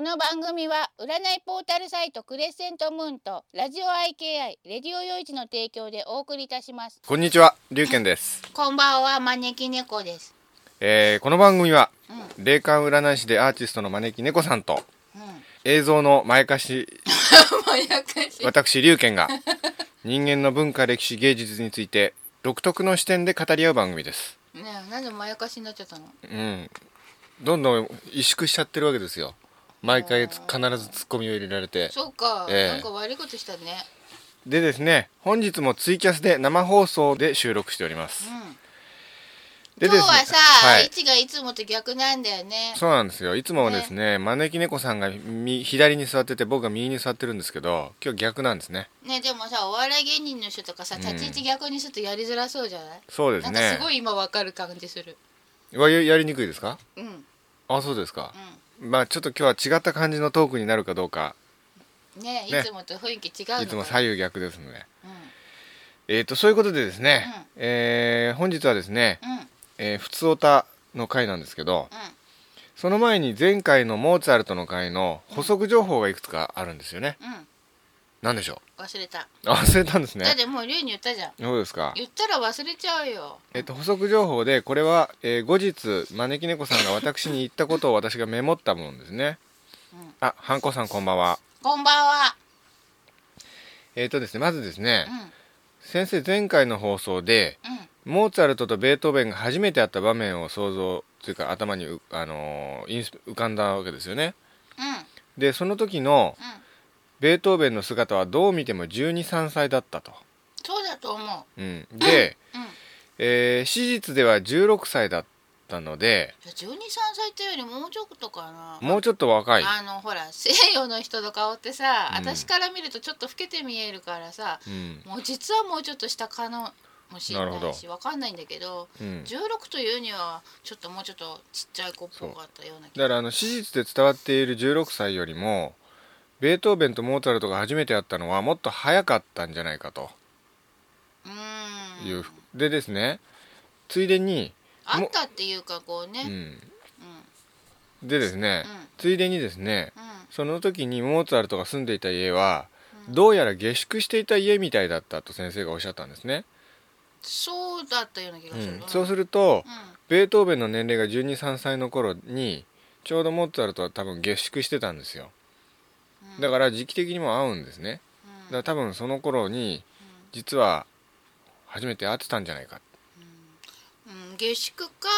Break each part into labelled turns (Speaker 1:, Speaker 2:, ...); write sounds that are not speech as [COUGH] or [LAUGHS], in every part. Speaker 1: の番組は占いポータルサイトクレッセントムーンとラジオ IKI レディオヨイチの提供でお送りいたします
Speaker 2: こんにちは、龍賢です。
Speaker 1: こんばんは招き猫
Speaker 2: [LAUGHS]
Speaker 1: です
Speaker 2: えーこの番組は、霊感占い師でアーティストの招き猫さんと、
Speaker 1: うん
Speaker 2: 映像の前貸し、
Speaker 1: まやかし
Speaker 2: 私龍賢が、 [LAUGHS] 人間の文化、歴史、芸術について、独特の視点で語り合う番組です。
Speaker 1: ねえなんでまやかしになっちゃったの
Speaker 2: うん。どんどん萎縮しちゃってるわけですよ。毎回つ必ずツッコミを入れられて。
Speaker 1: そうか、
Speaker 2: ええ
Speaker 1: なんか悪いことしたね
Speaker 2: でですね、本日もツイキャスで生放送で収録しております。
Speaker 1: 今
Speaker 2: で
Speaker 1: 日
Speaker 2: ですね
Speaker 1: はさ、
Speaker 2: はい
Speaker 1: 位置がいつもと逆なんだよね
Speaker 2: そうなんですよいつもはですね招き猫さんがみ左に座ってて僕が右に座ってるんですけど今日逆なんですね
Speaker 1: ねでもさお笑い芸人の人とかさ立ち位置逆にするとやりづらそうじゃない、
Speaker 2: そうで
Speaker 1: な
Speaker 2: す
Speaker 1: んかす
Speaker 2: ね
Speaker 1: ごい今わかる感じする
Speaker 2: わややりにくいですか
Speaker 1: うん
Speaker 2: あそうですか、まあちょっと今日は違った感じのトークになるかどうか
Speaker 1: ね
Speaker 2: ね
Speaker 1: いつもと雰囲気違うのか
Speaker 2: いつも左右逆ですので
Speaker 1: う
Speaker 2: えー、とそういうことでですね、えー本日はですね、
Speaker 1: んうんうん
Speaker 2: えー、普通おたの回なんですけどその前に前回のモーツァルトの回の補足情報がいくつかあるんですよね
Speaker 1: うん
Speaker 2: 何でしょ
Speaker 1: 忘れた
Speaker 2: うあ忘れたんです
Speaker 1: だっ
Speaker 2: ね
Speaker 1: てもう龍に言ったじゃん
Speaker 2: どうですか
Speaker 1: 言ったら忘れちゃうよ
Speaker 2: えっと、補足情報でこれは、えー後日招き猫さんが私に言ったことを私がメモったものですね、
Speaker 1: うん
Speaker 2: あハンコさんこんばんは
Speaker 1: こんばんは
Speaker 2: えっ、とですねまずですね
Speaker 1: う、ん
Speaker 2: 先生前回の放送で
Speaker 1: うん
Speaker 2: モーツァルトとベートーベンが初めて会った場面を想像というか頭にう、あのーインス浮かんだわけですよね
Speaker 1: うん
Speaker 2: でその時の
Speaker 1: うん
Speaker 2: ベートーベンの姿はどう見ても1 2 3歳だったと、
Speaker 1: そうだと思う
Speaker 2: うん、で、
Speaker 1: うんい
Speaker 2: えー史実では16歳だったので
Speaker 1: や12、3歳っていうよりもうちょっとかな
Speaker 2: もうちょっと若い
Speaker 1: あのほら西洋の人の顔ってさ、
Speaker 2: うん
Speaker 1: 私から見るとちょっと老けて見えるからさ
Speaker 2: うん
Speaker 1: もう実はもうちょっと下かのもしれ
Speaker 2: な
Speaker 1: な
Speaker 2: る
Speaker 1: い
Speaker 2: ほ
Speaker 1: しわかんないんだけど
Speaker 2: うん、
Speaker 1: 16というにはちょっともうちょっとちっちゃい子っぽかったような気
Speaker 2: だからあの史実で伝わっている16歳よりもベートーベンとモーツァルトが初めて会ったのはもっと早かったんじゃないかと
Speaker 1: うーん
Speaker 2: いう、でですねついでに、
Speaker 1: あったっていうかこうね、
Speaker 2: う
Speaker 1: うんうん
Speaker 2: ん、でですね、ついでにですね
Speaker 1: う
Speaker 2: その時にモーツァルトが住んでいた家はどうやら下宿していた家みたいだったと先生がおっしゃったんですね、
Speaker 1: そうだったような気が
Speaker 2: う
Speaker 1: する
Speaker 2: ん
Speaker 1: な、、
Speaker 2: そうすると
Speaker 1: うん
Speaker 2: ベートーベンの年齢が1 2 3歳の頃にちょうどモーツァルトは多分下宿してたんですよ
Speaker 1: うん
Speaker 2: だから時期的にも合うんですねだから多分その頃に実は初めて会ってたんじゃないか
Speaker 1: うんうん下宿か、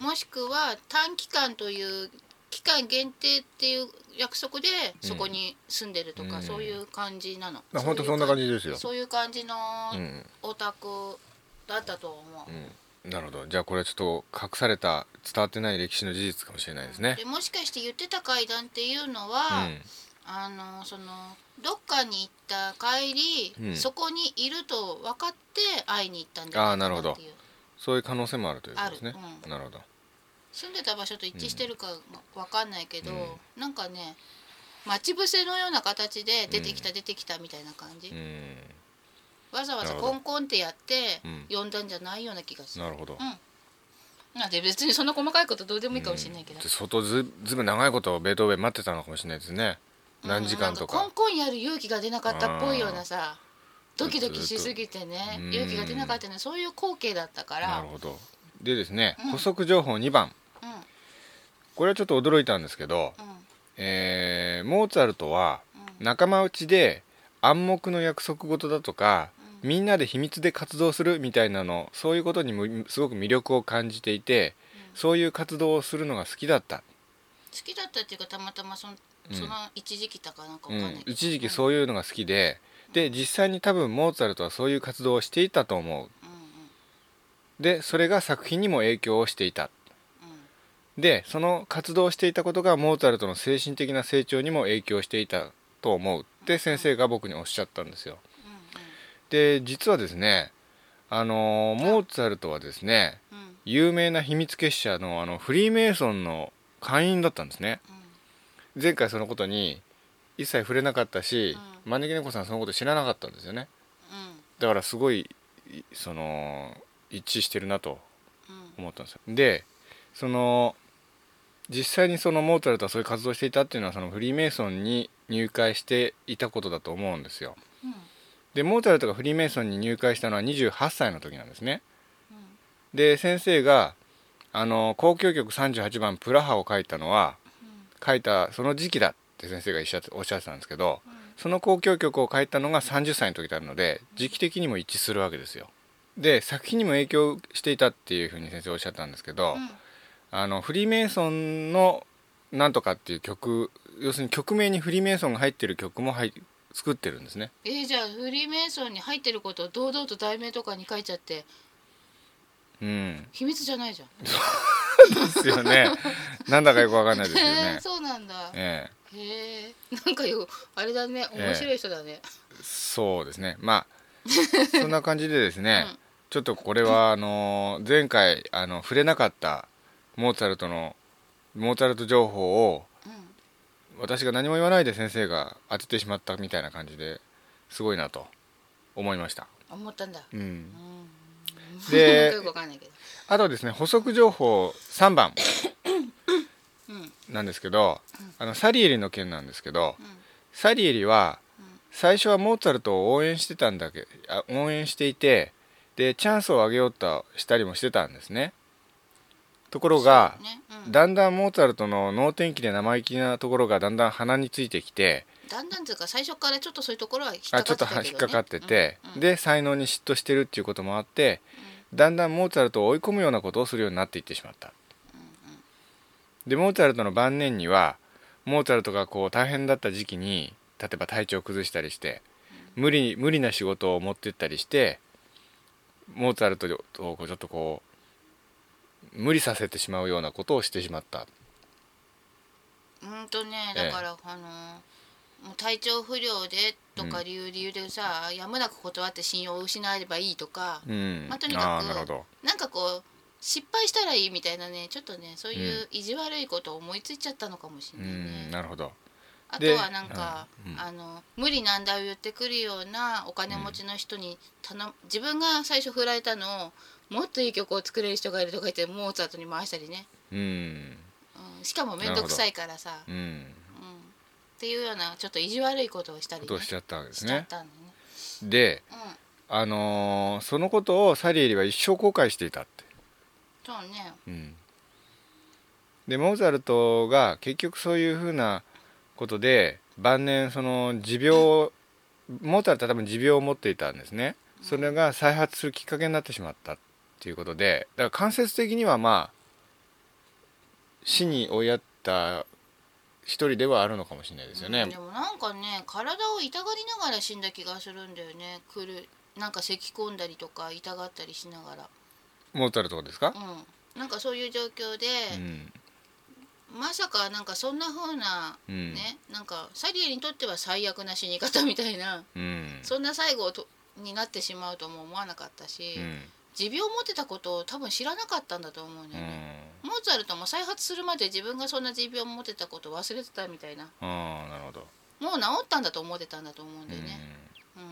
Speaker 2: うん
Speaker 1: もしくは短期間という期間限定っていう約束でそこに住んでるとか、
Speaker 2: うん
Speaker 1: そういう感じなの、
Speaker 2: まあ本当そんな感
Speaker 1: じ
Speaker 2: じですよ
Speaker 1: そういう感じの
Speaker 2: うん、
Speaker 1: オタクだったと思う、
Speaker 2: うん、なるほどじゃあこれはちょっと隠された伝わってない歴史の事実かもしれないですね
Speaker 1: でもしかして言ってた階段っていうのは、あのそのどっかに行った帰り、
Speaker 2: うん
Speaker 1: そこにいると分かって会いに行ったんだ
Speaker 2: あーなるほど
Speaker 1: っていう
Speaker 2: そういう可能性もあるということですね
Speaker 1: あるう
Speaker 2: なるほど
Speaker 1: 住んでた場所と一致してるか分かんないけど、
Speaker 2: う
Speaker 1: なんかね待ち伏せのような形で出てきた出てきたみたいな感じ、
Speaker 2: うん
Speaker 1: わざわざ
Speaker 2: なるほど
Speaker 1: コンコンってやって
Speaker 2: うん
Speaker 1: 呼んだんじゃないような気がする、
Speaker 2: なるほど
Speaker 1: なんで別にそんな細かいことどうでもいいかもしれないけど、
Speaker 2: うん相当ずずいぶん長いことベートーベン待ってたのかもしれないですね
Speaker 1: うん
Speaker 2: 何時間と
Speaker 1: なん
Speaker 2: か
Speaker 1: コンコンやる勇気が出なかったっぽいようなさドキドキしすぎてね
Speaker 2: ずっ
Speaker 1: 勇
Speaker 2: と
Speaker 1: 気が出なかったねそういう光景だったから
Speaker 2: なるほどでですね
Speaker 1: うん
Speaker 2: 補足情報2番
Speaker 1: うん
Speaker 2: これはちょっと驚いたんですけど
Speaker 1: うん
Speaker 2: えーモーツァルトは
Speaker 1: うん
Speaker 2: 仲間内で暗黙の約束事だとか
Speaker 1: うん
Speaker 2: みんなで秘密で活動するみたいなのそういうことにむすごく魅力を感じていてそういう活動をするのが好きだった、
Speaker 1: 好きだったっていうかたまたまその
Speaker 2: うん
Speaker 1: その一時期だかなんか
Speaker 2: う
Speaker 1: わかんないけ
Speaker 2: ん
Speaker 1: ど、、
Speaker 2: 一時期そういうのが好きでで実際に多分モーツァルトはそういう活動をしていたと思
Speaker 1: うん
Speaker 2: うでそれが作品にも影響をしていた
Speaker 1: うんうん
Speaker 2: でその活動をしていたことがモーツァルトの精神的な成長にも影響していたと思うって先生が僕におっしゃったんですよで実はですねあのーモーツァルトはですね
Speaker 1: うんうんうん
Speaker 2: 有名な秘密結社のあのフリーメイソンの会員だったんですね前回そのことに一切触れなかったし、
Speaker 1: う
Speaker 2: 招き猫さんそのこと知らなかったんですよねだからすごいいその一致してるなと
Speaker 1: うんうん
Speaker 2: 思ったんですよでその実際にそのモーツァルトはそういう活動をしていたっていうのはそのフリーメイソンに入会していたことだと思うんですよ
Speaker 1: うん
Speaker 2: でモーツァルトがフリーメイソンに入会したのは28歳の時なんですね
Speaker 1: うん
Speaker 2: で先生があの交響曲38番「プラハ」を書いたのは書いたその時期だって先生がおっしゃっておっしゃってたんですけどその交響曲を書いたのが30歳の時なので時期的にも一致するわけですよで作品にも影響していたっていうふうに先生おっしゃったんですけど、
Speaker 1: うん
Speaker 2: あのフリーメイソンの「なんとか」っていう曲要するに曲名にフリーメイソンが入ってる曲も入作ってるんですね
Speaker 1: えーじゃあフリーメイソンに入ってることを堂々と題名とかに書いちゃって
Speaker 2: うん
Speaker 1: 秘密じゃないじゃん
Speaker 2: ですよ
Speaker 1: [LAUGHS]
Speaker 2: ねなんだかよくわかんないですよ
Speaker 1: へ
Speaker 2: ね
Speaker 1: ー、 [LAUGHS] そうなんだへ
Speaker 2: ええ
Speaker 1: えなんかよあれだね面白い人だね、
Speaker 2: そうですねまあそんな感じでですね、ちょっとこれはあの前回あの触れなかったモーツァルトのモーツァルト情報を
Speaker 1: うん
Speaker 2: 私が何も言わないで先生が当ててしまったみたいな感じですごいなと思いました、
Speaker 1: 思ったんだ
Speaker 2: うん
Speaker 1: う、ん [LAUGHS] なん
Speaker 2: で
Speaker 1: かよくわかんないけど
Speaker 2: あとですね補足情報3番
Speaker 1: うん
Speaker 2: なんですけどあのサリエリの件なんですけど
Speaker 1: うん
Speaker 2: サリエリは
Speaker 1: うん
Speaker 2: 最初はモーツァルトを応援してたんだけあ応援していてでチャンスをあげようとしたりもしてたんですねところが
Speaker 1: ね、うん、だ
Speaker 2: だんだんモーツァルトの能天気で生意気なところがだんだん鼻についてきて
Speaker 1: んだんつうか最初からちょっとそういうところは引っ
Speaker 2: あ
Speaker 1: か
Speaker 2: ちょ
Speaker 1: かっ
Speaker 2: っ
Speaker 1: てたけど、
Speaker 2: とは
Speaker 1: ね、
Speaker 2: 引っかかってて、
Speaker 1: うんうん
Speaker 2: で才能に嫉妬してるっていうこともあって、だんだんモーツァルトを追い込むようなことをするようになっていってしまった、でモーツァルトの晩年にはモーツァルトがこう大変だった時期に例えば体調を崩したりして無理無理な仕事を持ってったりしてモーツァルトをこうちょっとこう無理させてしまうようなことをしてしまった
Speaker 1: うんとね
Speaker 2: ええ
Speaker 1: だから、あのーもう体調不良でとか
Speaker 2: うん
Speaker 1: 理由理由でさ、やむなく断って信用を失えればいいとか、
Speaker 2: うん
Speaker 1: まあとにか
Speaker 2: あ
Speaker 1: く
Speaker 2: ーなるほど
Speaker 1: なんかこう失敗したらいいみたいなねちょっとねそういう意地悪いことを思いついちゃったのかもし
Speaker 2: う
Speaker 1: れないね、
Speaker 2: んなるほど
Speaker 1: あと
Speaker 2: で
Speaker 1: はなんか、
Speaker 2: うんうん
Speaker 1: あの無理難題を言ってくるようなお金持ちの人に頼、む自分が最初振られたのをもっといい曲を作れる人がいるとか言ってモーツァルトに回したりね、
Speaker 2: うん
Speaker 1: うん、しかも面倒くさいからさ、
Speaker 2: うん
Speaker 1: うん、っていうようなちょっと意地悪いことをしたり、
Speaker 2: こ
Speaker 1: ね、
Speaker 2: とをしちゃったわけで
Speaker 1: し
Speaker 2: す
Speaker 1: ちゃっ
Speaker 2: ね
Speaker 1: たんだね
Speaker 2: で
Speaker 1: うん
Speaker 2: あのーそのことをサリエリは一生後悔していたって
Speaker 1: そうね
Speaker 2: うん、でモーツァルトが結局そういうふうなことで晩年その持病をモーツァルトは多分持病を持っていたんですねそれが再発するきっかけになってしまったっていうことでだから間接的にはまあ死に追いやった一人ではあるのかもしれないですよね
Speaker 1: うん、でもなんかね体を痛がりながら死んだ気がするんだよねくるなんか咳き込んだりとか痛がったりしながら
Speaker 2: モーツァルトがですか、
Speaker 1: うんなんかそういう状況で、
Speaker 2: うん
Speaker 1: まさかなんかそんな風な
Speaker 2: うん
Speaker 1: ね、なんかサリエにとっては最悪な死に方みたいな
Speaker 2: うん
Speaker 1: そんな最後とになってしまうとも思わなかったし、
Speaker 2: うん
Speaker 1: 持病を持ってたことを多分知らなかったんだと思うん
Speaker 2: う
Speaker 1: だよね、
Speaker 2: ん
Speaker 1: モーツァルトも再発するまで自分がそんな持病を持ってたことを忘れてたみたいな
Speaker 2: あーなるほど、
Speaker 1: もう治ったんだと思ってたんだと思うんだよねうん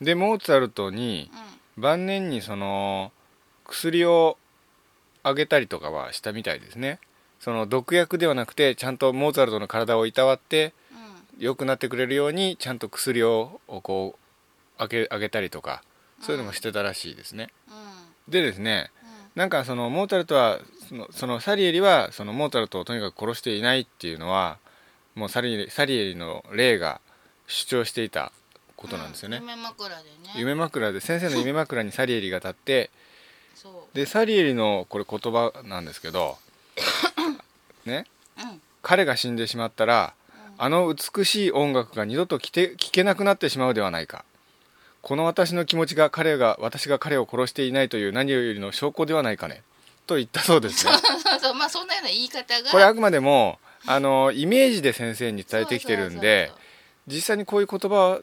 Speaker 2: うん、でモーツァルトに
Speaker 1: うん
Speaker 2: 晩年にその薬をあげたりとかはしたみたいですねその毒薬ではなくてちゃんとモーツァルトの体をいたわって良くなってくれるようにちゃんと薬をこうあげあげたりとかそういうのもしてたらしいですね、
Speaker 1: うんうん
Speaker 2: でですね
Speaker 1: うん
Speaker 2: なんかそのモーツァルトはそのそのサリエリはそのモーツァルトをとにかく殺していないっていうのはもうサリエリサリエリの霊が主張していたことなんですよね、
Speaker 1: うん夢枕でね
Speaker 2: 夢枕で先生の夢枕にサリエリが立って
Speaker 1: そう
Speaker 2: でサリエリのこれ言葉なんです
Speaker 1: [COUGHS]
Speaker 2: けどね
Speaker 1: うんうん
Speaker 2: 彼が死んでしまったらあの美しい音楽が二度と聴け聴けなくなってしまうではないかこの私の気持ちが彼が私が彼を殺していないという何よりの証拠ではないかねと言ったそうです
Speaker 1: [LAUGHS]
Speaker 2: ね
Speaker 1: そうそうまあそんなような言い方が
Speaker 2: これあくまでもあのイメージで先生に伝えてきてるんで
Speaker 1: そうそうそう
Speaker 2: 実際にこういう言葉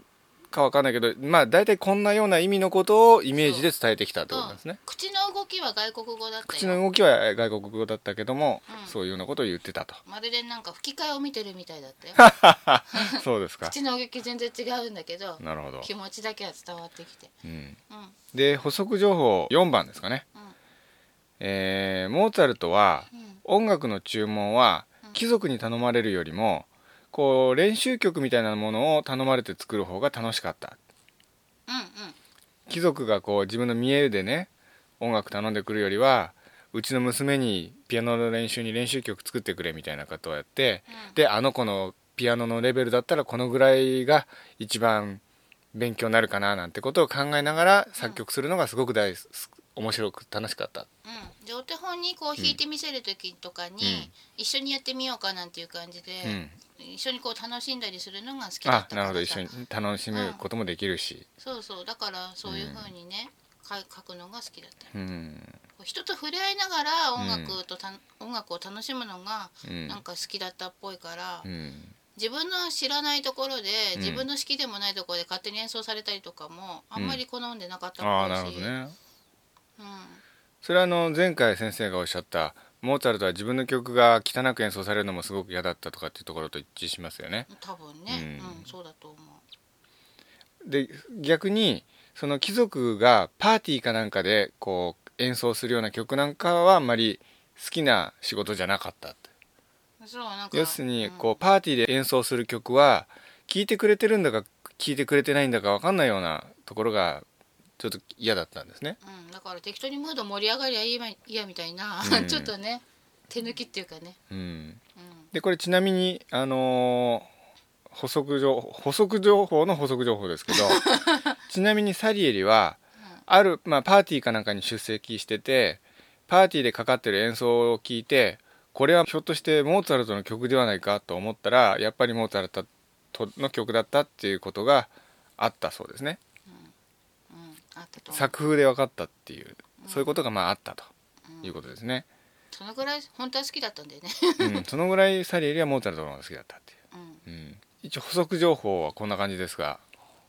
Speaker 2: かわかんないけどまあ大体こんなような意味のことをイメージで伝えてきたってことなんですね
Speaker 1: うん口の動きは外国語だったよ
Speaker 2: 口の動きは外国語だったけども、
Speaker 1: うん
Speaker 2: そういうようなことを言って
Speaker 1: [LAUGHS]
Speaker 2: たと
Speaker 1: まるでなんか吹き替えを見てるみたいだったよ
Speaker 2: そうですか
Speaker 1: 口の動き全然違うんだけど
Speaker 2: なるほど、
Speaker 1: 気持ちだけは伝わってきて
Speaker 2: うん、
Speaker 1: うんうん
Speaker 2: で補足情報4番ですかね、
Speaker 1: うん
Speaker 2: えーモーツァルトは
Speaker 1: うん
Speaker 2: 音楽の注文は
Speaker 1: うん
Speaker 2: 貴族に頼まれるよりもこう練習曲みたいなものを頼まれて作る方が楽しかった
Speaker 1: うんうん
Speaker 2: 貴族がこう自分の見栄でね音楽頼んでくるよりはうちの娘にピアノの練習に練習曲作ってくれみたいなことをやって
Speaker 1: うん
Speaker 2: であの子のピアノのレベルだったらこのぐらいが一番勉強になるかななんてことを考えながら作曲するのがすごく大好き面白く楽しかった
Speaker 1: うん、でお手本にこう弾いて見せる時とかに、
Speaker 2: うん
Speaker 1: 一緒にやってみようかなんていう感じで、
Speaker 2: うん、
Speaker 1: 一緒にこう楽しんだりするのが好きだ
Speaker 2: あ
Speaker 1: ったから
Speaker 2: なるほど一
Speaker 1: さ
Speaker 2: 緒に楽しむこともできるし、
Speaker 1: そうそうだからそういう風にね、か書くのが好きだった
Speaker 2: うん
Speaker 1: こう人と触れ合いながら音
Speaker 2: う
Speaker 1: 楽とた、音楽を楽しむのが
Speaker 2: うん
Speaker 1: なんか好きだったっぽいから、
Speaker 2: うん
Speaker 1: 自分の知らないところで、
Speaker 2: うん
Speaker 1: 自分の好きでもないところで勝手に演奏されたりとかもあんまり好んでなかったっ
Speaker 2: あ
Speaker 1: ぽ
Speaker 2: あ
Speaker 1: い
Speaker 2: な
Speaker 1: し、
Speaker 2: るほどね
Speaker 1: うん
Speaker 2: それはあの前回先生がおっしゃったモーツァルトは自分の曲が汚く演奏されるのもすごく嫌だったとかっていうところと一致しますよね
Speaker 1: 多分ね、
Speaker 2: うん
Speaker 1: うんそうだと思う
Speaker 2: で逆にその貴族がパーティーかなんかでこう演奏するような曲なんかはあんまり好きな仕事じゃなかったって
Speaker 1: そうなんか
Speaker 2: 要するに
Speaker 1: うん
Speaker 2: こうパーティーで演奏する曲は聴いてくれてるんだか聴いてくれてないんだか分かんないようなところがちょっと嫌だったんですね
Speaker 1: うん、だから適当にムード盛り上がりゃいいまいいやみたいな、
Speaker 2: う
Speaker 1: [LAUGHS]
Speaker 2: ん
Speaker 1: ちょっとね手抜きっていうかね、
Speaker 2: うん
Speaker 1: うん、
Speaker 2: でこれちなみにあのー補足情報補足情報の補足情報で
Speaker 1: [LAUGHS]
Speaker 2: すけどちなみにサリエリは
Speaker 1: うん
Speaker 2: ある、まあ、パーティーかなんかに出席しててパーティーでかかってる演奏を聞いてこれはひょっとしてモーツァルトの曲ではないかと思ったらやっぱりモーツァルトの曲だったっていうことがあったそうですね
Speaker 1: うん、あったと思う
Speaker 2: 作風で分かったっていう
Speaker 1: うん
Speaker 2: そういうことがまああったという
Speaker 1: うん
Speaker 2: ことです
Speaker 1: [LAUGHS]
Speaker 2: ね、
Speaker 1: そのぐらい本当は好きだったんだよね、 [LAUGHS]
Speaker 2: うん、そのぐらいサリエリはモーツァルトの方が好きだったっていう
Speaker 1: うん
Speaker 2: うん、一応補足情報はこんな感じですが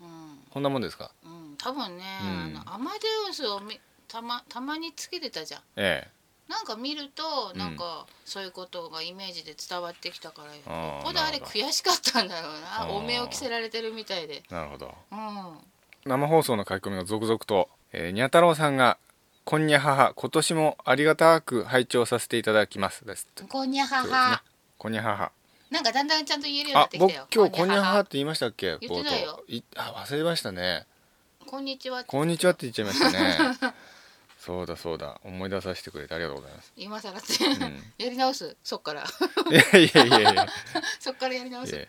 Speaker 1: うん
Speaker 2: こんなもんですか
Speaker 1: うん、多分ね、
Speaker 2: うん
Speaker 1: あのアマデウスをみたまたまにつけてたじゃん
Speaker 2: え
Speaker 1: なんか見ると
Speaker 2: うん
Speaker 1: なんかそういうことがイメージで伝わってきたから、
Speaker 2: あー
Speaker 1: ここであれ
Speaker 2: なるほ
Speaker 1: 悔しかったんだろう
Speaker 2: あ
Speaker 1: な
Speaker 2: ー
Speaker 1: お面を着せられてるみたいで
Speaker 2: えなるほど
Speaker 1: うん
Speaker 2: 生放送の書き込みが続々と、えー、にゃ太郎さんが「こんにゃ母今年もありがたく拝聴させていただきます」ですって
Speaker 1: こんにゃは
Speaker 2: そうですね
Speaker 1: は、
Speaker 2: こんにゃ母
Speaker 1: なんかだんだんちゃんと言えるようにな
Speaker 2: あ
Speaker 1: ってき
Speaker 2: 僕
Speaker 1: たよ
Speaker 2: 今日こんにゃ母
Speaker 1: は
Speaker 2: って言いましたっけ
Speaker 1: 言ってないよ
Speaker 2: いあ忘れましたね
Speaker 1: こんにちはって
Speaker 2: こんにちはって言っちゃいまし
Speaker 1: [LAUGHS]
Speaker 2: たねそうだそうだ思い出させてくれてありがとうござ
Speaker 1: [LAUGHS]
Speaker 2: います、
Speaker 1: 今更って、
Speaker 2: う
Speaker 1: [LAUGHS] やり直すそっから [LAUGHS]
Speaker 2: ん、いやいやいやいや
Speaker 1: そっからやり直す、
Speaker 2: ええ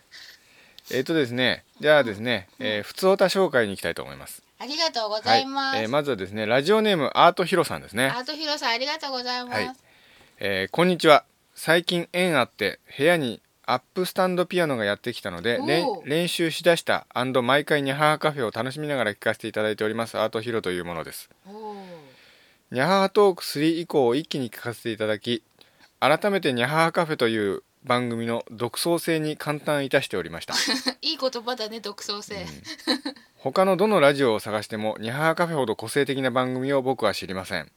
Speaker 2: えっとですねじゃあですね、えー、普通歌紹介に行きたいと思います
Speaker 1: ありがとうございます、
Speaker 2: えーまずはですねラジオネームアートヒロさんですね
Speaker 1: アートヒロさんありがとうございます、
Speaker 2: はいえーこんにちは最近縁あって部屋にアップスタンドピアノがやってきたので
Speaker 1: おー
Speaker 2: れん練習しだした毎回ニャハハカフェを楽しみながら聴かせていただいておりますアートヒロというものです
Speaker 1: おー [LAUGHS]
Speaker 2: ニャハハトーク3以降を一気に聞かせていただき改めてニャハハカフェという番組の独創性に感嘆いたしておりました
Speaker 1: いい言葉だね独創性、
Speaker 2: 他のどのラジオを探してもニャハハカフェほど個性的な番組を僕は知りません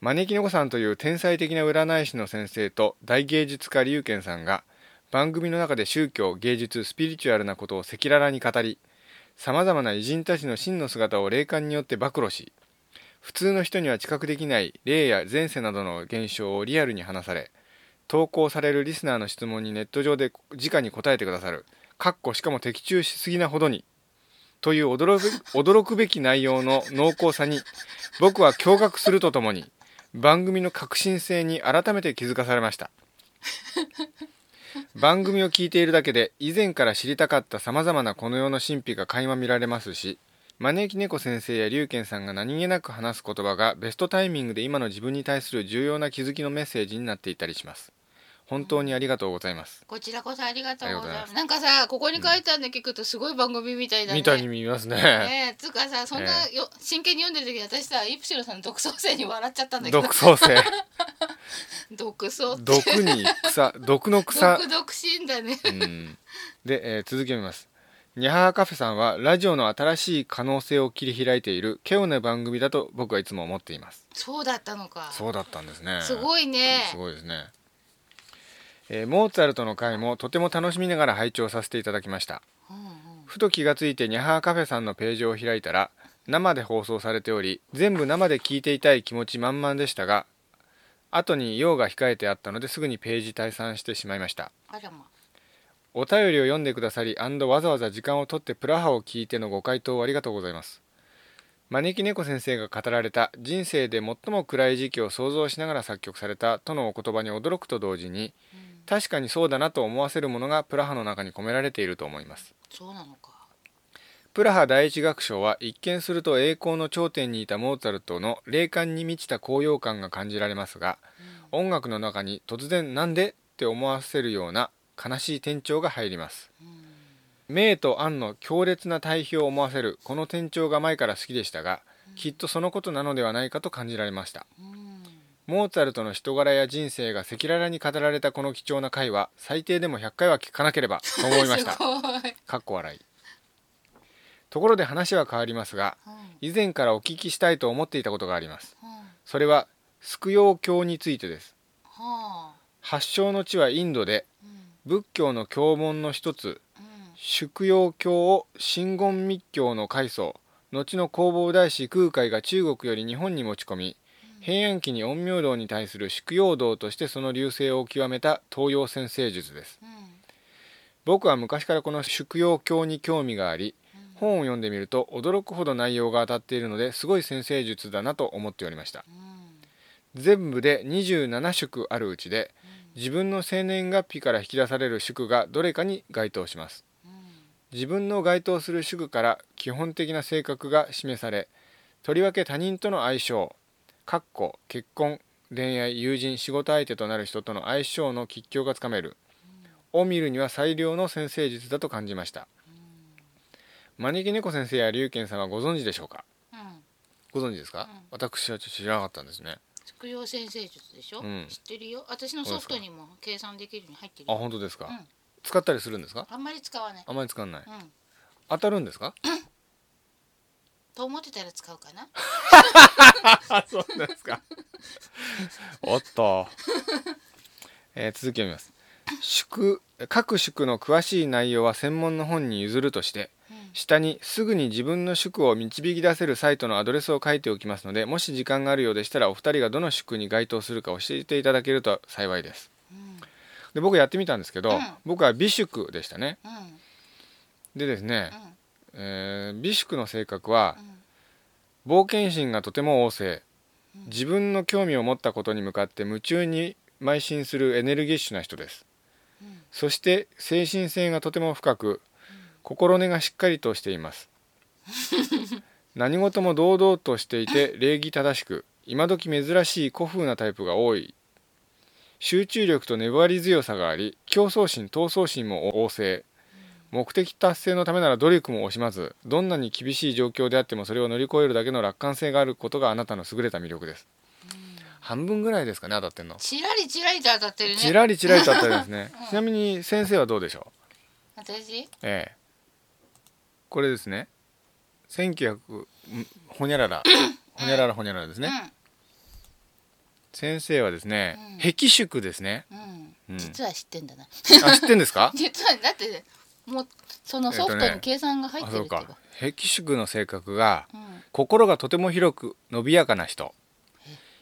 Speaker 2: 招き猫さんという天才的な占い師の先生と大芸術家龍賢さんが番組の中で宗教芸術スピリチュアルなことを赤裸々に語りさまざまな偉人たちの真の姿を霊感によって暴露し普通の人には知覚できない霊や前世などの現象をリアルに話され投稿されるリスナーの質問にネット上で直に答えてくださるかっこしかも的中しすぎなほどにという驚く驚くべき内容の濃厚さに僕は驚愕するとともに番組の革新性に改めて気づかされました番組を聞いているだけで以前から知りたかったさまざまなこの世の神秘が垣間見られますし招き猫先生や龍賢さんが何気なく話す言葉がベストタイミングで今の自分に対する重要な気づきのメッセージになっていたりします本当にありがとうございます
Speaker 1: こちらこそありがとうござい
Speaker 2: ありがとうござい
Speaker 1: ま。
Speaker 2: ます
Speaker 1: なんかさ、ここに書いてあるの聞くとすごい番組みたいだね。
Speaker 2: みたいに見えますね
Speaker 1: ねえ、つうかさ、そんなよ、真剣に読んでる時私さ、イプシロンさんの独創性に笑っちゃったんだけど
Speaker 2: 独。創性
Speaker 1: 独創。独
Speaker 2: 毒に草
Speaker 1: [LAUGHS]
Speaker 2: 毒の草
Speaker 1: 独身だね。
Speaker 2: うんで、えー続きを見ますニャハハカフェさんはラジオの新しい可能性を切り開いている稀有な番組だと僕はいつも思っています
Speaker 1: そうだったのか。
Speaker 2: そうだったんですね
Speaker 1: すごいね。
Speaker 2: すごいですね、えーモーツァルトの回もとても楽しみながら拝聴させていただきました
Speaker 1: うんうん
Speaker 2: ふと気がついてニャハーカフェさんのページを開いたら生で放送されており全部生で聞いていたい気持ち満々でしたが後に用が控えてあったのですぐにページ退散してしまいました
Speaker 1: あらま
Speaker 2: お便りを読んでくださりわざわざ時間を取ってプラハを聞いてのご回答をありがとうございます招き猫先生が語られた人生で最も暗い時期を想像しながら作曲されたとのお言葉に驚くと同時に確かにそうだなと思わせるものがプラハの中に込められていると思います
Speaker 1: そうなのか
Speaker 2: プラハ第一楽章は一見すると栄光の頂点にいたモーツァルトの霊感に満ちた高揚感が感じられますが、音楽の中に突然なんでって思わせるような悲しい転調が入ります、メイとアンの強烈な対比を思わせるこの転調が前から好きでしたが、きっとそのことなのではないかと感じられました
Speaker 1: うん
Speaker 2: モーツァルトの人柄や人生が赤裸々に語られたこの貴重な回は最低でも100回は聞かなければと思いました
Speaker 1: [LAUGHS] すごい、
Speaker 2: かっこ笑いところで話は変わりますが
Speaker 1: うん
Speaker 2: 以前からお聞きしたいと思っていたことがあります
Speaker 1: うんは
Speaker 2: それは救養教についてです
Speaker 1: あ
Speaker 2: 発祥の地はインドで
Speaker 1: うん
Speaker 2: 仏教の教門の一つ
Speaker 1: うん
Speaker 2: 宿養教を真言密教の開祖後の弘法大師空海が中国より日本に持ち込み平安期に陰陽道に対する宿養道としてその流星を極めた東洋先生術です
Speaker 1: うん
Speaker 2: 僕は昔からこの宿養教に興味があり本を読んでみると驚くほど内容が当たっているのですごい先生術だなと思っておりました
Speaker 1: うん
Speaker 2: 全部で27宿あるうちで自分の生年月日から引き出される宿がどれかに該当します
Speaker 1: うん
Speaker 2: 自分の該当する宿から基本的な性格が示されとりわけ他人との相性かっこ結婚恋愛友人仕事相手となる人との相性の吉強がつかめるを見るには最良の先生術だと感じました招き猫先生や龍賢さんはご存知でしょうか
Speaker 1: うん
Speaker 2: ご存知ですか、
Speaker 1: うん
Speaker 2: 私はちょっと知らなかったんですね
Speaker 1: 副業先生術でしょ、
Speaker 2: うん
Speaker 1: 知ってるよ私のソフトにも計算できるように入ってる
Speaker 2: あ
Speaker 1: よ
Speaker 2: 本当ですか、
Speaker 1: うん
Speaker 2: 使ったりするんですか
Speaker 1: あんまり使わない
Speaker 2: あまり使わない、
Speaker 1: うん
Speaker 2: 当たるんですか
Speaker 1: と思ってたら使うかな
Speaker 2: あそうですかおっと、えー続きを読みます宿各宿の詳しい内容は専門の本に譲るとして
Speaker 1: うん
Speaker 2: 下にすぐに自分の宿を導き出せるサイトのアドレスを書いておきますのでもし時間があるようでしたらお二人がどの宿に該当するか教えていただけると幸いです
Speaker 1: うん
Speaker 2: で僕やってみたんですけど、
Speaker 1: うん
Speaker 2: 僕は美宿でしたね
Speaker 1: うん
Speaker 2: でですね、
Speaker 1: うん
Speaker 2: えー美宿の性格は
Speaker 1: うん
Speaker 2: 冒険心がとても旺盛
Speaker 1: うん
Speaker 2: 自分の興味を持ったことに向かって夢中に邁進するエネルギッシュな人です
Speaker 1: うん
Speaker 2: そして精神性がとても深く心根がしっかりとしています何事も堂々としていて礼儀正しく今時珍しい古風なタイプが多い集中力と粘り強さがあり競争心闘争心も旺盛目的達成のためなら努力も惜しまずどんなに厳しい状況であってもそれを乗り越えるだけの楽観性があることがあなたの優れた魅力です半分ぐらいですかね当たってんの
Speaker 1: チラリチラリと当たってるね
Speaker 2: ちらりちらりと当たりですねちなみに先生はどうでしょう
Speaker 1: 私
Speaker 2: ええこれですね1900んほにゃららほにゃららほにゃららですね、先生はですね、
Speaker 1: うん
Speaker 2: 壁宿ですね
Speaker 1: うんうん、
Speaker 2: うん
Speaker 1: 実は知ってんだな [LAUGHS]
Speaker 2: あ知ってんですか
Speaker 1: 実はだってもうそのソフ
Speaker 2: えっ
Speaker 1: ト
Speaker 2: とね
Speaker 1: に計算が入っ
Speaker 2: あ
Speaker 1: てる
Speaker 2: そ
Speaker 1: って
Speaker 2: う
Speaker 1: いうか,、
Speaker 2: か壁宿の性格が
Speaker 1: うん
Speaker 2: 心がとても広く伸びやかな人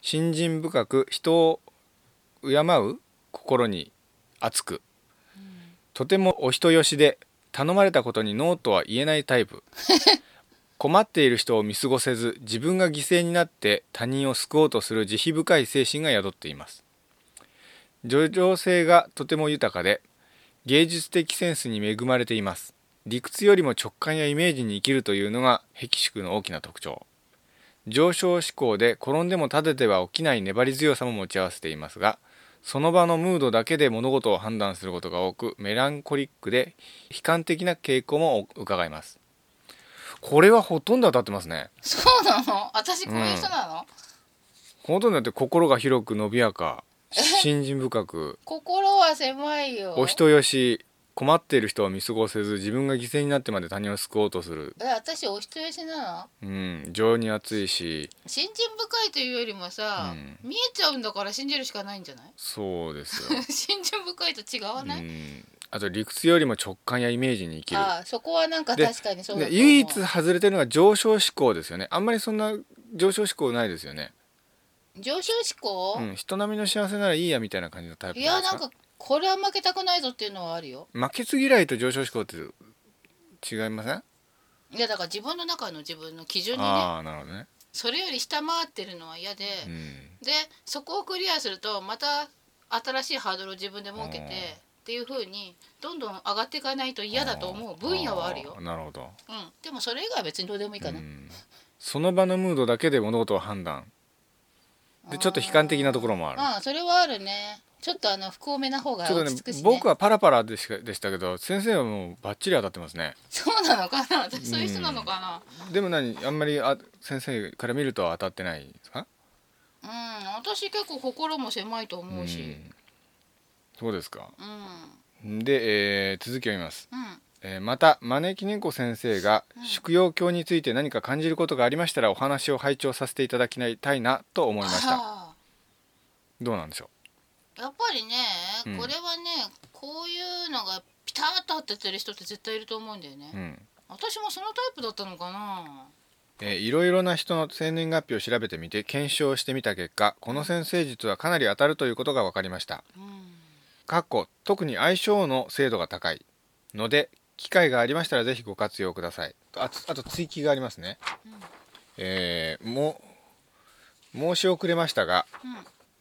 Speaker 2: 信心深く人を敬う心に熱くとてもお人よしで頼まれたことにノーとは言えないタイプ困っている人を見過ごせず自分が犠牲になって他人を救おうとする慈悲深い精神が宿っています叙情性がとても豊かで芸術的センスに恵まれています理屈よりも直感やイメージに生きるというのが壁宿の大きな特徴上昇志向で転んでも立てては起きない粘り強さも持ち合わせていますがその場のムードだけで物事を判断することが多くメランコリックで悲観的な傾向も伺いますこれはほとんど当たってますね
Speaker 1: そうなの私こういう人なの、
Speaker 2: ほとんどだって心が広く伸びやか信心深く
Speaker 1: 心は狭いよ
Speaker 2: お人よし困っている人を見過ごせず自分が犠牲になってまで他人を救おうとする
Speaker 1: え私お人よしなの
Speaker 2: うん情に熱いし
Speaker 1: 信心深いというよりもさ、
Speaker 2: う
Speaker 1: 見えちゃうんだから信じるしかないんじゃない
Speaker 2: そうですよ
Speaker 1: [LAUGHS] 信心深いと違わ
Speaker 2: う
Speaker 1: ない、
Speaker 2: んあと理屈よりも直感やイメージに生きる
Speaker 1: ああそこはなんか
Speaker 2: で
Speaker 1: 確かにそうだ
Speaker 2: ね
Speaker 1: と思う
Speaker 2: 唯一外れてるのが上昇志向ですよねあんまりそんな上昇志向ないですよね
Speaker 1: 上昇志向、
Speaker 2: うん、人並みの幸せならいいやみたいな感じのタイプ
Speaker 1: い
Speaker 2: な
Speaker 1: や
Speaker 2: んです
Speaker 1: なんかこれは負けたくないぞっていうのはあるよ
Speaker 2: 負けず嫌いと上昇志向って違いません、
Speaker 1: いやだから自分の中の自分の基準にね
Speaker 2: ああなるほどね、
Speaker 1: それより下回ってるのは嫌で、
Speaker 2: うん、
Speaker 1: でそこをクリアするとまた新しいハードルを自分で設けて
Speaker 2: うん
Speaker 1: っていう風にどんどん上がっていかないと嫌だと思う分野はあるよ
Speaker 2: ー、なるほど
Speaker 1: うん、でもそれ以外は別にどうでもいいかな、
Speaker 2: うんその場のムードだけで物事を判断でちょっと悲観的なところもある
Speaker 1: ああそれはあるねちょっとあの不幸めな方が
Speaker 2: ちょっと
Speaker 1: 落
Speaker 2: ね
Speaker 1: ち着くし、ね
Speaker 2: 僕はパラパラでしかでしたけど先生はもうバッチリ当たってますね
Speaker 1: そうなのかな私そういう人なのかな
Speaker 2: でも何あんまりあ先生から見ると当たってないですか
Speaker 1: うん、私結構心も狭いと思うし
Speaker 2: んそうですか
Speaker 1: うん
Speaker 2: で、えー続きを読みます、
Speaker 1: うん
Speaker 2: えーまた招き猫先生が宿養教について何か感じることがありましたらお話を拝聴させていただきたいなと思いました
Speaker 1: あ
Speaker 2: どうなんでしょ
Speaker 1: あ [LAUGHS] やっぱりね、
Speaker 2: うん
Speaker 1: これはねこういうのがピタッと合っててる人って絶対いると思うんだよね、
Speaker 2: う、うん
Speaker 1: 私もそのタイプだったのかな
Speaker 2: えーいろいろな人の生年月日を調べてみて検証してみた結果この先生術はかなり当たるということが分かりました
Speaker 1: うん
Speaker 2: かっこ特に相性の精度が高いので機会がありましたらぜひご活用くださいあつあと追記がありますね、えーも申し遅れましたが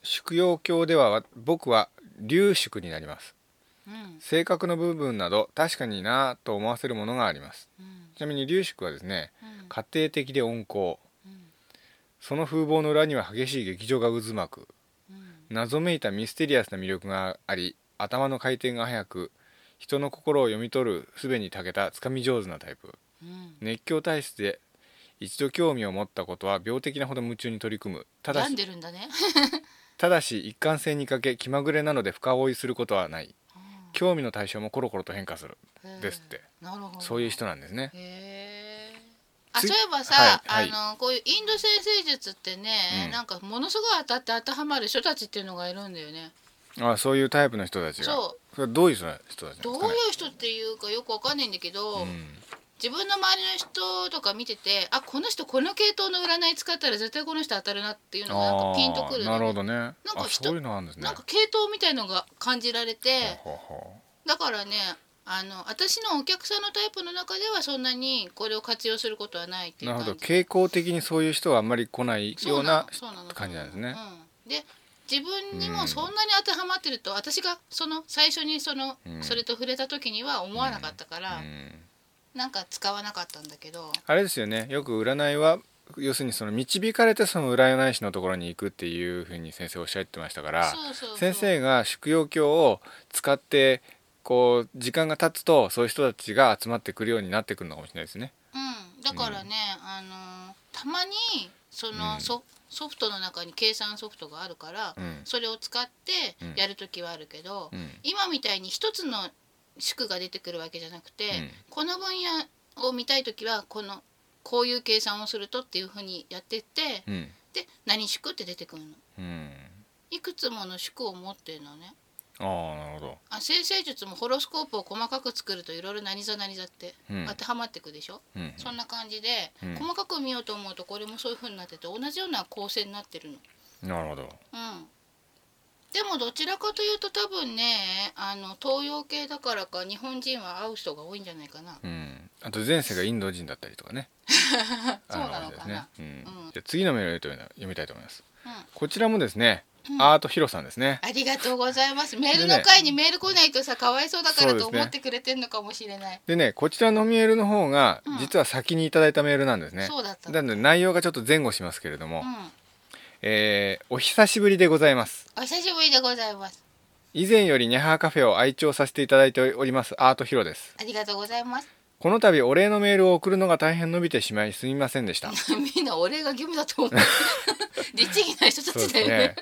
Speaker 2: 宿養教ではわ僕は流宿になります
Speaker 1: うんうん
Speaker 2: 性格の部分など確かになぁと思わせるものがあります
Speaker 1: うん
Speaker 2: ちなみに流宿はですね
Speaker 1: うん
Speaker 2: 家庭的で温厚
Speaker 1: うん
Speaker 2: その風貌の裏には激しい劇場が渦巻く
Speaker 1: うん
Speaker 2: 謎めいたミステリアスな魅力があり頭の回転が速く人の心を読み取る術に長けたつかみ上手なタイプ
Speaker 1: うん
Speaker 2: 熱狂体質で一度興味を持ったことは病的なほど夢中に取り組むただ
Speaker 1: 病ん
Speaker 2: し
Speaker 1: でるんだね
Speaker 2: ただし一貫性に欠け気まぐれなので深追いすることはない興味の対象もコロコロと変化する
Speaker 1: うん
Speaker 2: [LAUGHS] ですって
Speaker 1: なるほど
Speaker 2: そういう人なんですね
Speaker 1: へえ。あそ
Speaker 2: つ
Speaker 1: ういえばさ、
Speaker 2: はいはい
Speaker 1: あのこういうインド先生術ってね、
Speaker 2: うん
Speaker 1: なんかものすごい当たって当てはまる人たちっていうのがいるんだよね。
Speaker 2: あそういうタイプの人たちが
Speaker 1: そ
Speaker 2: れはどういう人たちなんです
Speaker 1: うど
Speaker 2: か
Speaker 1: う
Speaker 2: ね
Speaker 1: いう人っていうかよくわかんないんだけど、自分の周りの人とか見ててあこの人この系統の占い使ったら絶対この人当たるなっていうのがなん
Speaker 2: あ
Speaker 1: か
Speaker 2: ー
Speaker 1: ピンとくる,、
Speaker 2: なるほどねあ
Speaker 1: か人
Speaker 2: そういうのあるんですね
Speaker 1: なんか系統みたいのが感じられて
Speaker 2: ほうほうほう
Speaker 1: だからねあの私のお客さんのタイプの中ではそんなにこれを活用することはないっていう
Speaker 2: なる
Speaker 1: 感
Speaker 2: ほ
Speaker 1: じ
Speaker 2: ど傾向的にそういう人はあんまり来ないような
Speaker 1: そうの
Speaker 2: 感じなんですね。
Speaker 1: うん、で自分にもそんなに当てはまってると、私がその最初にその、
Speaker 2: うん
Speaker 1: それと触れた時には思わなかったから、
Speaker 2: うん
Speaker 1: なんか使わなかったんだけど、
Speaker 2: あれですよねよく占いは要するにその導かれてその占い師のところに行くっていうふうに先生おっしゃってましたから
Speaker 1: そうそうそう
Speaker 2: 先生が宿養教を使ってこう時間が経つとそういう人たちが集まってくるようになってくるのかもしれないですね。
Speaker 1: うん、だからね、あのーたまにその、
Speaker 2: うん
Speaker 1: ソソフトの中に計算ソフトがあるから、
Speaker 2: うん
Speaker 1: それを使って
Speaker 2: うん
Speaker 1: やる時はあるけど、
Speaker 2: うん
Speaker 1: 今みたいに一つの宿が出てくるわけじゃなくて、
Speaker 2: うん
Speaker 1: この分野を見たい時はこのこういう計算をするとっていうふうにやってって、
Speaker 2: うん
Speaker 1: で何宿って出てくるの
Speaker 2: うん、
Speaker 1: いくつもの宿を持ってるのね
Speaker 2: ああなるほど。
Speaker 1: あ先生術もホロスコープを細かく作るといろいろ何座何座って
Speaker 2: うん
Speaker 1: 当てはまってくでしょ、
Speaker 2: うん
Speaker 1: そんな感じで、
Speaker 2: うん
Speaker 1: 細かく見ようと思うとこれもそういう風になってて同じような構成になってるの
Speaker 2: なるほど。
Speaker 1: うんでもどちらかというと多分ねあの東洋系だからか日本人は会う人が多いんじゃないかな
Speaker 2: うん、あと前世がインド人だったり
Speaker 1: [LAUGHS]
Speaker 2: とかね
Speaker 1: そうなのかな
Speaker 2: あですねうん
Speaker 1: うん
Speaker 2: じゃあ次のメールを読みたい読みたいと思います、
Speaker 1: うん
Speaker 2: こちらもですね、アートヒロさんですね
Speaker 1: ありがとうございますメール
Speaker 2: で
Speaker 1: の
Speaker 2: ね
Speaker 1: 回にメール来ないとさかわいそうだからと
Speaker 2: そうですね
Speaker 1: 思ってくれてんのかもしれない
Speaker 2: でねこちらのメールの方が
Speaker 1: うん
Speaker 2: 実は先にいただいたメールなんですね、
Speaker 1: そうだったの
Speaker 2: なので内容がちょっと前後しますけれども、
Speaker 1: う
Speaker 2: えーお久しぶりでございます
Speaker 1: んお久しぶりでございます
Speaker 2: 以前よりニャハーカフェを愛聴させていただいておりますアートヒロです
Speaker 1: ありがとうございます [LAUGHS]
Speaker 2: この度お礼のメールを送るのが大変伸びてしまいすみませんでした
Speaker 1: みんなお礼が義務だと思
Speaker 2: [LAUGHS]
Speaker 1: う律儀な人た
Speaker 2: そう
Speaker 1: ち
Speaker 2: です
Speaker 1: だよね
Speaker 2: ね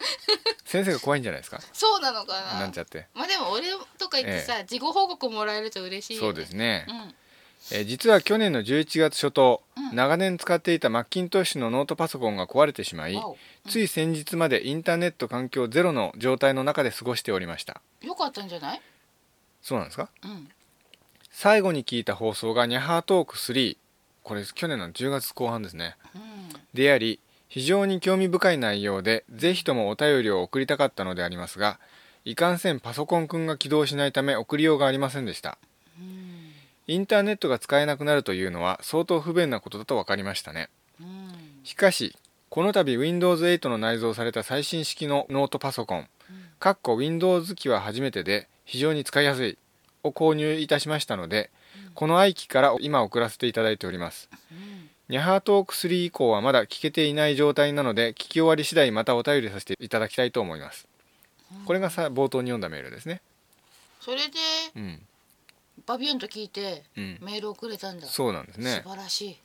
Speaker 2: 先生が怖いんじゃないですか
Speaker 1: そうなのかな
Speaker 2: なんちゃって
Speaker 1: [LAUGHS] まあでもお礼とか言ってさ、事後報告もらえると嬉しいよ、ね、
Speaker 2: そうですね
Speaker 1: う、ん
Speaker 2: えー実は去年の11月初頭、
Speaker 1: うん
Speaker 2: 長年使っていたマッキントッシュのノートパソコンが壊れてしまい、
Speaker 1: わお
Speaker 2: つい先日までインターネット環境ゼロの状態の中で過ごしておりました
Speaker 1: よかったんじゃない
Speaker 2: そうなんですか
Speaker 1: うん
Speaker 2: 最後に聞いた放送がニャハートーク3これ去年の10月後半ですね
Speaker 1: うん
Speaker 2: であり非常に興味深い内容でぜひともお便りを送りたかったのでありますがいかんせんパソコンくんが起動しないため送りようがありませんでした
Speaker 1: うん
Speaker 2: インターネットが使えなくなるというのは相当不便なことだと分かりましたね
Speaker 1: うん
Speaker 2: しかしこの度 Windows8 の内蔵された最新式のノートパソコンかっこ Windows 機は初めてで非常に使いやすいを購入いたしましたのでこの i 機から今送らせていただいております
Speaker 1: うん
Speaker 2: ニャハートーク3以降はまだ聞けていない状態なので聞き終わり次第またお便りさせていただきたいと思いますこれがさ冒頭に読んだメールですね
Speaker 1: それで
Speaker 2: うん
Speaker 1: バビュンと聞いて
Speaker 2: うん
Speaker 1: メールをくれたんだ、
Speaker 2: そうなんですね
Speaker 1: 素晴らしい、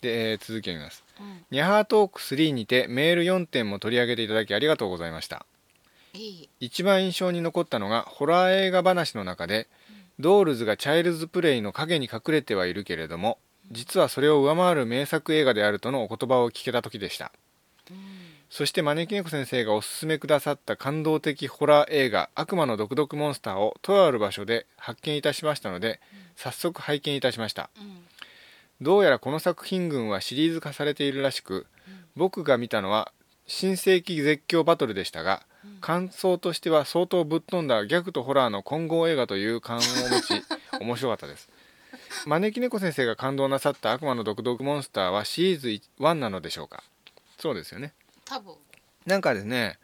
Speaker 2: で、えー続きを読みます
Speaker 1: うん、
Speaker 2: ニャハートーク3にてメール4点も取り上げていただきありがとうございました
Speaker 1: いい
Speaker 2: 一番印象に残ったのがホラー映画話の中でドールズがチャイルズプレイの影に隠れてはいるけれども実はそれを上回る名作映画であるとのお言葉を聞けた時でした
Speaker 1: うん
Speaker 2: そして招き猫先生がおすすめくださった感動的ホラー映画「悪魔の毒々モンスター」をとある場所で発見いたしましたので早速拝見いたしました
Speaker 1: うん
Speaker 2: どうやらこの作品群はシリーズ化されているらしく僕が見たのは新世紀絶叫バトルでしたが感想としては相当ぶっ飛んだギャグとホラーの混合映画という感を持
Speaker 1: [LAUGHS]
Speaker 2: ち面白かったです招き猫先生が感動なさった悪魔の毒々モンスターはシリーズ1なのでしょうかそうですよね
Speaker 1: 多分
Speaker 2: なんかですね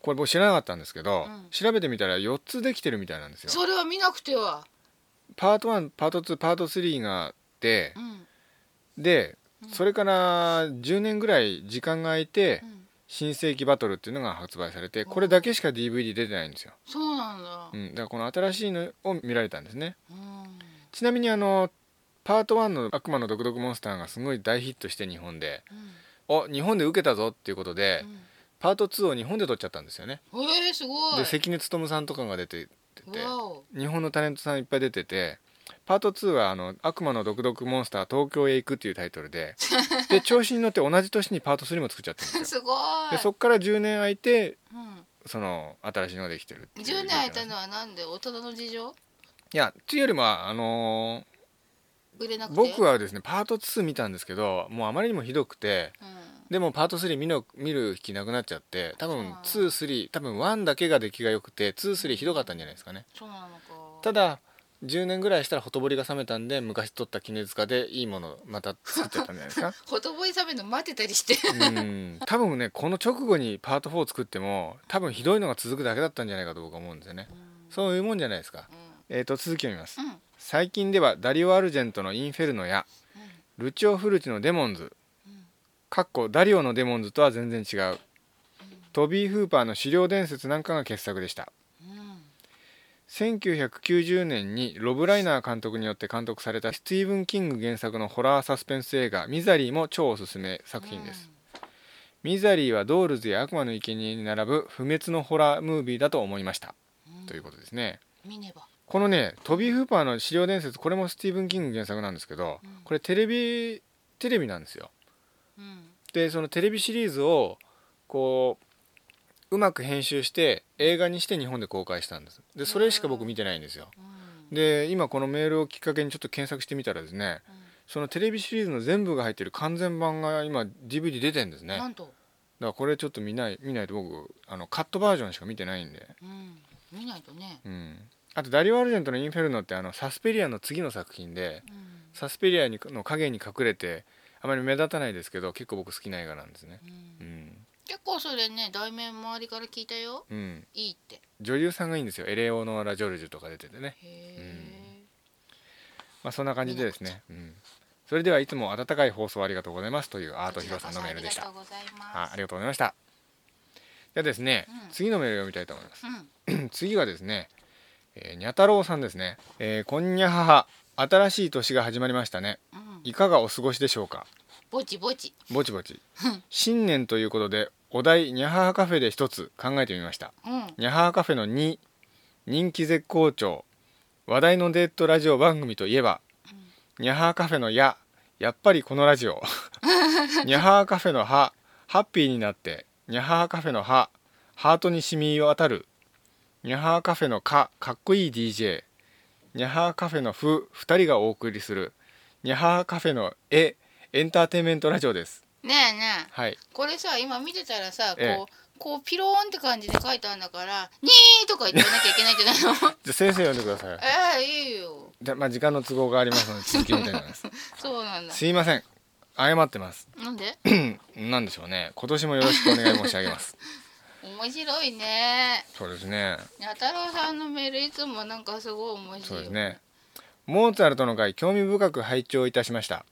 Speaker 2: これ僕知らなかったんですけ
Speaker 1: う
Speaker 2: ど、
Speaker 1: ん
Speaker 2: 調べてみたら4つできてるみたいなんですよ
Speaker 1: それは見なくては、
Speaker 2: パート1パート2パート3があって
Speaker 1: うん
Speaker 2: で
Speaker 1: ん
Speaker 2: それから10年ぐらい時間が空いて
Speaker 1: うん
Speaker 2: 「新世紀バトル」っていうのが発売されてこれだけしか DVD 出てないんですよ、
Speaker 1: そうなんだ
Speaker 2: う、ん、だからこの新しいのを見られたんですね
Speaker 1: うん
Speaker 2: ちなみにあのパート1の「悪魔の毒々モンスター」がすごい大ヒットして日本でお日本で受けたぞっていうことで、パート2を日本で撮っちゃったんですよね
Speaker 1: うん、えー、すごい
Speaker 2: で関根勤さんとかが出てて
Speaker 1: わお
Speaker 2: 日本のタレントさんいっぱい出ててパート2はあの「悪魔の毒々モンスター東京へ行く」っていうタイト
Speaker 1: [LAUGHS]
Speaker 2: ルでで調子に乗って同じ年にパート3も作っちゃったんです
Speaker 1: す
Speaker 2: よ
Speaker 1: ごい
Speaker 2: でそっから10年空いて
Speaker 1: うん、
Speaker 2: その新しいのができてるっていう
Speaker 1: 10年空いたのはなんで大人の事情
Speaker 2: いやっていうよりもあの
Speaker 1: 売れな
Speaker 2: ー
Speaker 1: くて
Speaker 2: 僕、はですねパート2見たんですけどもうあまりにもひどくて
Speaker 1: うん
Speaker 2: でもパート3見の見る気なくなっちゃって多分
Speaker 1: あー
Speaker 2: 23多分1だけが出来が良くて23ひどかったんじゃないですかね
Speaker 1: そうなのか
Speaker 2: ただ10年ぐらいしたらほとぼりが冷めたんで昔撮った絹塚でいいものまた作っちゃったんじゃないですか
Speaker 1: ほとぼり冷めるの待ってたりして
Speaker 2: うん多分ねこの直後にパート4を作っても多分ひどいのが続くだけだったんじゃないかと僕は思うんですよね
Speaker 1: うん
Speaker 2: そういうもんじゃないですか
Speaker 1: う
Speaker 2: えー、と続きを見ます
Speaker 1: んうん
Speaker 2: 最近ではダリオ・アルジェントの「インフェルノ」やルチオ・フルチの「デモンズ」かっこダリオの「デモンズ」とは全然違うトビー・フーパーの「資料伝説」なんかが傑作でした
Speaker 1: うん
Speaker 2: 1990年にロブ・ライナー監督によって監督されたスティーブン・キング原作のホラーサスペンス映画「ミザリー」も超おすすめ作品です、ミザリーはドールズや悪魔の生贄に並ぶ不滅のホラームービーだと思いました、
Speaker 1: うん
Speaker 2: ということですね
Speaker 1: 見ねば
Speaker 2: このねトビー・フーパーの「資料伝説」これもスティーブン・キング原作なんですけど、
Speaker 1: うん
Speaker 2: これテレビテレビなんですよ
Speaker 1: うん
Speaker 2: でそのテレビシリーズをこううまく編集して映画にして日本で公開したんですでそれしか僕見てないんですよ
Speaker 1: うん
Speaker 2: で今このメールをきっかけにちょっと検索してみたらですねそのテレビシリーズの全部が入ってる完全版が今 DVD 出てんです
Speaker 1: うん
Speaker 2: ねだ
Speaker 1: な
Speaker 2: か
Speaker 1: んと
Speaker 2: らこれちょっと見ない見ないと僕あのカットバージョンしか見てないんで
Speaker 1: うん見ないとね
Speaker 2: うんあとダリオ・アルジェントの「インフェルノ」ってあのサスペリアの次の作品で
Speaker 1: うん
Speaker 2: サスペリアにの影に隠れてあまり目立たないですけど結構僕好きな映画なんですね
Speaker 1: う
Speaker 2: うんん、
Speaker 1: 結構それね題名周りから聞いたよ
Speaker 2: うん、
Speaker 1: いいって
Speaker 2: 女優さんがいいんですよエレオノーラ・ジョルジュとか出ててね、
Speaker 1: へ
Speaker 2: まあ、そんな感じでですね、うん、それではいつも温かい放送ありがとうございますというアートヒロさんのメールでし
Speaker 1: あり
Speaker 2: た
Speaker 1: がとうございま
Speaker 2: あ
Speaker 1: す
Speaker 2: ありがとうございましたではですね、
Speaker 1: うん
Speaker 2: 次のメールを読みたいと思います
Speaker 1: うん
Speaker 2: 次がですね、えー、にゃ太郎さんですね、えーこんにゃはは新しい年が始まりましたね
Speaker 1: うん
Speaker 2: いかがお過ごしでしょうか
Speaker 1: ぼちぼち
Speaker 2: ぼちぼち新年ということでお題にゃははカフェで一つ考えてみました
Speaker 1: うん
Speaker 2: にゃははカフェの2人気絶好調話題のデートラジオ番組といえばにゃははカフェのややっぱりこのラジオにゃははカフェのはハッピーになってにゃははカフェのはハートに染み渡るにゃははカフェのかかっこいい DJ にゃははカフェのふ2人がお送りするにゃははカフェのえエンターテインメントラジオです
Speaker 1: ねえねえ
Speaker 2: はい
Speaker 1: これさ今見てたらさこう、
Speaker 2: ええ
Speaker 1: こうピローンって感じで書いてあるんだから「にー」とか言ってなきゃいけないんじゃないの
Speaker 2: じゃあ先生呼んでください
Speaker 1: ええいいよ
Speaker 2: じゃあまあ時間の都合がありますので続きみたいなす
Speaker 1: そうなんだ
Speaker 2: すいません謝ってます
Speaker 1: なんで
Speaker 2: なんでしょうね今年もよろしくお願い申し上げます
Speaker 1: [LAUGHS] 面白いね
Speaker 2: そうですね
Speaker 1: にゃ太郎さんのメールいつもなんかすごい面白い
Speaker 2: そうですねモーツァルトの回興味深く拝聴いたしました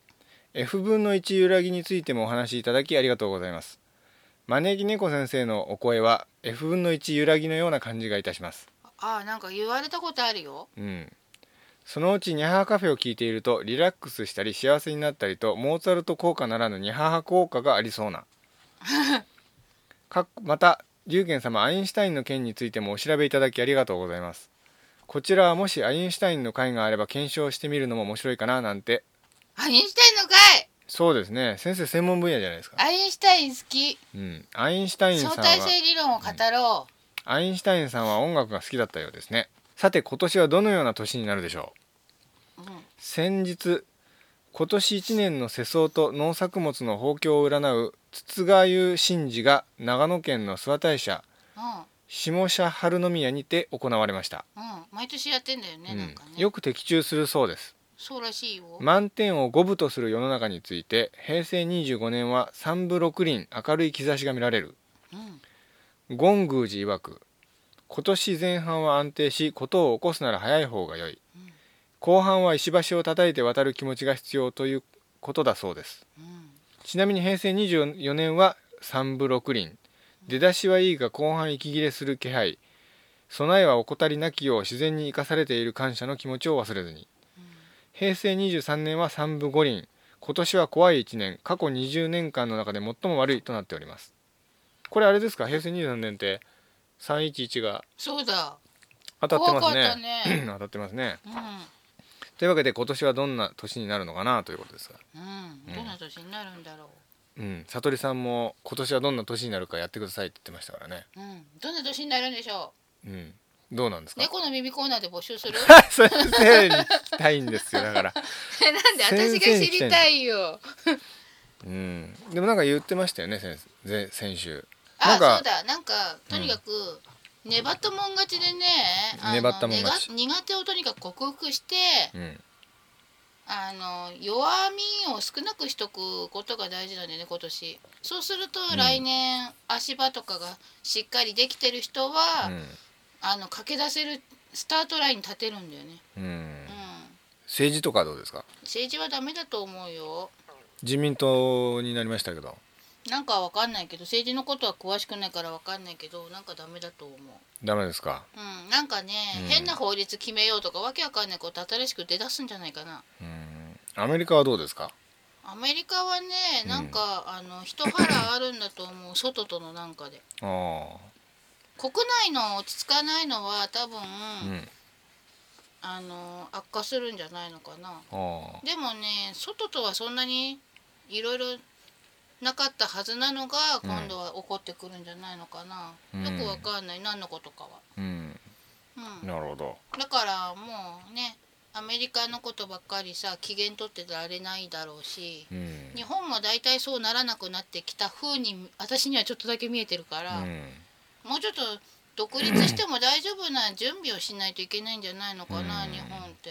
Speaker 2: F 分の1揺らぎについてもお話しいただきありがとうございます招き猫先生のお声は F 分の1揺らぎのような感じがいたします
Speaker 1: ああなんか言われたことあるよ
Speaker 2: うんそのうちニャハハカフェを聞いているとリラックスしたり幸せになったりとモーツァルト効果ならぬニャハハ効果がありそうなかっこまた龍玄様アインシュタインの件についてもお調べいただきありがとうございますこちらはもしアインシュタインの回があれば検証してみるのも面白いかななんて
Speaker 1: アインシュタインのかい
Speaker 2: そうですね先生専門分野じゃないですか
Speaker 1: アインシュタイン好き
Speaker 2: うんアインシュタインさん
Speaker 1: 相
Speaker 2: は
Speaker 1: 対性理論を語ろう、
Speaker 2: アインシュタインさんは音楽が好きだったようですねさて今年はどのような年になるでしょう
Speaker 1: うん
Speaker 2: 先日今年1年の世相と農作物の豊況を占う筒川湯神事が長野県の諏訪大社
Speaker 1: うん
Speaker 2: 下社春宮にて行われました、
Speaker 1: うん毎年やってんだよね、
Speaker 2: うん
Speaker 1: なんかね
Speaker 2: よく的中するそうです
Speaker 1: そうらしいよ、
Speaker 2: 満点を5分とする世の中について平成25年は3分6厘明るい兆しが見られる
Speaker 1: うん
Speaker 2: 権宮寺曰く今年前半は安定し事を起こすなら早い方が良い
Speaker 1: うん
Speaker 2: 後半は石橋を叩いて渡る気持ちが必要ということだそうです
Speaker 1: うん
Speaker 2: ちなみに平成24年は三部六輪出だしはいいが後半息切れする気配備えは怠りなきよう自然に生かされている感謝の気持ちを忘れずに平成23年は三部五輪今年は怖い1年過去20年間の中で最も悪いとなっておりますこれあれですか平成23年って311が
Speaker 1: そうだ
Speaker 2: 当たってます
Speaker 1: 怖か
Speaker 2: ね
Speaker 1: ったね
Speaker 2: 当たってますね
Speaker 1: うん
Speaker 2: というわけで今年はどんな年になるのかなということですが
Speaker 1: うん、どんな年になるんだろ
Speaker 2: うん悟りさんも今年はどんな年になるかやってくださいって言ってましたからね
Speaker 1: う。うん、どんな年になるんでしょ
Speaker 2: うん、どうなんで
Speaker 1: う。
Speaker 2: すか。
Speaker 1: 猫の耳コーナーで募集する。
Speaker 2: [LAUGHS] 先生に聞きたいんですよだから。
Speaker 1: なんで私が知りたいよ。
Speaker 2: うん、でもなんか言ってましたよね先生前先週。な
Speaker 1: あ、
Speaker 2: んか
Speaker 1: そうだ。なんかとにかく、粘ったもん勝ちでね、あの
Speaker 2: 粘ったもん勝ち
Speaker 1: ねが苦手をとにかく克服して、
Speaker 2: うん、
Speaker 1: あの弱みを少なくしとくことが大事なんだよね今年。そうすると
Speaker 2: うん
Speaker 1: 来年、足場とかがしっかりできてる人は、あの駆け出せるスタートラインに立てるんだよね。
Speaker 2: うん、うん、
Speaker 1: うん。
Speaker 2: 政治とかはどうですか。
Speaker 1: 政治はダメだと思うよ。
Speaker 2: 自民党になりましたけど、
Speaker 1: なんかわかんないけど政治のことは詳しくないからわかんないけどなんかダメだと思う。
Speaker 2: ダメですか。
Speaker 1: うん、なんかね、
Speaker 2: うん
Speaker 1: 変な法律決めようとかわけわかんないこと新しく出だすんじゃないかな。
Speaker 2: うん、アメリカはどうですか。
Speaker 1: アメリカはねなんか、あの一腹あるんだと思う外とのなんかで。
Speaker 2: あ
Speaker 1: 国内の落ち着かないのは多分、
Speaker 2: あ、うん、
Speaker 1: あの悪化するんじゃないのかな。
Speaker 2: あ
Speaker 1: でもね外とはそんなにいろいろなかったはずなのが
Speaker 2: うん
Speaker 1: 今度は起こってくるんじゃないのかな、
Speaker 2: うん
Speaker 1: よくわかんない何のことかは、
Speaker 2: あ、うん、
Speaker 1: うん、
Speaker 2: なるほど。
Speaker 1: だからもうねアメリカのことばっかりさ機嫌取ってられないだろうし
Speaker 2: うん、
Speaker 1: 日本も大体そうならなくなってきた風に私にはちょっとだけ見えてるから、
Speaker 2: うん、
Speaker 1: もうちょっと独立しても大丈夫な準備をしないといけないんじゃないのかな、
Speaker 2: うん
Speaker 1: 日本って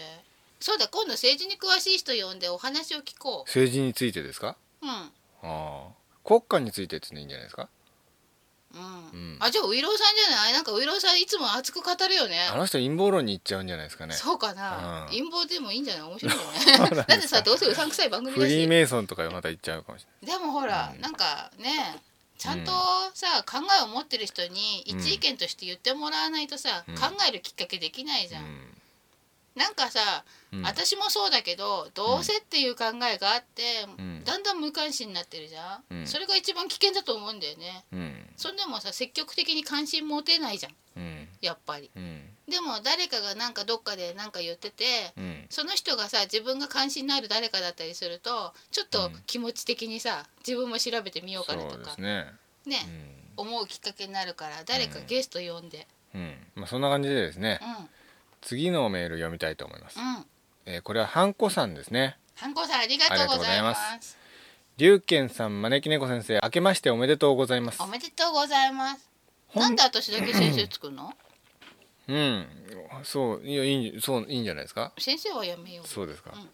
Speaker 1: そうだ今度政治に詳しい人呼んでお話を聞こ
Speaker 2: 政治についてですか。
Speaker 1: ううん
Speaker 2: ああ、国家についてってのいいんじゃないですか。
Speaker 1: う
Speaker 2: うん
Speaker 1: ん、あじゃあウイローさんじゃないなんかウイローさんいつも熱く語るよね
Speaker 2: あの人陰謀論に行っちゃうんじゃないですかね。
Speaker 1: そうかな、
Speaker 2: うん
Speaker 1: 陰謀でもいいんじゃない面白いよね [LAUGHS] だってさどうせうさんくさい番組
Speaker 2: フ
Speaker 1: だ
Speaker 2: リー
Speaker 1: し
Speaker 2: メイソンとかまた行っちゃうかもし
Speaker 1: でもほら、
Speaker 2: うん
Speaker 1: なんかねちゃんとさ考えを持ってる人に一意見として言ってもらわないとさ、
Speaker 2: うん
Speaker 1: 考えるきっかけできないじ
Speaker 2: れ
Speaker 1: ゃ
Speaker 2: ない
Speaker 1: ん、
Speaker 2: うん。
Speaker 1: なんかさ、
Speaker 2: うん
Speaker 1: 私もそうだけどどうせっていう考えがあって、
Speaker 2: うん
Speaker 1: だんだん無関心になってるじゃん、
Speaker 2: うん
Speaker 1: それが一番危険だと思うんだよね
Speaker 2: うん
Speaker 1: そんでもさ積極的に関心持てないじゃん
Speaker 2: うん
Speaker 1: やっぱり
Speaker 2: うん
Speaker 1: でも誰かがなんかどっかでなんか言ってて
Speaker 2: うん
Speaker 1: その人がさ自分が関心のある誰かだったりするとちょっと気持ち的にさ自分も調べてみよう
Speaker 2: そ
Speaker 1: かなと
Speaker 2: うで
Speaker 1: か
Speaker 2: すね
Speaker 1: ね
Speaker 2: う、ん
Speaker 1: 思うきっかけになるから誰かゲスト呼んで
Speaker 2: うんまあそんな感じでですね
Speaker 1: うんうん
Speaker 2: 次のメール読みたいと思いますえーこれはハンコさんですね
Speaker 1: ハンコさんありがとうございます
Speaker 2: ありがとうございます龍賢さん招き猫先生明けましておめでとうございます
Speaker 1: おめでとうございます
Speaker 2: ほん
Speaker 1: なんで私だけ先生つくの
Speaker 2: うんそういやいいんそういいんじゃないですか
Speaker 1: 先生はやめよう
Speaker 2: そうですか、
Speaker 1: ん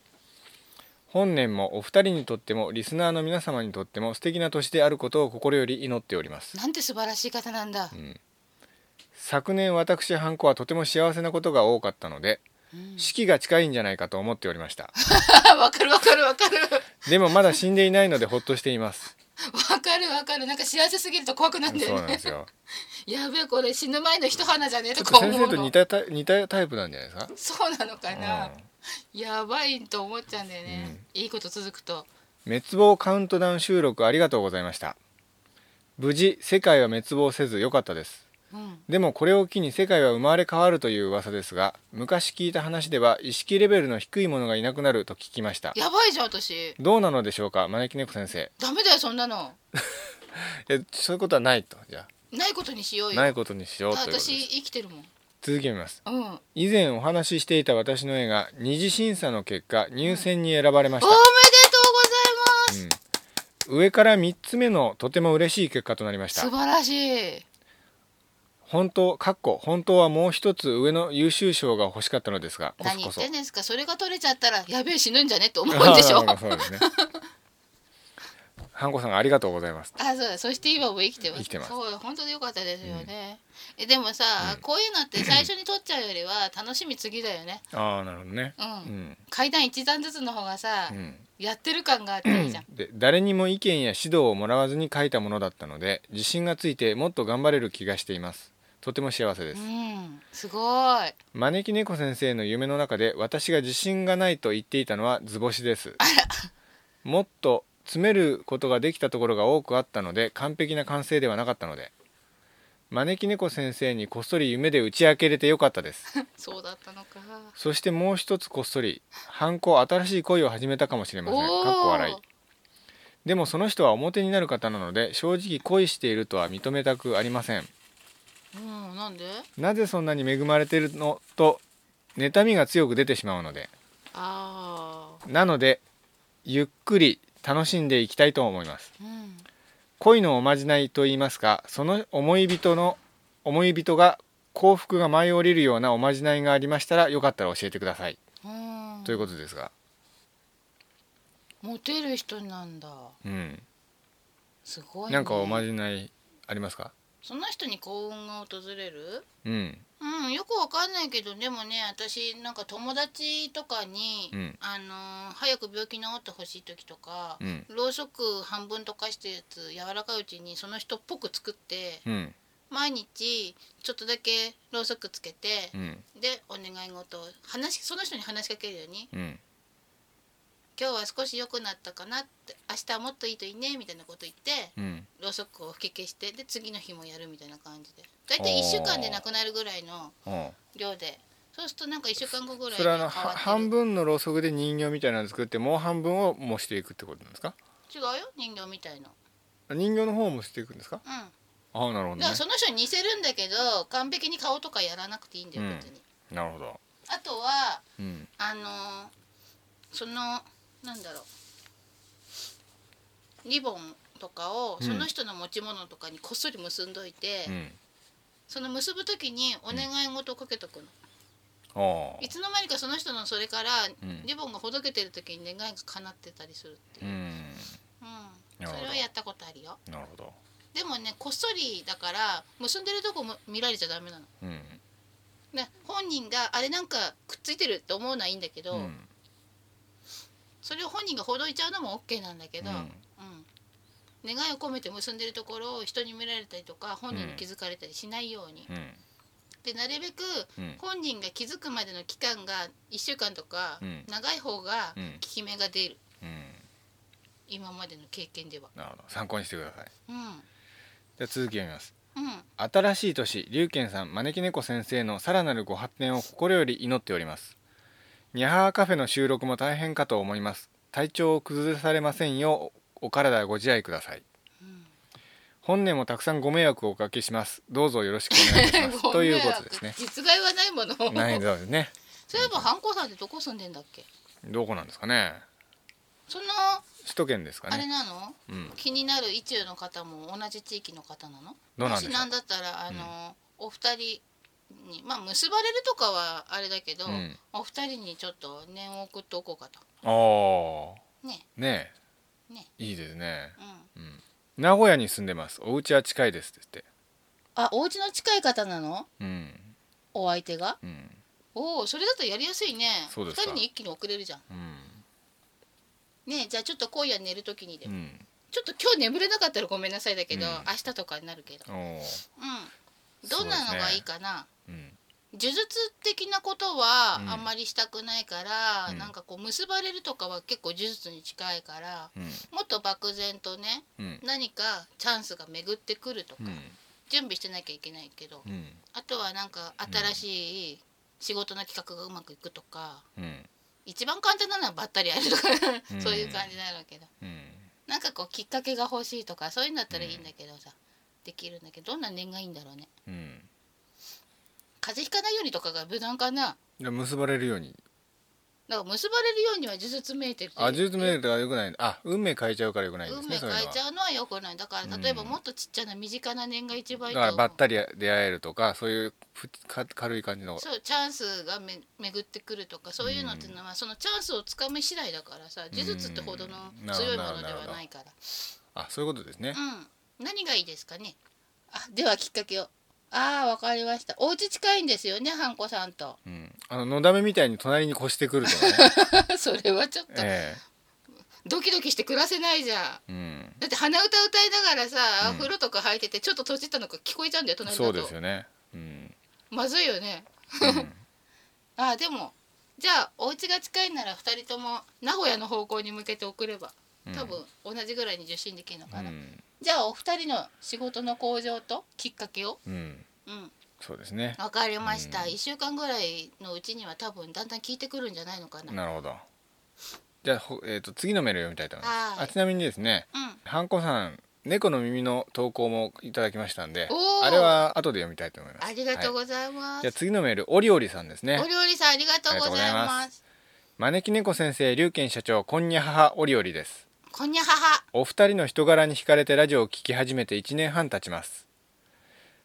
Speaker 2: 本年もお二人にとってもリスナーの皆様にとっても素敵な年であることを心より祈っております
Speaker 1: なんて素晴らしい方なんだ、
Speaker 2: 昨年私ハンコはとても幸せなことが多かったので
Speaker 1: うん
Speaker 2: 死期が近いんじゃないかと思っておりました
Speaker 1: あ [LAUGHS] わかるわかるわかる
Speaker 2: でもまだ死んでいないのでほっとしています
Speaker 1: わかるわかるなんか幸せすぎると怖くなって
Speaker 2: そうなんです [LAUGHS] よ
Speaker 1: やべえこれ死ぬ前の一花じゃねえ
Speaker 2: ちょ
Speaker 1: と
Speaker 2: っと
Speaker 1: か
Speaker 2: 先
Speaker 1: 思う
Speaker 2: 生と
Speaker 1: の
Speaker 2: 似たタイ似たタイプなんじゃないですか
Speaker 1: そうなのかな、
Speaker 2: うん
Speaker 1: やばいと思っちゃうんだよね、いいこと続くと
Speaker 2: 滅亡カウントダウン収録ありがとうございました無事世界は滅亡せず良かったです
Speaker 1: うん
Speaker 2: でもこれを機に世界は生まれ変わるという噂ですが昔聞いた話では意識レベルの低いものがいなくなると聞きました
Speaker 1: やばいじゃん私
Speaker 2: どうなのでしょうか招き猫先生
Speaker 1: ダメだよそんなの
Speaker 2: えそういうことはないとじゃ
Speaker 1: ないことにしよう
Speaker 2: あ
Speaker 1: よ
Speaker 2: ないことにしようということです
Speaker 1: 私生きてるもん
Speaker 2: 続けます
Speaker 1: うんおめで
Speaker 2: 以前お話ししていた私の絵が二次審査の結果入選に選ばれまし
Speaker 1: と
Speaker 2: た
Speaker 1: うございます
Speaker 2: うん、上から3つ目のとても嬉しい結果となりました
Speaker 1: 素晴らしい
Speaker 2: 本当かっこ本当はもう一つ上の優秀賞が欲しかったのですがこそ
Speaker 1: 何言
Speaker 2: こ
Speaker 1: っ
Speaker 2: そ
Speaker 1: てんですかそれが取れちゃったらやべえ死ぬんじゃねって思うんで
Speaker 2: [LAUGHS]
Speaker 1: しょ
Speaker 2: あーそ
Speaker 1: [LAUGHS]
Speaker 2: うですねハンコさんありがとうございます
Speaker 1: あそうだそして今も生きてます
Speaker 2: 生きてます
Speaker 1: そう本当でよかったですよね、えでもさ、こういうのって最初に取っちゃうよりは楽しみ次だよね
Speaker 2: ああなるほどね
Speaker 1: うん、
Speaker 2: うん、
Speaker 1: 階段一段ずつの方がさ、
Speaker 2: うん、
Speaker 1: やってる感があっていいじゃん
Speaker 2: で誰にも意見や指導をもらわずに書いたものだったので自信がついてもっと頑張れる気がしていますとても幸せで
Speaker 1: う
Speaker 2: す、
Speaker 1: んすごい
Speaker 2: 招き猫先生の夢の中で私が自信がないと言っていたのは図星ですもっと詰めることができたところが多くあったので完璧な完成ではなかったので招き猫先生にこっそり夢で打ち明けれてよかったです
Speaker 1: そうだったのか
Speaker 2: そしてもう一つこっそりハンコ新しい恋を始めたかもしれませんかっこ笑いでもその人は表になる方なので正直恋しているとは認めたくありません
Speaker 1: うんなんで
Speaker 2: なぜそんなに恵まれてるのと妬みが強く出てしまうので
Speaker 1: ああ
Speaker 2: なのでゆっくり楽しんでいきたいと思います
Speaker 1: うん
Speaker 2: 恋のおまじないと言いますかその思い人の思い人が幸福が舞い降りるようなおまじないがありましたらよかったら教えてください、
Speaker 1: うん
Speaker 2: ということですが
Speaker 1: モテる人なんだ
Speaker 2: うん
Speaker 1: すごい、ね、
Speaker 2: なんかおまじないありますか
Speaker 1: そんな人に幸運が訪れる
Speaker 2: うん
Speaker 1: うんよくわかんないけどでもね私なんか友達とかに、
Speaker 2: うん
Speaker 1: あのー早く病気治ってほしい時とか、
Speaker 2: うん
Speaker 1: ろうそく半分溶かしたやつ柔らかいうちにその人っぽく作って
Speaker 2: うん
Speaker 1: 毎日ちょっとだけろうそくつけて、
Speaker 2: うん
Speaker 1: でお願い事を話しその人に話しかけるように
Speaker 2: うん
Speaker 1: 「今日は少し良くなったかな」って「明日はもっといいといいね」みたいなこと言って
Speaker 2: うん
Speaker 1: ろうそくを吹き消してで次の日もやるみたいな感じで大体1週間でなくなるぐらいの
Speaker 2: うん
Speaker 1: 量でそうするとなんか1週間後ぐらい
Speaker 2: そ
Speaker 1: に
Speaker 2: れは
Speaker 1: 変
Speaker 2: あの
Speaker 1: わ
Speaker 2: は
Speaker 1: ってる
Speaker 2: 半分のろうそくで人形みたいなの作ってもう半分を模していくってことなんですか
Speaker 1: 違うよ人形みたいの
Speaker 2: 人形の方を模していくんですか
Speaker 1: う
Speaker 2: ああなるほど
Speaker 1: ん
Speaker 2: ね
Speaker 1: だからその人に似せるんだけど完璧に顔とかやらなくていいんだよ
Speaker 2: うん
Speaker 1: 別に、
Speaker 2: なるほど
Speaker 1: あとは
Speaker 2: うん
Speaker 1: あのーそのなんだろうリボンとかを
Speaker 2: うん
Speaker 1: その人の持ち物とかにこっそり結んどいて、
Speaker 2: うん
Speaker 1: その結ぶ時にお願い事をかけとくの、
Speaker 2: ああ
Speaker 1: いつの間にかその人のそれから
Speaker 2: うん
Speaker 1: リボンがほどけてる時に願いが叶ってたりするって
Speaker 2: う
Speaker 1: いう、
Speaker 2: ん
Speaker 1: うん
Speaker 2: なるほど
Speaker 1: それはやったことあるよ
Speaker 2: なるほど
Speaker 1: でもねこっそりだから結んでるとこも見られちゃダメなの、
Speaker 2: うん
Speaker 1: ね、本人があれなんかくっついてるって思うのはいいんだけど、
Speaker 2: うん
Speaker 1: それを本人がほどいちゃうのも OK なんだけど、
Speaker 2: うん
Speaker 1: うん、願いを込めて結んでるところを人に見られたりとか本人に気づかれたりしないように、
Speaker 2: うん
Speaker 1: でなるべく
Speaker 2: うん
Speaker 1: 本人が気づくまでの期間が1週間とか
Speaker 2: うん
Speaker 1: 長い方が
Speaker 2: うん
Speaker 1: 効き目が出る
Speaker 2: うん
Speaker 1: 今までの経験では。
Speaker 2: なるほど参考にしてください
Speaker 1: うん、うん、
Speaker 2: じゃあ続き読みます新しい年龍賢さん招き猫先生のさらなるご発展を心より祈っておりますニャハーカフェの収録も大変かと思います体調を崩されませんようおお体ご自愛ください、本年もたくさんご迷惑をおかけしますどうぞよろしくお願いしますということですね
Speaker 1: [LAUGHS] ご迷惑実害はないもの。 [LAUGHS]
Speaker 2: ないそうですね
Speaker 1: そういえば、ハンコさんってどこ住んでんだっけ。
Speaker 2: どこなんですかね
Speaker 1: その
Speaker 2: 首都圏ですか
Speaker 1: あれ
Speaker 2: ね
Speaker 1: なの
Speaker 2: うん
Speaker 1: 気になる意中の方も同じ地域の方なの
Speaker 2: どうなんでしょう
Speaker 1: もしなんだったらあの、お二人にまあ結ばれるとかはあれだけど、
Speaker 2: うん
Speaker 1: お二人にちょっと念を送っておこうかと
Speaker 2: あ
Speaker 1: ね
Speaker 2: あねえ
Speaker 1: ね
Speaker 2: いいですね
Speaker 1: うん
Speaker 2: 名古屋に住んでますお家は近いですって
Speaker 1: あお家の近い方なの
Speaker 2: 言って
Speaker 1: お相手が
Speaker 2: うんうん
Speaker 1: おおそれだとやりやすいね
Speaker 2: そうです
Speaker 1: 二
Speaker 2: か
Speaker 1: 人に一気に送れるじゃん
Speaker 2: うん
Speaker 1: ねじゃあちょっと今夜寝る時にで
Speaker 2: う
Speaker 1: も、
Speaker 2: ん
Speaker 1: ちょっと今日眠れなかったらごめんなさいだけど、
Speaker 2: うん
Speaker 1: 明日とかになるけど
Speaker 2: おー
Speaker 1: うんどんなのがいいかな、
Speaker 2: うん
Speaker 1: 呪術的なことは
Speaker 2: うん
Speaker 1: あんまりしたくないから、
Speaker 2: うん
Speaker 1: なんかこう結ばれるとかは結構呪術に近いから
Speaker 2: うん
Speaker 1: もっと漠然とね
Speaker 2: うん
Speaker 1: 何かチャンスが巡ってくるとか、
Speaker 2: うん
Speaker 1: 準備してなきゃいけないけど、
Speaker 2: うん
Speaker 1: あとはなんか新しい仕事の企画がうまくいくとか
Speaker 2: うん
Speaker 1: 一番簡単なのはばったりあるとか
Speaker 2: うん
Speaker 1: そういう感じなのけど、
Speaker 2: うん
Speaker 1: なんかこうきっかけが欲しいとかそういうのだったらいいんだけどさ、できるんだけどどんな念がいいんだろうね
Speaker 2: うん
Speaker 1: 風邪ひかないようにとかが無難かな
Speaker 2: じゃあ結ばれるように
Speaker 1: だから結ばれるようには呪術めいてる
Speaker 2: あ呪術メールとはよくないあ運命変えちゃうからよくないんで
Speaker 1: 運
Speaker 2: す
Speaker 1: 命
Speaker 2: ねそう
Speaker 1: 変え
Speaker 2: いうのは
Speaker 1: ちゃうのはよくないだから例えば
Speaker 2: うん
Speaker 1: もっとちっちゃな身近な念が一番い
Speaker 2: だ
Speaker 1: い
Speaker 2: か
Speaker 1: と思
Speaker 2: ら
Speaker 1: う
Speaker 2: ばったり出会えるとかそういうふか軽い感じの
Speaker 1: そうチャンスがめ巡ってくるとかそういうのっていうのは、そのチャンスをつかみ次第だからさ呪術ってほどの
Speaker 2: うん
Speaker 1: 強いも
Speaker 2: な
Speaker 1: の
Speaker 2: るほど
Speaker 1: では
Speaker 2: なるほど
Speaker 1: ないから
Speaker 2: あそういうことですね
Speaker 1: うん何がいいですかねあではきっかけをああわかりましたお家近いんですよねハンコさんと [LAUGHS]
Speaker 2: うんあののだめみたいに隣に越してくるとかね
Speaker 1: それはちょっと
Speaker 2: え
Speaker 1: ドキドキして暮らせないじゃん
Speaker 2: えうん
Speaker 1: だって鼻歌歌いながらさ、
Speaker 2: うん
Speaker 1: 風呂とか入っててちょっと閉じたのが聞こえちゃうんだよ隣だ
Speaker 2: そ
Speaker 1: と
Speaker 2: うですよねうん
Speaker 1: まずいよね
Speaker 2: うん
Speaker 1: あでもじゃあお家が近いなら2人とも名古屋の方向に向けて送れば
Speaker 2: うん
Speaker 1: 多分同じぐらいに受信できるの
Speaker 2: う
Speaker 1: かな、
Speaker 2: ん
Speaker 1: じゃあお二人の仕事の向上ときっかけを
Speaker 2: うん
Speaker 1: うん
Speaker 2: そうですね
Speaker 1: 分かりました、
Speaker 2: うん
Speaker 1: 1週間ぐらいのうちには多分だんだん聞いてくるんじゃないのかな
Speaker 2: なるほどじゃあ、ほえー、と次のメールを読みたいと思います
Speaker 1: は
Speaker 2: あ
Speaker 1: い
Speaker 2: ちなみにですね
Speaker 1: うん
Speaker 2: ハンコさん猫の耳の投稿もいただきましたんで
Speaker 1: おー
Speaker 2: あれは後で読みたいと思います
Speaker 1: ありがとう
Speaker 2: は
Speaker 1: ございま
Speaker 2: い
Speaker 1: す、
Speaker 2: じゃあ次のメールオリオリさんですね
Speaker 1: お料理さんありがとうござい
Speaker 2: ありがとうござい
Speaker 1: ま
Speaker 2: ます招き猫先生龍賢社長こんにゃははオリオリです
Speaker 1: こんにゃはは
Speaker 2: お二人の人柄に惹かれてラジオを聞き始めて1年半経ちます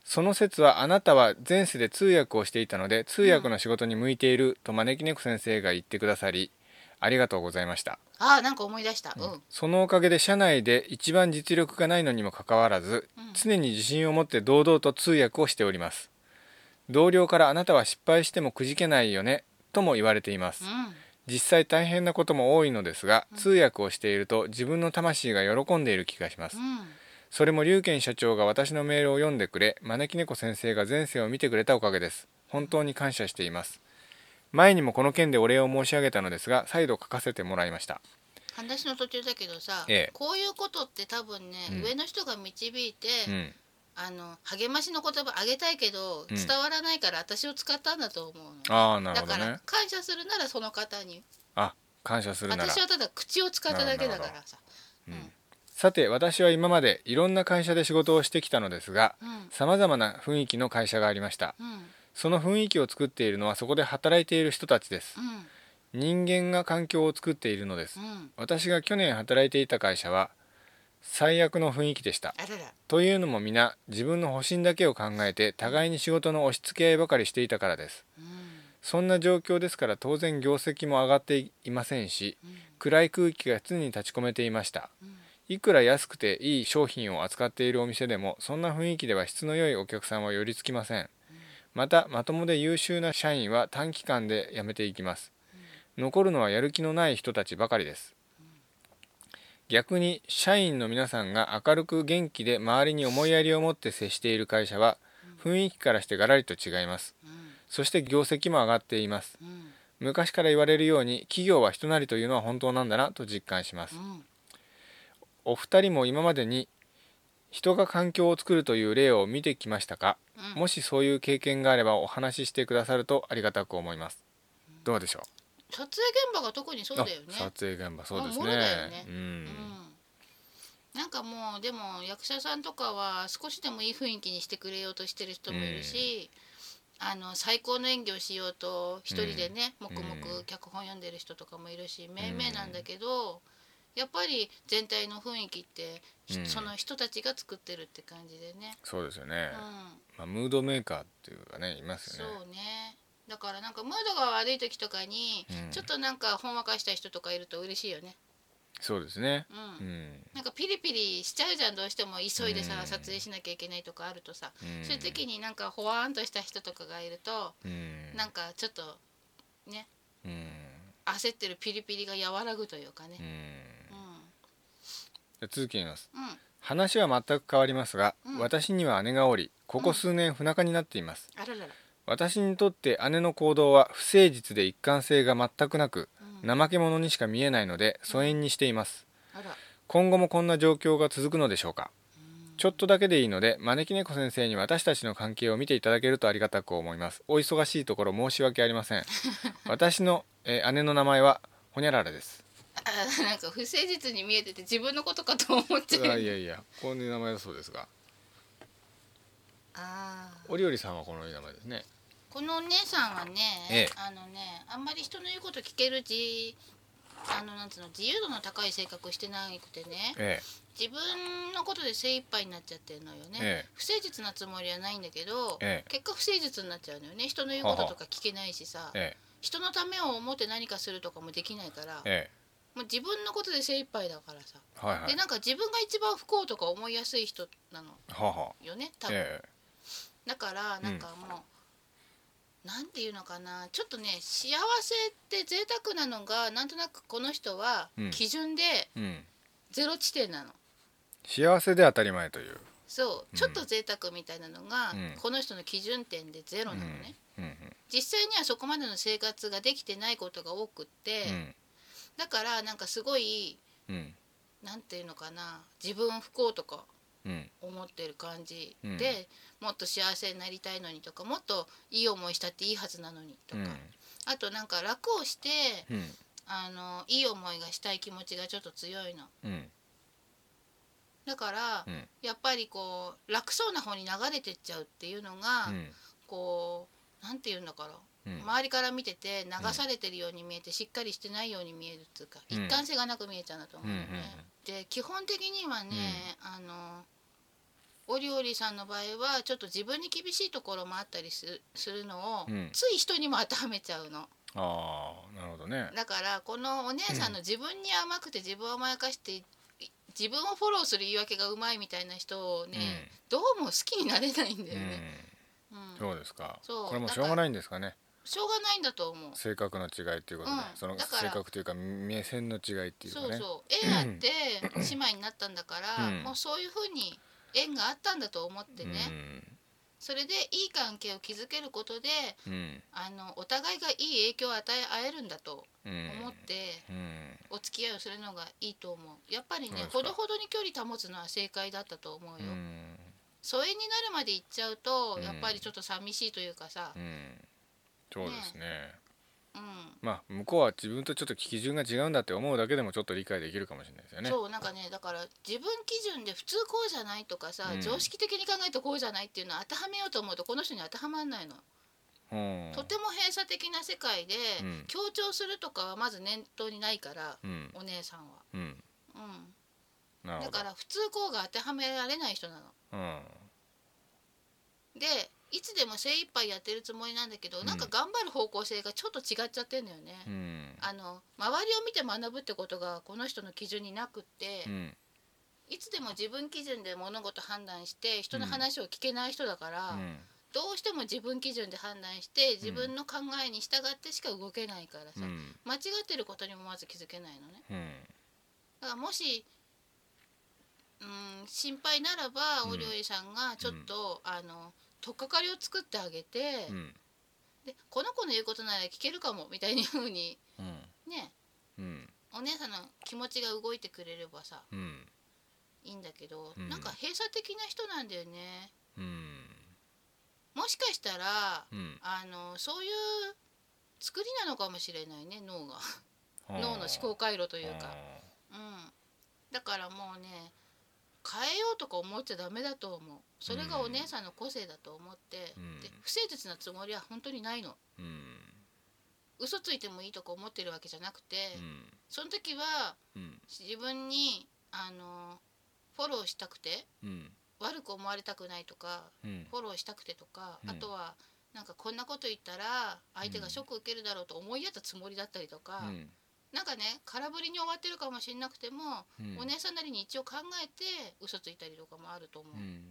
Speaker 2: その説はあなたは前世で通訳をしていたので通訳の仕事に向いていると招き猫先生が言ってくださりありがとうございました
Speaker 1: あーなんか思い出したうん、
Speaker 2: そのおかげで社内で一番実力がないのにもかかわらず、
Speaker 1: うん
Speaker 2: 常に自信を持って堂々と通訳をしております同僚からあなたは失敗してもくじけないよねとも言われています、
Speaker 1: うん
Speaker 2: 実際大変なことも多いのですが、通訳をしていると自分の魂が喜んでいる気がします、
Speaker 1: うん
Speaker 2: それも龍賢社長が私のメールを読んでくれ招き猫先生が前世を見てくれたおかげです本当に感謝しています前にもこの件でお礼を申し上げたのですが再度書かせてもらいました
Speaker 1: 話の途中だけどさ、
Speaker 2: ええ
Speaker 1: こういうことって多分ね、
Speaker 2: うん
Speaker 1: 上の人が導いて、
Speaker 2: うん
Speaker 1: あの励ましの言葉あげたいけど
Speaker 2: うん
Speaker 1: 伝わらないから私を使ったんだと思うの、
Speaker 2: ああなる
Speaker 1: だ
Speaker 2: ほど
Speaker 1: から
Speaker 2: ね
Speaker 1: 感謝するならその方に
Speaker 2: あ感謝するなら
Speaker 1: 私はただ口を使っただけだか
Speaker 2: なる
Speaker 1: らさ
Speaker 2: さて私は今までいろんな会社で仕事をしてきたのですが
Speaker 1: うん
Speaker 2: さまざまな雰囲気の会社がありました
Speaker 1: うん
Speaker 2: その雰囲気を作っているのはそこで働いている人たちです
Speaker 1: う
Speaker 2: 人間が環境を作っているのです
Speaker 1: んうん
Speaker 2: 私が去年働いていた会社は最悪の雰囲気でした
Speaker 1: あらら
Speaker 2: というのも皆自分の保身だけを考えて互いに仕事の押し付け合いばかりしていたからです
Speaker 1: うん
Speaker 2: そんな状況ですから当然業績も上がっていませんし
Speaker 1: うん
Speaker 2: 暗い空気が常に立ち込めていました
Speaker 1: うん
Speaker 2: いくら安くていい商品を扱っているお店でもそんな雰囲気では質の良いお客さんは寄りつきませんまたまともで優秀な社員は短期間で辞めていきます残るのはやる気のない人たちばかりです逆に社員の皆さんが明るく元気で周りに思いやりを持って接している会社は雰囲気からしてガラリと違いますそして業績も上がっています
Speaker 1: うんうん
Speaker 2: 昔から言われるように企業は人なりというのは本当なんだなと実感します
Speaker 1: うん
Speaker 2: お二人も今までに人が環境を作るという例を見てきましたか、
Speaker 1: うん
Speaker 2: もしそういう経験があればお話ししてくださるとありがたく思いますどうでしょう
Speaker 1: 撮影現場が特にそうだよね
Speaker 2: あ撮影現場そうで
Speaker 1: あ
Speaker 2: す
Speaker 1: も
Speaker 2: ね
Speaker 1: ろだよね
Speaker 2: うん
Speaker 1: うんなんかもうでも役者さんとかは少しでもいい雰囲気にしてくれようとしてる人もいるし、あの最高の演技をしようと一人でね、
Speaker 2: うん
Speaker 1: 黙々脚本読んでる人とかもいるし、めいめいなんだけど、やっぱり全体の雰囲気って、ひ
Speaker 2: うん
Speaker 1: その人たちが作ってるって感じでね、
Speaker 2: そうですよね、
Speaker 1: うん、
Speaker 2: まあ、ムードメーカーっていうかねいます
Speaker 1: そ
Speaker 2: よね
Speaker 1: うねだからなんかムードが悪い時とかに、
Speaker 2: うん
Speaker 1: ちょっとなんかほんわかした人とかいると嬉しいよね
Speaker 2: そうですね
Speaker 1: うん、
Speaker 2: うん、
Speaker 1: なんかピリピリしちゃうじゃんどうしても急いでさ、撮影しなきゃいけないとかあるとさ、
Speaker 2: うん
Speaker 1: そういう時になんかほわーんとした人とかがいると、
Speaker 2: うん
Speaker 1: なんかちょっとね
Speaker 2: うん
Speaker 1: 焦ってるピリピリが和らぐというか
Speaker 2: う
Speaker 1: ねうん
Speaker 2: んじゃあ続き言います
Speaker 1: うん、
Speaker 2: 話は全く変わりますが、
Speaker 1: うん
Speaker 2: 私には姉がおりここ数年不仲になっています、
Speaker 1: あららら、
Speaker 2: 私にとって姉の行動は不誠実で一貫性が全くなく
Speaker 1: うん、
Speaker 2: 怠け者にしか見えないので疎遠にしています
Speaker 1: あら
Speaker 2: 今後もこんな状況が続くのでしょうかちょっとだけでいいので招き猫先生に私たちの関係を見ていただけるとありがたく思いますお忙しいところ申し訳あり
Speaker 1: [LAUGHS]
Speaker 2: ません私の、えー姉の名前はほにゃら
Speaker 1: [LAUGHS]
Speaker 2: らです
Speaker 1: あなんか不誠実に見えてて自分のことかと思っ
Speaker 2: い
Speaker 1: ちゃ
Speaker 2: や
Speaker 1: う
Speaker 2: いやいやこういう名前だそうですが
Speaker 1: あー
Speaker 2: お料理さんはこの名前ですね
Speaker 1: このお姉さんはね、
Speaker 2: ええ
Speaker 1: あのねあんまり人の言うこと聞けるじあのなんつうの自由度の高い性格してなくてね
Speaker 2: え
Speaker 1: 自分のことで精一杯になっちゃってるのよね、
Speaker 2: ええ
Speaker 1: 不誠実なつもりはないんだけど、
Speaker 2: ええ
Speaker 1: 結果不誠実になっちゃうのよね人の言うこととか聞けないしさ
Speaker 2: ええ
Speaker 1: 人のためを思って何かするとかもできないから
Speaker 2: ええ
Speaker 1: もう自分のことで精一杯だからさ、
Speaker 2: えはいは
Speaker 1: で
Speaker 2: い
Speaker 1: なんか自分が一番不幸とか思いやすい人なの
Speaker 2: はは
Speaker 1: よね多分、
Speaker 2: ええ
Speaker 1: だからなんかもう、なんていうのかなちょっとね幸せって贅沢なのがなんとなくこの人は
Speaker 2: うん
Speaker 1: 基準で
Speaker 2: うん
Speaker 1: ゼロ地点なの、
Speaker 2: 幸せで当たり前という、
Speaker 1: そう
Speaker 2: うん
Speaker 1: ちょっと贅沢みたいなのが、
Speaker 2: うん
Speaker 1: この人の基準点でゼロ
Speaker 2: う
Speaker 1: なのね、
Speaker 2: んうん
Speaker 1: 実際にはそこまでの生活ができてないことが多くって、だからなんかすごい
Speaker 2: うんうん
Speaker 1: なんていうのかな自分不幸とか
Speaker 2: うん
Speaker 1: 思ってる感じ
Speaker 2: うん
Speaker 1: で、もっと幸せになりたいのにとかもっといい思いしたっていいはずなのにと
Speaker 2: う
Speaker 1: か、
Speaker 2: ん
Speaker 1: あとなんか楽をして
Speaker 2: うん
Speaker 1: あのいい思いがしたい気持ちがちょっと強いの
Speaker 2: うん
Speaker 1: だから、
Speaker 2: うん
Speaker 1: やっぱりこう楽そうな方に流れてっちゃうっていうのが、
Speaker 2: うん
Speaker 1: こうなんていうんだから、
Speaker 2: うん
Speaker 1: 周りから見てて流されてるように見えて、しっかりしてないように見えるっていうか、
Speaker 2: うん
Speaker 1: 一貫性がなく見えちゃうんだと思うよね。
Speaker 2: うんうんうん
Speaker 1: で基本的にはね、あのお料理さんの場合はちょっと自分に厳しいところもあったりするするのを、
Speaker 2: うん
Speaker 1: つい人にも当てはめちゃうの。
Speaker 2: ああなるほどね
Speaker 1: だからこのお姉さんの自分に甘くて自分を甘やかしてい自分をフォローする言い訳がうまいみたいな人をね、どうも好きになれないんだ
Speaker 2: う
Speaker 1: よ
Speaker 2: ん、
Speaker 1: ね、うん
Speaker 2: うん、そうですか
Speaker 1: そう
Speaker 2: これもしょうがないんですかね
Speaker 1: しょうがないんだと思う
Speaker 2: 性格の違いっていうことで、
Speaker 1: うん
Speaker 2: その
Speaker 1: だから
Speaker 2: 性格というか目線の違いっていうか
Speaker 1: そ
Speaker 2: ね
Speaker 1: うそう縁あって姉妹になったんだから、
Speaker 2: うん
Speaker 1: もうそういうふうに縁があったんだと思ってね、それでいい関係を築けることで
Speaker 2: うんうん
Speaker 1: あのお互いがいい影響を与え合えるんだと
Speaker 2: うん
Speaker 1: 思って、
Speaker 2: うん
Speaker 1: お付き合いをするのがいいと思うやっぱりね
Speaker 2: そうですか
Speaker 1: ほどほどに距離保つのは正解だったと思う
Speaker 2: う
Speaker 1: よ、
Speaker 2: ん
Speaker 1: 疎遠になるまで行っちゃうと、
Speaker 2: うん
Speaker 1: やっぱりちょっと寂しいというかさ
Speaker 2: う、んそうですね
Speaker 1: うん
Speaker 2: まあ向こうは自分とちょっと基準が違うんだって思うだけでもちょっと理解できるかもしれないですよね
Speaker 1: そうなんかねだから自分基準で普通こうじゃないとかさ、
Speaker 2: うん
Speaker 1: 常識的に考えてこうじゃないっていうのを当てはめようと思うとこの人に当てはまらないの、
Speaker 2: うん
Speaker 1: とても閉鎖的な世界で、
Speaker 2: うん
Speaker 1: 強調するとかはまず念頭にないから、
Speaker 2: うん
Speaker 1: お姉さんは、
Speaker 2: うん
Speaker 1: う
Speaker 2: なる
Speaker 1: ん、
Speaker 2: ほ
Speaker 1: だ
Speaker 2: ど
Speaker 1: から普通こうが当てはめられない人なの
Speaker 2: うん
Speaker 1: でいつでも精一杯やってるつもりなんだけど、
Speaker 2: うん
Speaker 1: なんか頑張る方向性がちょっと違っちゃってんだよね、
Speaker 2: うん
Speaker 1: あの周りを見て学ぶってことがこの人の基準になくって、
Speaker 2: うん
Speaker 1: いつでも自分基準で物事判断して人の話を聞けない人だから、
Speaker 2: うん
Speaker 1: どうしても自分基準で判断して自分の考えに従ってしか動けないからさ、
Speaker 2: うん
Speaker 1: 間違ってることにもまず気づけないのね。
Speaker 2: うん
Speaker 1: だからもしうん心配ならば
Speaker 2: うん
Speaker 1: お料理さんがちょっと、あの取っかかりを作ってあげて、
Speaker 2: うん
Speaker 1: でこの子の言うことなら聞けるかもみたいな風に
Speaker 2: うん
Speaker 1: ね
Speaker 2: うん
Speaker 1: お姉さんの気持ちが動いてくれればさ
Speaker 2: うん
Speaker 1: いいんだけど、
Speaker 2: うん
Speaker 1: なんか閉鎖的な人なんだよね
Speaker 2: うん
Speaker 1: もしかしたら
Speaker 2: うん
Speaker 1: あのそういう作りなのかもしれないね脳が脳の思考回路と
Speaker 2: と
Speaker 1: いうか、うん、だからもうね変えようとか思っちゃダメだと思うそれがお姉さんの個性だと思って、
Speaker 2: うん
Speaker 1: で不誠実なつもりは本当にないの
Speaker 2: うん
Speaker 1: う嘘ついてもいいとか思ってるわけじゃなくて、
Speaker 2: うん
Speaker 1: その時は
Speaker 2: うん
Speaker 1: 自分にあのフォローしたくて
Speaker 2: うん
Speaker 1: 悪く思われたくないとか
Speaker 2: うん
Speaker 1: フォローしたくてとか、
Speaker 2: うん
Speaker 1: あとはなんかこんなこと言ったら相手がショック受けるだろうと思いやったつもりだったりとか、
Speaker 2: うん
Speaker 1: なんかね空振りに終わってるかもしれなくても、
Speaker 2: うん
Speaker 1: お姉さんなりに一応考えて嘘ついたりとかもあると思う、
Speaker 2: うん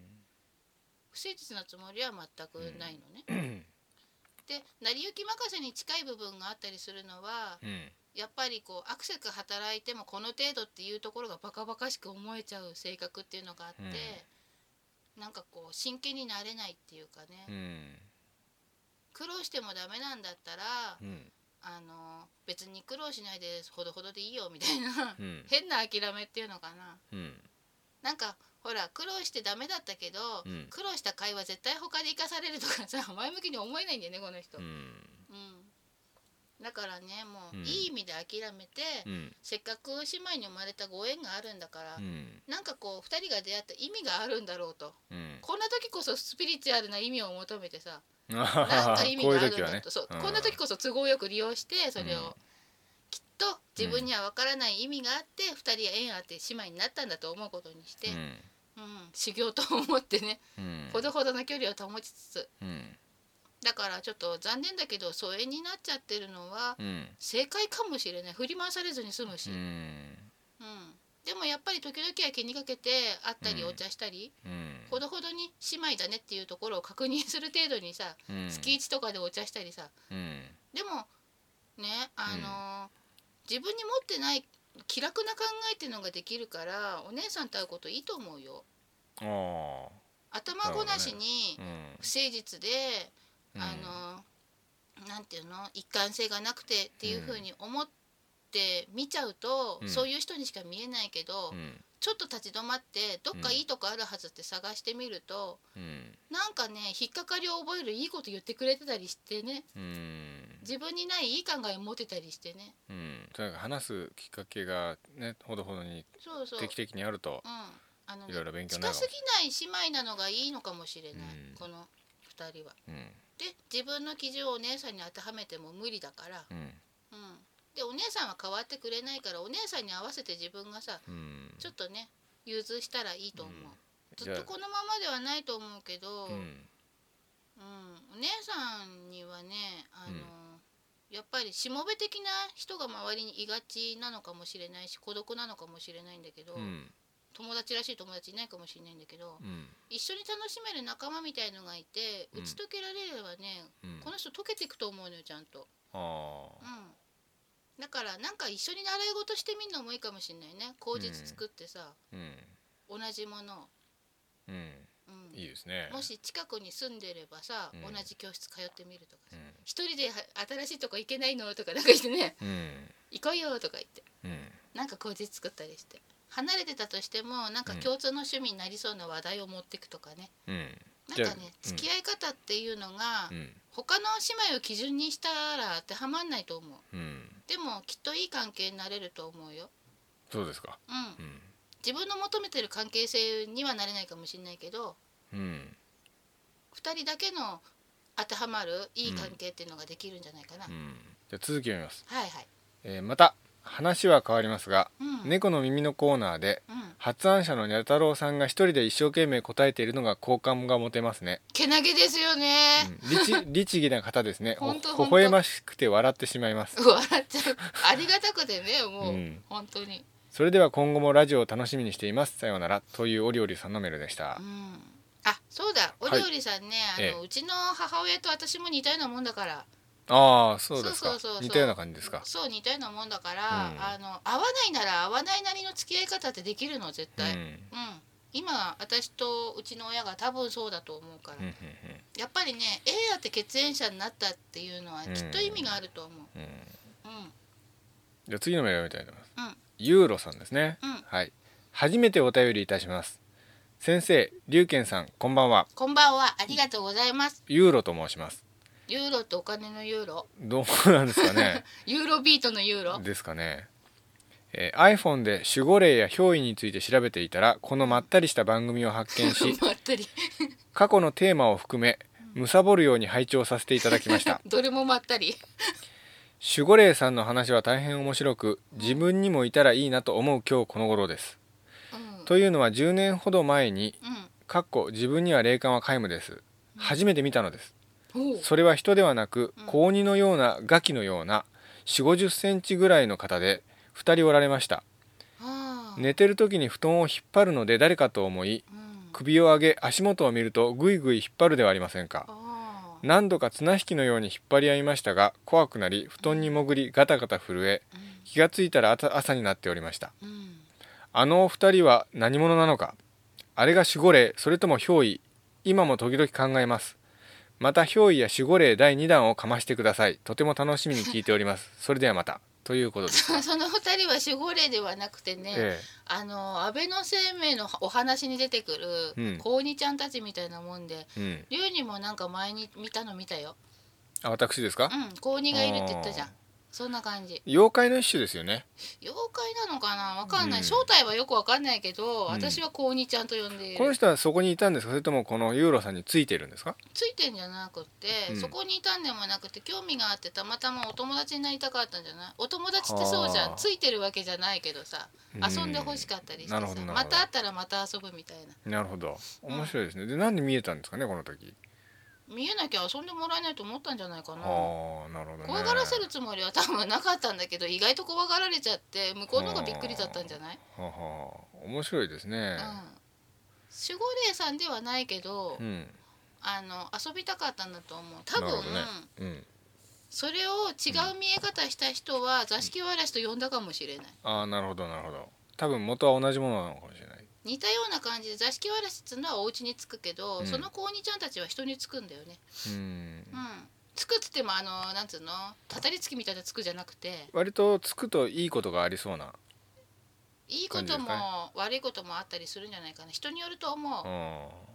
Speaker 1: 不誠実なつもりは全くないのね。 [CLEARS THROAT] で成り行き任せに近い部分があったりするのは
Speaker 2: うん
Speaker 1: やっぱりこうアクセク働いてもこの程度っていうところがバカバカしく思えちゃう性格っていうのがあって、なんかこう真剣になれないっていうかね、
Speaker 2: うん
Speaker 1: 苦労してもダメなんだったら、
Speaker 2: うん
Speaker 1: あの別に苦労しないでほどほどでいいよみたいな、
Speaker 2: うん
Speaker 1: [LAUGHS] 変な諦めっていうのかな
Speaker 2: うん
Speaker 1: なんかほら苦労してダメだったけど、
Speaker 2: うん
Speaker 1: 苦労した会話絶対他で生かされるとかさ [LAUGHS] 前向きに思えないんだよねこの人、
Speaker 2: う
Speaker 1: うん
Speaker 2: ん
Speaker 1: だからねもう、
Speaker 2: うん
Speaker 1: いい意味で諦めて、
Speaker 2: うん
Speaker 1: せっかく姉妹に生まれたご縁があるんだから、
Speaker 2: うん
Speaker 1: なんかこう2人が出会った意味があるんだろうと
Speaker 2: うん
Speaker 1: こんな時こそスピリチュアルな意味を求めて
Speaker 2: [LAUGHS]
Speaker 1: さなん
Speaker 2: あ
Speaker 1: か
Speaker 2: ー
Speaker 1: 意味
Speaker 2: こう
Speaker 1: が
Speaker 2: い
Speaker 1: ある
Speaker 2: う
Speaker 1: ん
Speaker 2: 時
Speaker 1: だ
Speaker 2: は
Speaker 1: と
Speaker 2: ね
Speaker 1: そう
Speaker 2: うん
Speaker 1: こんな時こそ都合よく利用してそれを、
Speaker 2: うん
Speaker 1: きっと自分には分からない意味があって、二2人は縁あって姉妹になったんだと思うことにして、うん修行と思ってね、
Speaker 2: うんうん
Speaker 1: ほどほどの距離を保ちつつ
Speaker 2: うん
Speaker 1: だからちょっと残念だけど疎遠になっちゃってるのは
Speaker 2: うん
Speaker 1: 正解かもしれない振り回されずに済むし、
Speaker 2: う
Speaker 1: うん
Speaker 2: ん
Speaker 1: でもやっぱり時々は気にかけて会ったり
Speaker 2: うん
Speaker 1: お茶したり、
Speaker 2: うん
Speaker 1: ほどほどに姉妹だねっていうところを確認する程度にさ、
Speaker 2: うん
Speaker 1: 月一とかでお茶したりさ
Speaker 2: うん
Speaker 1: でもねあのー自分に持ってない気楽な考えっていうのができるからお姉さんと会うこといいと思うよ
Speaker 2: あー
Speaker 1: 頭ごなしに
Speaker 2: うん
Speaker 1: 不誠実で、あのーなんていうの一貫性がなくてっていうふうに思って見ちゃうと、
Speaker 2: うん
Speaker 1: そういう人にしか見えないけど、
Speaker 2: うん
Speaker 1: ちょっと立ち止まってどっかいいとこあるはずって探してみると、
Speaker 2: うん
Speaker 1: なんかね引っかかりを覚えるいいこと言ってくれてたりしてね
Speaker 2: うん
Speaker 1: 自分にないいい考え持ってたりしてね
Speaker 2: うんとにかく話すきっかけがねほどほどに
Speaker 1: そうそう
Speaker 2: 定期的にあると
Speaker 1: うんあのね
Speaker 2: いろいろ勉強にな
Speaker 1: 近
Speaker 2: るか
Speaker 1: す
Speaker 2: も
Speaker 1: ぎない姉妹なのがいいのかもしれない、
Speaker 2: うん
Speaker 1: この2人は。
Speaker 2: うん
Speaker 1: で自分の基準をお姉さんに当てはめても無理だから、
Speaker 2: うん
Speaker 1: うん、でお姉さんは変わってくれないからお姉さんに合わせて自分がさ
Speaker 2: うん
Speaker 1: ちょっとね融通したらいいと思う、
Speaker 2: うん
Speaker 1: ずっとこのままではないと思うけど、
Speaker 2: う
Speaker 1: うん
Speaker 2: ん
Speaker 1: お姉さんにはねあの、やっぱりしもべ的な人が周りにいがちなのかもしれないし孤独なのかもしれないんだけど、
Speaker 2: うん
Speaker 1: 友達らしい友達いないかもしれないんだけど、
Speaker 2: うん
Speaker 1: 一緒に楽しめる仲間みたいのがいて
Speaker 2: う
Speaker 1: 打
Speaker 2: ん
Speaker 1: ち解けられればね、
Speaker 2: うん
Speaker 1: この人解けていくと思うのよちゃんと、
Speaker 2: あ
Speaker 1: うん、
Speaker 2: あ
Speaker 1: だからなんか一緒に習い事してみるのもいいかもしれないね口実作ってさ、
Speaker 2: うん
Speaker 1: 同じものを、
Speaker 2: うん
Speaker 1: うん
Speaker 2: いいですね
Speaker 1: もし近くに住んでればさ、
Speaker 2: うん
Speaker 1: 同じ教室通ってみるとか
Speaker 2: う
Speaker 1: さ
Speaker 2: ん
Speaker 1: 一人では新しいとこ行けないのとかなんか言ってね
Speaker 2: うん
Speaker 1: 行こうよとか言って
Speaker 2: うん
Speaker 1: なんか口実作ったりして離れてたとしてもなんか共通の趣味になりそうな話題を持っていくとかね、
Speaker 2: うん
Speaker 1: なん
Speaker 2: じゃあ
Speaker 1: かね付き合い方っていうのが、
Speaker 2: うん
Speaker 1: 他の姉妹を基準にしたら当てはまんないと思う
Speaker 2: うん
Speaker 1: でもきっといい関係になれると思うよ、
Speaker 2: そうですか
Speaker 1: うん
Speaker 2: う、ん
Speaker 1: 自分の求めてる関係性にはなれないかもしれないけど
Speaker 2: うん
Speaker 1: 2人だけの当てはまるいい関係っていうのができるんじゃないかな、
Speaker 2: うんじゃあ続きを見ます
Speaker 1: はいはい、
Speaker 2: えーまた話は変わりますが
Speaker 1: うん
Speaker 2: 猫の耳のコーナーで
Speaker 1: うん、
Speaker 2: 発案者のにゃ太郎さんが一人で一生懸命答えているのが好感が持てますね、
Speaker 1: けなげですよね、
Speaker 2: うん、律律儀な方ですね
Speaker 1: ほんと
Speaker 2: ほ
Speaker 1: ほん
Speaker 2: 微
Speaker 1: と
Speaker 2: 笑ましくて笑ってしまいます
Speaker 1: 笑っちゃうありがたくてねもう、
Speaker 2: うん
Speaker 1: 本当に、
Speaker 2: それでは今後もラジオを楽しみにしていますさようならというオリオリさんのメールでした
Speaker 1: う、ん、あそうだお
Speaker 2: はい
Speaker 1: 料理さんね、
Speaker 2: え
Speaker 1: あの
Speaker 2: え
Speaker 1: うちの母親と私も似たようなもんだから
Speaker 2: ああそうですか
Speaker 1: そうそうそうそう
Speaker 2: 似たような感じですか
Speaker 1: そう似たようなもんだから、
Speaker 2: うん
Speaker 1: あの合わないなら合わないなりの付き合い方ってできるの絶
Speaker 2: うん
Speaker 1: 対、うん今私とうちの親が多分そうだと思うから、
Speaker 2: うん
Speaker 1: やっぱりね A だって血縁者になったっていうのは
Speaker 2: うん
Speaker 1: きっと意味があると思う
Speaker 2: うんうんうん
Speaker 1: う
Speaker 2: じゃあ次のメールを見たいと思います
Speaker 1: んうん
Speaker 2: ユーロさんですね、
Speaker 1: うん
Speaker 2: はい初めてお便りいたします先生龍賢さんこんばんは
Speaker 1: こんばんはありがとうございます
Speaker 2: ユーロと申します
Speaker 1: ユーロってお金のユーロ
Speaker 2: どうなんです
Speaker 1: [LAUGHS]
Speaker 2: かね
Speaker 1: ユーロビートのユーロ
Speaker 2: ですかね、えー iPhone で守護霊や憑依について調べていたらこのまったりした番組を発
Speaker 1: [LAUGHS]
Speaker 2: 見し
Speaker 1: まったり
Speaker 2: 過去の
Speaker 1: [LAUGHS]
Speaker 2: テーマを含め貪るように拝聴させていただきました
Speaker 1: どれもまったり
Speaker 2: 守護霊さんの話は大変面白く自分にもいたらいいなと思う今日この頃です
Speaker 1: うん
Speaker 2: というのは10年ほど前に
Speaker 1: うん
Speaker 2: かっこ自分には霊感は皆無です初めて見たのです
Speaker 1: ほう
Speaker 2: それは人ではなく
Speaker 1: うん
Speaker 2: 高2のようなガキのような4 5 0センチぐらいの方で2人おられました
Speaker 1: ああ
Speaker 2: 寝てる時に布団を引っ張るので誰かと思い
Speaker 1: うん
Speaker 2: 首を上げ足元を見るとぐいぐい引っ張るではありませんか
Speaker 1: ああ
Speaker 2: 何度か綱引きのように引っ張り合いましたが怖くなり布団に潜りガタガタ震え気がついたらあた朝になっておりました
Speaker 1: うんうん [LAUGHS]
Speaker 2: あのお二人は何者なのかあれが守護霊それとも憑依今も時々考えますまた憑依や守護霊第2弾をかましてくださいとても楽しみに聞いておりますそれではまたということです、
Speaker 1: その二人は守護霊ではなくてね、
Speaker 2: え
Speaker 1: あの安倍の生命のお話に出てく
Speaker 2: うん
Speaker 1: る高二ちゃんたちみたいなもんで
Speaker 2: えうん、
Speaker 1: 龍にもなんか前に見たの見たよ、
Speaker 2: あ私ですか、
Speaker 1: うん、高二がいるって言ったじゃんそんな感じ
Speaker 2: 妖怪の一種ですよね
Speaker 1: 妖怪なのかなわかんない、
Speaker 2: うん
Speaker 1: 正体はよくわかんないけど、
Speaker 2: ん
Speaker 1: 私は高二ちゃんと呼んでい
Speaker 2: この
Speaker 1: る
Speaker 2: 人はそこにいたんですかそれともこのユーロさんについてるんですか
Speaker 1: ついてんじゃなくって、
Speaker 2: うん
Speaker 1: そこにいたんでもなくて興味があってたまたまお友達になりたかったんじゃないお友達ってそうじゃ
Speaker 2: あー
Speaker 1: んついてるわけじゃないけどさ
Speaker 2: うん
Speaker 1: 遊んでほしかったりしてさ、
Speaker 2: なるほどなるほど
Speaker 1: また会ったらまた遊ぶみたいな
Speaker 2: なるほど面白いですねでなんで見えたんですかねこの時
Speaker 1: 見えなきゃ遊んでもらえないと思ったんじゃないか
Speaker 2: あ
Speaker 1: な
Speaker 2: あなるほどね
Speaker 1: 怖がらせるつもりは多分なかったんだけど意外と怖がられちゃって向こうの方がびっくりだったんじゃない、
Speaker 2: はは面白いです
Speaker 1: う
Speaker 2: ね
Speaker 1: ん、守護霊さんではないけど、
Speaker 2: うん
Speaker 1: あの遊びたかったんだと思う多
Speaker 2: なる
Speaker 1: 分、
Speaker 2: ほどねうん
Speaker 1: それを違う見え方した人は座敷わらしと呼んだかもしれない
Speaker 2: ああなるほどなるほど多分元は同じものなのかもしれない
Speaker 1: 似たような感じで座敷わらしっつうのはお家につくけど、
Speaker 2: うん
Speaker 1: その子鬼ちゃんたちは人につくんだよね
Speaker 2: うん
Speaker 1: うんつくっつってもあのなんつうのたたりつきみたいなつくじゃなくて
Speaker 2: 割とつくといいことがありそうない
Speaker 1: いこ
Speaker 2: 感じで
Speaker 1: とも
Speaker 2: すかね
Speaker 1: 悪いこともあったりするんじゃないかな人によると思う、
Speaker 2: うん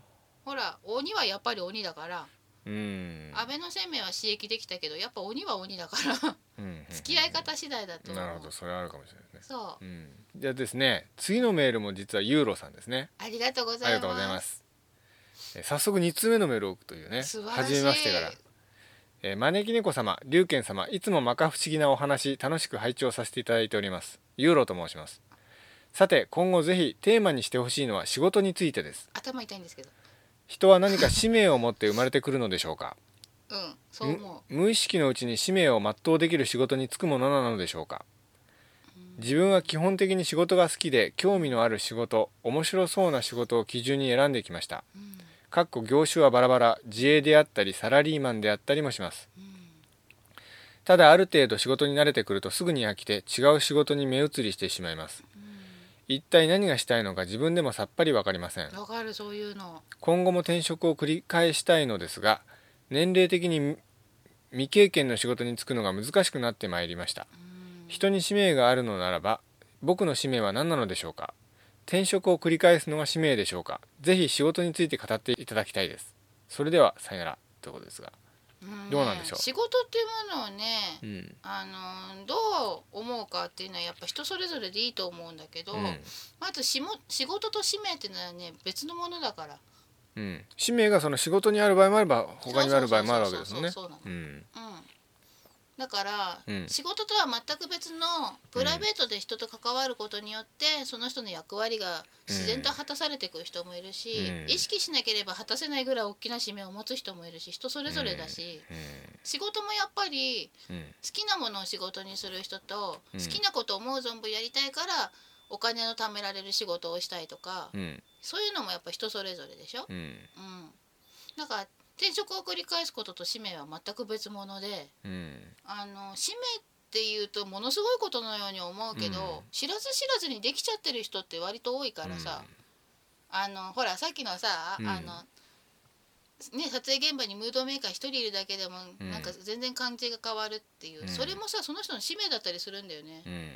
Speaker 1: ほら鬼はやっぱり鬼だから、
Speaker 2: うん
Speaker 1: 安倍の生命は刺激できたけどやっぱ鬼は鬼だから
Speaker 2: うん
Speaker 1: 付き合い方次第だと思う
Speaker 2: なるほどそれはあるかもしれないですね
Speaker 1: そう
Speaker 2: うんじゃあですね次のメールも実はユーロさんですね
Speaker 1: ありがとうご
Speaker 2: あり
Speaker 1: ざい
Speaker 2: がとうござい
Speaker 1: ま
Speaker 2: ますすえ早速2通目のメールを送るというね
Speaker 1: 素晴らしい
Speaker 2: 初めましてからえー招き猫様、龍賢様、いつも摩訶不思議なお話、楽しく拝聴させていただいております。ユーロと申します。さて、今後ぜひテーマにしてほしいのは仕事についてです。
Speaker 1: 頭痛いんですけど
Speaker 2: 人は何か使命を持って生まれてくるのでしょうか
Speaker 1: うんそう思
Speaker 2: む無意識のうちに使命を全うできる仕事に就くものなのでしょうか自分は基本的に仕事が好きで興味のある仕事面白そうな仕事を基準に選んできました
Speaker 1: う、うん
Speaker 2: かっこ業種はバラバラ自営であったりサラリーマンであったりもします
Speaker 1: うん
Speaker 2: ただある程度仕事に慣れてくるとすぐに飽きて違う仕事に目移りしてしまいます一体何がしたいのか自分でもさっぱりわかりません
Speaker 1: わかるそういうの
Speaker 2: 今後も転職を繰り返したいのですが年齢的に未未経験の仕事に就くのが難しくなってまいりました
Speaker 1: うん
Speaker 2: 人に使命があるのならば僕の使命は何なのでしょうか転職を繰り返すのが使命でしょうかぜひ仕事について語っていただきたいですそれではさよならということですが
Speaker 1: ん
Speaker 2: どうなんでしょう
Speaker 1: 仕事っていうものをね
Speaker 2: うん
Speaker 1: あのどう思うかっていうのはやっぱ人それぞれでいいと思うんだけど、
Speaker 2: うん
Speaker 1: まずしも仕事と使命っていうのはね別のものだから
Speaker 2: うん、使命がその仕事にある場合もあれば他にもある場合もあるわけですもんね
Speaker 1: そうそうそうそうそうなの
Speaker 2: うん
Speaker 1: うん、だから、
Speaker 2: うん
Speaker 1: 仕事とは全く別のプライベートで人と関わることによって、その人の役割が自然と果たされていく人もいるし、
Speaker 2: うん
Speaker 1: 意識しなければ果たせないぐらい大きな使命を持つ人もいるし人それぞれだし、仕事もやっぱり
Speaker 2: うんうん
Speaker 1: 好きなものを仕事にする人と、
Speaker 2: うん
Speaker 1: 好きなことを思う存分やりたいからお金の貯められる仕事をしたいとか、
Speaker 2: うん
Speaker 1: そういうのもやっぱ人それぞれでしょ。
Speaker 2: うん
Speaker 1: うん、だから転職を繰り返すことと使命は全く別物で。
Speaker 2: うん
Speaker 1: あの使命っていうとものすごいことのように思うけど、
Speaker 2: うん
Speaker 1: 知らず知らずにできちゃってる人って割と多いからさ、あのほらさっきのさ、
Speaker 2: うん
Speaker 1: あのね、撮影現場にムードメーカー一人いるだけでも、
Speaker 2: うん
Speaker 1: なんか全然感じが変わるっていう、
Speaker 2: うん
Speaker 1: それもさその人の使命だったりするんだよね、
Speaker 2: うん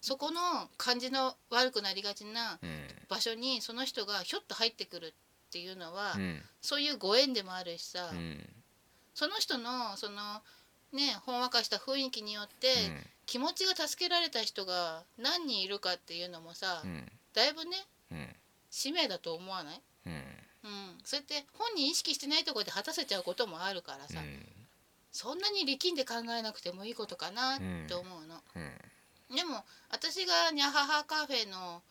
Speaker 1: そこの感じの悪くなりがちな
Speaker 2: うん
Speaker 1: 場所にその人がひょっと入ってくるっていうのは、
Speaker 2: うん
Speaker 1: そういうご縁でもあるしさ、
Speaker 2: うん
Speaker 1: その人のそのねほんわかした雰囲気によって、気持ちが助けられた人が何人いるかっていうのもさ、
Speaker 2: うん
Speaker 1: だいぶね
Speaker 2: うん
Speaker 1: 使命だと思わない、
Speaker 2: うん
Speaker 1: うん、そうやって本人意識してないところで果たせちゃうこともあるからさ、
Speaker 2: うん
Speaker 1: そんなに力んで考えなくてもいいことかなって思うの、
Speaker 2: うん
Speaker 1: でも私がニャハハカフェの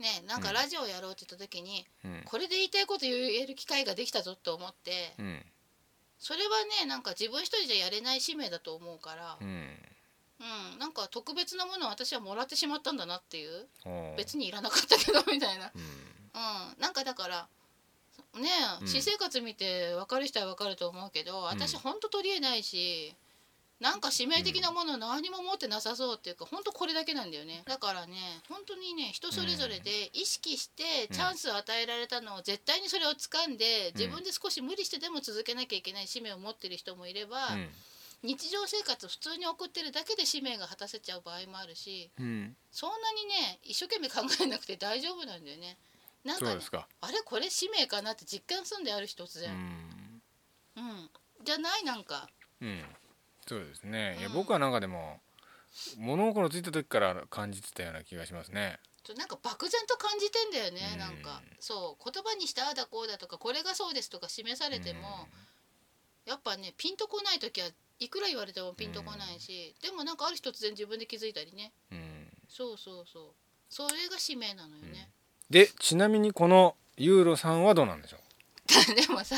Speaker 1: ねなんかラジオやろうって言った時に、
Speaker 2: うん
Speaker 1: これで言いたいこと言える機会ができたぞって思って、
Speaker 2: うん
Speaker 1: それはねなんか自分一人じゃやれない使命だと思うから
Speaker 2: う、ん
Speaker 1: うん、なんか特別なものを私はもらってしまったんだなっていう
Speaker 2: おー
Speaker 1: 別にいらなかったけどみたいな、
Speaker 2: うん
Speaker 1: うん、なんかだからね
Speaker 2: うん
Speaker 1: 私生活見て分かる人は分かると思うけど私ほんと取り柄ないし。なんか使命的なもの何も持ってなさそうっていうか本当これだけなんだよねだからね本当にね人それぞれで意識してチャンスを与えられたのを絶対にそれを掴んで自分で少し無理してでも続けなきゃいけない使命を持ってる人もいれば、
Speaker 2: うん
Speaker 1: 日常生活を普通に送ってるだけで使命が果たせちゃう場合もあるし
Speaker 2: うん
Speaker 1: そんなにね一生懸命考えなくて大丈夫なんだよね。なん
Speaker 2: そ
Speaker 1: か
Speaker 2: う
Speaker 1: ね
Speaker 2: ですか
Speaker 1: あれこれ使命かなって実感するんである日突
Speaker 2: う
Speaker 1: 然、
Speaker 2: ん
Speaker 1: うんじゃないなんか
Speaker 2: うんそうですねいや
Speaker 1: うん
Speaker 2: 僕はなんかでも物心ついた時から感じてたような気がしますね
Speaker 1: ちょなんか漠然と感じてんだよね、
Speaker 2: うん
Speaker 1: なんかそう言葉にしてああだこうだとかこれがそうですとか示されても、やっぱねピンとこない時はいくら言われてもピンとこないし、でもなんかある日突然自分で気づいたりね
Speaker 2: うんうん
Speaker 1: そうそうそうそれが使命なのよね。
Speaker 2: でちなみにこのユーロさんはどうなんでしょう
Speaker 1: [LAUGHS] でもさ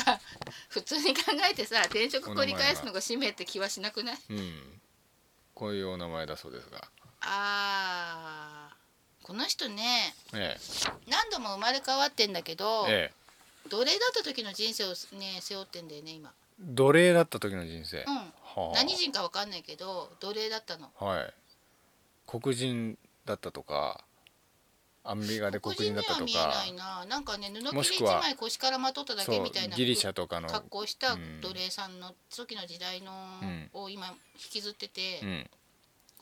Speaker 1: 普通に考えてさ転職繰り返すのが使命って気はしなくない
Speaker 2: うん、こういうお名前だそうですが、
Speaker 1: あーこの人ね
Speaker 2: え
Speaker 1: 何度も生まれ変わってんだけど、
Speaker 2: えええ、
Speaker 1: 奴隷だった時の人生をね背負ってんだよね今
Speaker 2: 奴隷だった時の人生、
Speaker 1: うん、
Speaker 2: はあ
Speaker 1: 何人かわかんないけど奴隷だったの
Speaker 2: はい黒人だったとかアンビガで黒人だったと
Speaker 1: 黒には
Speaker 2: か
Speaker 1: 見えないななんかね布切
Speaker 2: も
Speaker 1: り
Speaker 2: し
Speaker 1: 一
Speaker 2: くは
Speaker 1: 枚腰からまとっただけ
Speaker 2: そう
Speaker 1: みたいな
Speaker 2: ギリシャとかの、
Speaker 1: 格好した
Speaker 2: うん
Speaker 1: 奴隷さんの初期の時代の
Speaker 2: ん
Speaker 1: を今引きずってて、
Speaker 2: うん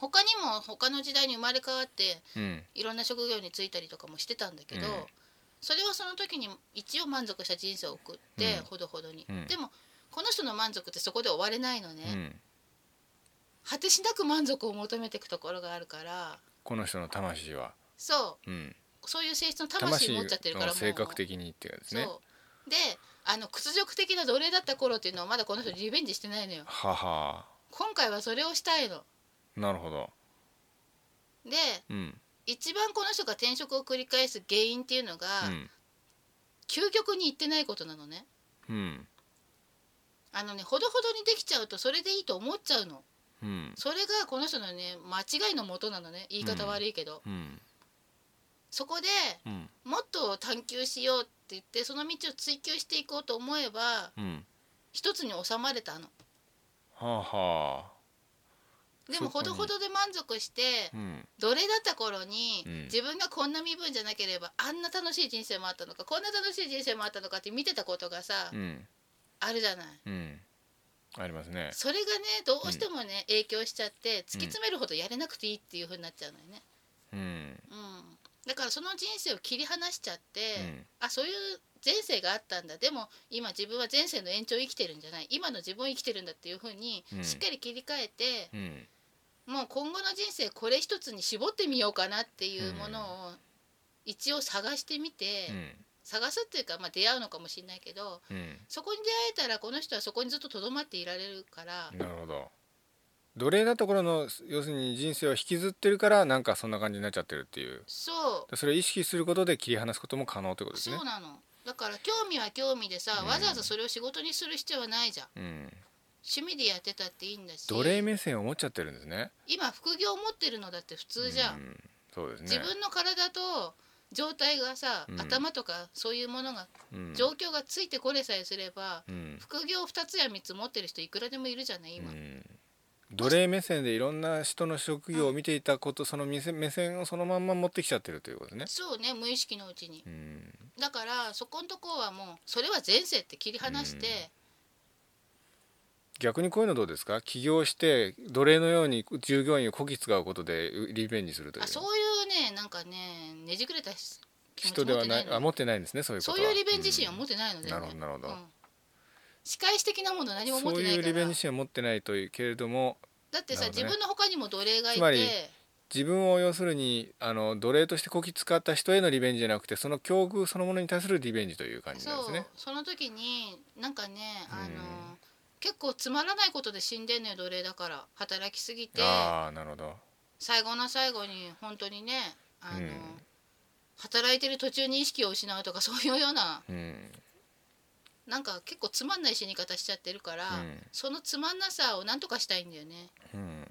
Speaker 1: 他にも他の時代に生まれ変わって
Speaker 2: うん、
Speaker 1: いろんな職業に就いたりとかもしてたんだけど、
Speaker 2: うん
Speaker 1: それはその時に一応満足した人生を送って、
Speaker 2: うん
Speaker 1: ほどほどに、
Speaker 2: うん
Speaker 1: でもこの人の満足ってそこで終われないのね、
Speaker 2: うん、
Speaker 1: 果てしなく満足を求めていくところがあるから
Speaker 2: この人の魂は、
Speaker 1: そ
Speaker 2: うん、
Speaker 1: うそういう性質の魂
Speaker 2: 魂
Speaker 1: 持っちゃってるから
Speaker 2: の
Speaker 1: もう
Speaker 2: 性格的にっていうかですね
Speaker 1: そうであの屈辱的な奴隷だった頃っていうのはまだこの人リベンジしてないのよ
Speaker 2: はは
Speaker 1: 今回はそれをしたいの
Speaker 2: なるほど、
Speaker 1: で
Speaker 2: うん
Speaker 1: 一番この人が転職を繰り返す原因っていうのが、
Speaker 2: うん
Speaker 1: 究極に行ってないことなのね
Speaker 2: うん
Speaker 1: あのねほどほどにできちゃうとそれでいいと思っちゃうの
Speaker 2: うん
Speaker 1: それがこの人のね間違いのもとなのね言い方悪いけど、
Speaker 2: うん
Speaker 1: そこで
Speaker 2: うん
Speaker 1: もっと探求しようって言ってその道を追求していこうと思えば
Speaker 2: うん
Speaker 1: 一つに収まれたの
Speaker 2: はあはあ
Speaker 1: でも
Speaker 2: そこ
Speaker 1: ほ
Speaker 2: に
Speaker 1: どほどで満足して
Speaker 2: うん
Speaker 1: 奴隷だった頃に、
Speaker 2: うん
Speaker 1: 自分がこんな身分じゃなければあんな楽しい人生もあったのかこんな楽しい人生もあったのかって見てたことがさ、
Speaker 2: うん
Speaker 1: あるじゃない
Speaker 2: うんありますね
Speaker 1: それがねどうしてもね、影響しちゃって突き詰めるほどやれなくていいっていう風になっちゃうのよね
Speaker 2: うん
Speaker 1: うん、だからその人生を切り離しちゃって、
Speaker 2: うん
Speaker 1: あそういう前世があったんだでも今自分は前世の延長を生きてるんじゃない今の自分を生きてるんだっていうふうに
Speaker 2: うん
Speaker 1: しっかり切り替えて、
Speaker 2: うん
Speaker 1: もう今後の人生これ一つに絞ってみようかなっていうものを一応探してみて、
Speaker 2: うん
Speaker 1: 探すっていうか、まあ、出会うのかもしれないけど
Speaker 2: うん
Speaker 1: そこに出会えたらこの人はそこにずっととどまっていられるから、
Speaker 2: なるほど奴隷だところの要するに人生を引きずってるからなんかそんな感じになっちゃってるっていう
Speaker 1: そう
Speaker 2: それを意識することで切り離すことも可能ということですね
Speaker 1: そうなのだから興味は興味でさ、
Speaker 2: うん
Speaker 1: わざわざそれを仕事にする必要はないじゃん。
Speaker 2: うん
Speaker 1: 趣味でやってたっていいんだし
Speaker 2: 奴隷目線を持っちゃってるんですね
Speaker 1: 今副業持ってるのだって普通じゃん、
Speaker 2: うんそうですね
Speaker 1: 自分の体と状態がさ、
Speaker 2: うん
Speaker 1: 頭とかそういうものが
Speaker 2: うん
Speaker 1: 状況がついてこれさえすれば、
Speaker 2: うん
Speaker 1: 副業2つや3つ持ってる人いくらでもいるじゃない今、
Speaker 2: うん奴隷目線でいろんな人の職業を見ていたことその目線目線をそのまんま持ってきちゃってるということですね
Speaker 1: そうね無意識のうちに
Speaker 2: うん
Speaker 1: だからそこんとこはもうそれは前世って切り離して、
Speaker 2: 逆にこういうのどうですか起業して奴隷のように従業員をこき使うことでリベンジするという
Speaker 1: あそういうねなんかねねじくれた気持ち持
Speaker 2: 人
Speaker 1: っ
Speaker 2: では
Speaker 1: て
Speaker 2: な
Speaker 1: ないい
Speaker 2: あ
Speaker 1: の
Speaker 2: 持ってないんですねそういうこと
Speaker 1: そ
Speaker 2: は
Speaker 1: ういうリベンジ心は
Speaker 2: うん
Speaker 1: 持ってないので、
Speaker 2: なるほどなるほど
Speaker 1: うん仕返し的なもの何も持っ
Speaker 2: そ
Speaker 1: て
Speaker 2: う
Speaker 1: ないから
Speaker 2: いうリベンジ心は持ってないというけれども
Speaker 1: だってさ、
Speaker 2: なるほど
Speaker 1: 自分
Speaker 2: ね
Speaker 1: の他にも奴隷がいて
Speaker 2: つまり自分を要するにあの奴隷としてこき使った人へのリベンジじゃなくてその境遇そのものに対するリベンジという感じなんで
Speaker 1: そ
Speaker 2: す
Speaker 1: う
Speaker 2: ね。
Speaker 1: その時になんかねあの、
Speaker 2: うん
Speaker 1: 結構つまらないことで死んでんのよ奴隷だから働きすぎて
Speaker 2: ああなるほど
Speaker 1: 最後の最後に本当にねあの、
Speaker 2: うん
Speaker 1: 働いてる途中に意識を失うとかそういうような
Speaker 2: うん
Speaker 1: なんか結構つまんない死に方しちゃってるから、
Speaker 2: うん
Speaker 1: そのつまんなさをなんとかしたいんだよね。
Speaker 2: うん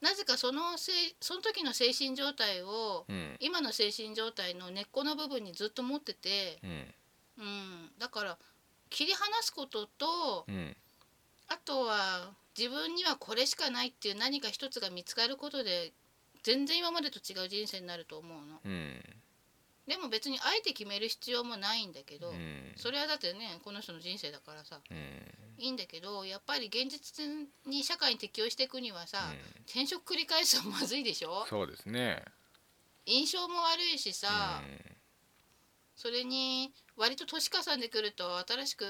Speaker 1: なぜかそのせいその時の精神状態を
Speaker 2: うん
Speaker 1: 今の精神状態の根っこの部分にずっと持ってて、
Speaker 2: うん
Speaker 1: うん、だから切り離すことと
Speaker 2: うん
Speaker 1: あとは自分にはこれしかないっていう何か一つが見つかることで全然今までと違う人生になると思うの。
Speaker 2: うん
Speaker 1: でも別にあえて決める必要もないんだけど、
Speaker 2: うん
Speaker 1: それはだってねこの人の人生だからさ
Speaker 2: うん
Speaker 1: いいんだけどやっぱり現実に社会に適応していくにはさ、
Speaker 2: うん
Speaker 1: 転職繰り返すはまずいでし
Speaker 2: [LAUGHS]
Speaker 1: ょ
Speaker 2: そうですね
Speaker 1: 印象も悪いしさ、
Speaker 2: うん
Speaker 1: それに割と年重ねてくると新しく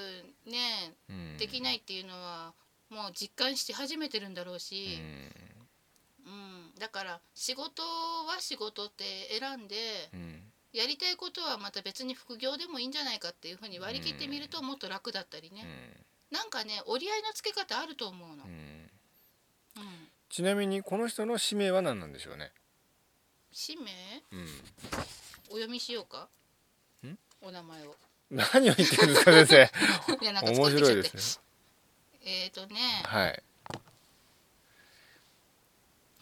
Speaker 1: ね
Speaker 2: うん
Speaker 1: できないっていうのはもう実感し始めてるんだろう
Speaker 2: う
Speaker 1: し、う
Speaker 2: ん
Speaker 1: んだから仕事は仕事って選んで
Speaker 2: うん
Speaker 1: やりたいことはまた別に副業でもいいんじゃないかっていうふうに割り切ってみるともっと楽だったりね、なんかね折り合いのつけ方あると思うの
Speaker 2: う。ん
Speaker 1: うん
Speaker 2: ちなみにこの人の使命は何なんでしょうね
Speaker 1: 氏名
Speaker 2: うん
Speaker 1: お読みしようか
Speaker 2: ん
Speaker 1: お名前を [LAUGHS]
Speaker 2: 何を言ってるんですか先生
Speaker 1: いやなんか
Speaker 2: 面
Speaker 1: 作ってきち
Speaker 2: 白
Speaker 1: ゃ
Speaker 2: い
Speaker 1: っ
Speaker 2: で
Speaker 1: て
Speaker 2: すね
Speaker 1: えっ、とね
Speaker 2: はい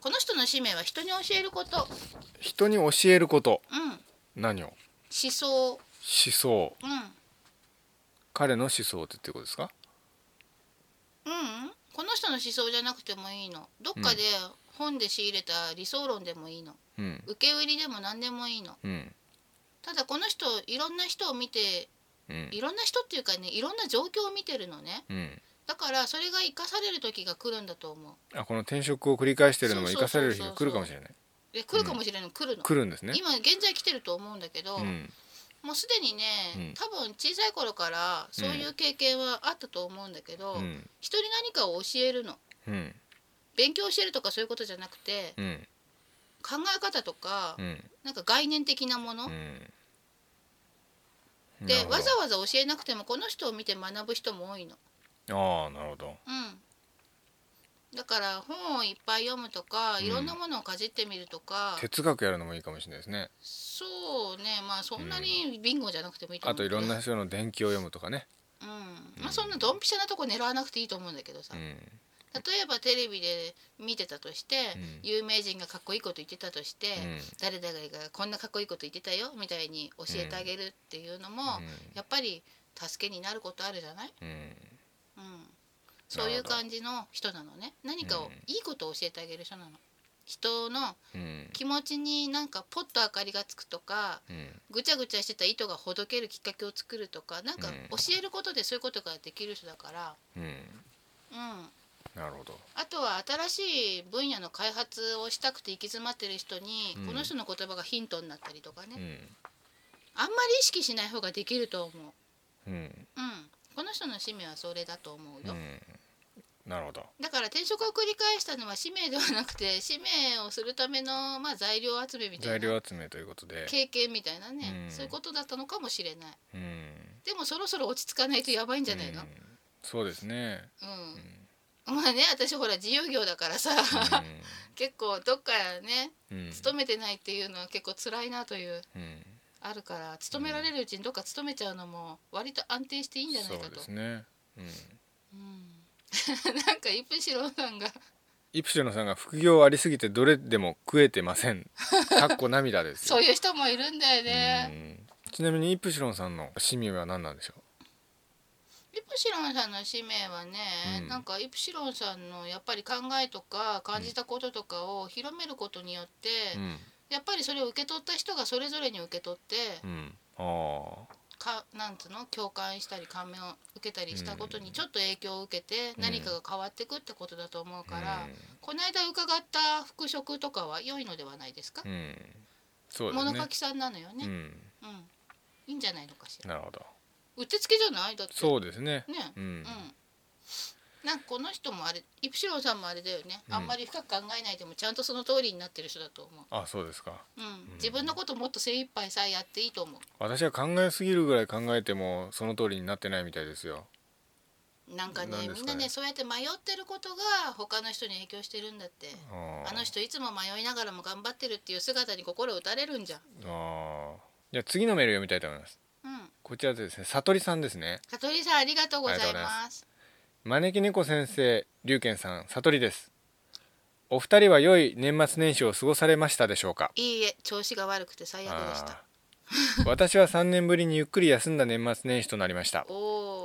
Speaker 1: この人の使命は人に教えること、うん、
Speaker 2: 人に教えること
Speaker 1: 思
Speaker 2: 何を思
Speaker 1: 想、
Speaker 2: 想
Speaker 1: うん、
Speaker 2: 彼の思想ってってことですか
Speaker 1: うん、この人の思想じゃなくてもいいの。どっかで本で仕入れた理想論でもいいの。
Speaker 2: うん
Speaker 1: 受け売りでも何でもいいの。
Speaker 2: うん
Speaker 1: ただこの人いろんな人を見て、
Speaker 2: うん
Speaker 1: いろんな人っていうかね、いろんな状況を見てるのね。
Speaker 2: うん
Speaker 1: だからそれが生かされる時が来るんだと思う。
Speaker 2: あこの転職を繰り返してるのも
Speaker 1: そう
Speaker 2: 生
Speaker 1: そう
Speaker 2: か
Speaker 1: そ
Speaker 2: さ
Speaker 1: うそう
Speaker 2: れる日が来るかもしれない
Speaker 1: で来るかもしれない、来るの。
Speaker 2: 来るんですね
Speaker 1: 今現在来てると思うんだけど、
Speaker 2: うん
Speaker 1: もうすでにね、
Speaker 2: うん
Speaker 1: 多分小さい頃からそういう経験はあったと思うんだけど、
Speaker 2: うん
Speaker 1: 人に何かを教えるの
Speaker 2: うん
Speaker 1: 勉強教えるとかそういうことじゃなくて
Speaker 2: うん
Speaker 1: 考え方とか、
Speaker 2: うん
Speaker 1: なんか概念的なもの、
Speaker 2: うん
Speaker 1: で
Speaker 2: なるほど
Speaker 1: わざわざ教えなくてもこの人を見て学ぶ人も多いの。
Speaker 2: ああなるほど
Speaker 1: うん、だから本をいっぱい読むとか
Speaker 2: うん
Speaker 1: いろんなものをかじってみるとか、
Speaker 2: 哲学やるのもいいかもしれないですね
Speaker 1: そうねまあそんなにビンゴじゃなくてもいいと思
Speaker 2: あ
Speaker 1: う
Speaker 2: と
Speaker 1: け
Speaker 2: い
Speaker 1: ど
Speaker 2: ろんな人の伝記を読むとかね
Speaker 1: うんまあ、そんなドンピシャなとこ狙わなくていいと思うんだけどさ、
Speaker 2: うん
Speaker 1: 例えばテレビで見てたとして、
Speaker 2: うん
Speaker 1: 有名人がかっこいいこと言ってたとして、
Speaker 2: うん
Speaker 1: 誰々がこんなかっこいいこと言ってたよみたいに教えてあげるっていうのも、やっぱり助けになることあるじゃない、
Speaker 2: うんうん
Speaker 1: うん、そういう
Speaker 2: なるほど
Speaker 1: 感じの人なのね何かを、
Speaker 2: うん
Speaker 1: いいことを教えてあげる人なの人の
Speaker 2: うん
Speaker 1: 気持ちになんかポッと明かりがつくとか
Speaker 2: うん
Speaker 1: ぐちゃぐちゃしてた糸がほどけるきっかけを作るとかなんか
Speaker 2: うん
Speaker 1: 教えることでそういうことができる人だから、
Speaker 2: うん
Speaker 1: うん、
Speaker 2: なるほど
Speaker 1: あとは新しい分野の開発をしたくて行き詰まってる人に、
Speaker 2: うん
Speaker 1: この人の言葉がヒントになったりとかね、
Speaker 2: うん
Speaker 1: あんまり意識しない方ができると思う、
Speaker 2: うん
Speaker 1: うん、この人の使命はそれだと思う
Speaker 2: う
Speaker 1: よ、
Speaker 2: んなるほど
Speaker 1: だから転職を繰り返したのは使命ではなくて [LAUGHS] 使命をするための、まあ、材料集めみた
Speaker 2: 材
Speaker 1: いな
Speaker 2: 料集めということで
Speaker 1: 経験みたいなね、
Speaker 2: うん
Speaker 1: そういうことだったのかもしれない
Speaker 2: うん
Speaker 1: でもそろそろ落ち着かないとやばいんじゃないの
Speaker 2: うん、そうですね
Speaker 1: うんまあね私ほら自由業だからさ、 [LAUGHS] 結構どっかね
Speaker 2: うんうん
Speaker 1: 勤めてないっていうのは結構辛いなという
Speaker 2: うん
Speaker 1: あるから勤められるうちにどっか勤めちゃうのも割と安定していいんじゃないか
Speaker 2: そう
Speaker 1: と
Speaker 2: ですねうん
Speaker 1: うんなん [LAUGHS] かイプシロンさんが
Speaker 2: イプシロンさんが副業ありすぎてどれでも食えてませ
Speaker 1: [LAUGHS]
Speaker 2: んかっこ涙です
Speaker 1: そういう人もいるんだよね
Speaker 2: うんちなみにイプシロンさんの趣味は何なんでしょ
Speaker 1: イプシロンさんの使命はね、
Speaker 2: うん
Speaker 1: なんかイプシロンさんのやっぱり考えとか感じたこととかを広めることによって、
Speaker 2: ううん
Speaker 1: やっぱりそれを受け取った人がそれぞれに受け取って
Speaker 2: うんああ
Speaker 1: かなんつうの共感したり感銘を受けたりしたこと
Speaker 2: う
Speaker 1: に
Speaker 2: ん
Speaker 1: ちょっと影響を受けて
Speaker 2: うん
Speaker 1: 何かが変わってくってことだと思うから。
Speaker 2: う
Speaker 1: この間伺った服飾とかは良いのではないですか、
Speaker 2: んうんそうですね
Speaker 1: 物書きさんなのよ
Speaker 2: う
Speaker 1: ね、
Speaker 2: ん
Speaker 1: うんいいんじゃないのかしら
Speaker 2: なるほど
Speaker 1: うってつけじゃないだって
Speaker 2: そうですね
Speaker 1: ね
Speaker 2: うん
Speaker 1: うん、なんかこの人もあれイプシロンさんもあれだよね、
Speaker 2: うん
Speaker 1: あんまり深く考えないでもちゃんとその通りになってる人だと思う、
Speaker 2: あそうですか
Speaker 1: うん自分のこともっと精一杯さえやっていいと思う
Speaker 2: 私は考えすぎるぐらい考えてもその通りになってないみたいですよ
Speaker 1: なんかね
Speaker 2: なんで
Speaker 1: み
Speaker 2: す
Speaker 1: ん
Speaker 2: かね
Speaker 1: なねそうやって迷ってることが他の人に影響してるんだって
Speaker 2: あ
Speaker 1: あの人いつも迷いながらも頑張ってるっていう姿に心打たれるんじゃん
Speaker 2: あーじゃあ次のメール読みたいと思います
Speaker 1: うん
Speaker 2: こちらですね悟りさんですね
Speaker 1: 香取さんありがとうござい
Speaker 2: ありがとうござい
Speaker 1: ます
Speaker 2: 招き猫先生龍賢さん悟りですお二人は良い年末年始を過ごされましたでしょうか
Speaker 1: いいえ調子が悪くて最悪でした
Speaker 2: あー私は3年ぶりにゆっくり休んだ年末年始となりました
Speaker 1: おお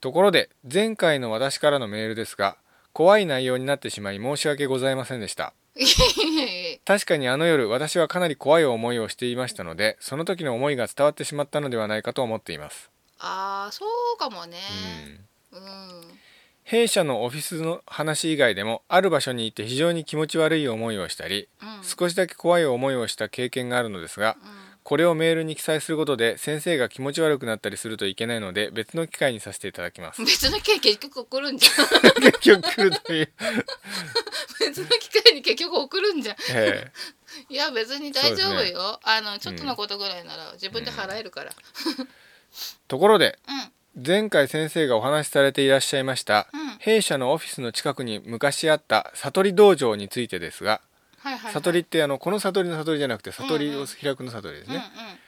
Speaker 2: ところで前回の私からのメールですが怖い内容になってしまい申し訳ございませんでした
Speaker 1: ー
Speaker 2: 確かにあの夜私はかなり怖い思いをしていましたのでその時の思いが伝わってしまったのではないかと思っています、
Speaker 1: [LAUGHS] あーそうかもね
Speaker 2: うん
Speaker 1: うん、
Speaker 2: 弊社のオフィスの話以外でもある場所に行って非常に気持ち悪い思いをしたり
Speaker 1: うん
Speaker 2: 少しだけ怖い思いをした経験があるのですがこれをメールに記載することで先生が気持ち悪くなったりするといけないので別の機会にさせていただきま
Speaker 1: う
Speaker 2: す
Speaker 1: ん [LAUGHS] 別の機会結局送るんじゃん [LAUGHS]
Speaker 2: 結局来るという、
Speaker 1: 別の機会に結局送るんじゃん
Speaker 2: ええ
Speaker 1: いや別に大丈
Speaker 2: そう
Speaker 1: 夫
Speaker 2: です
Speaker 1: よ、あのちょっとのことぐらいなら自分で払えるから
Speaker 2: ところで
Speaker 1: うん、
Speaker 2: 前回先生がお話しされていらっしゃいました、
Speaker 1: うん
Speaker 2: 弊社のオフィスの近くに昔あった悟り道場についてですが
Speaker 1: はいはい、はい、
Speaker 2: 悟りってあのこの悟りの悟りじゃなくて悟り
Speaker 1: うんう
Speaker 2: を
Speaker 1: ん
Speaker 2: 開くの悟りです
Speaker 1: うん
Speaker 2: ね、
Speaker 1: うん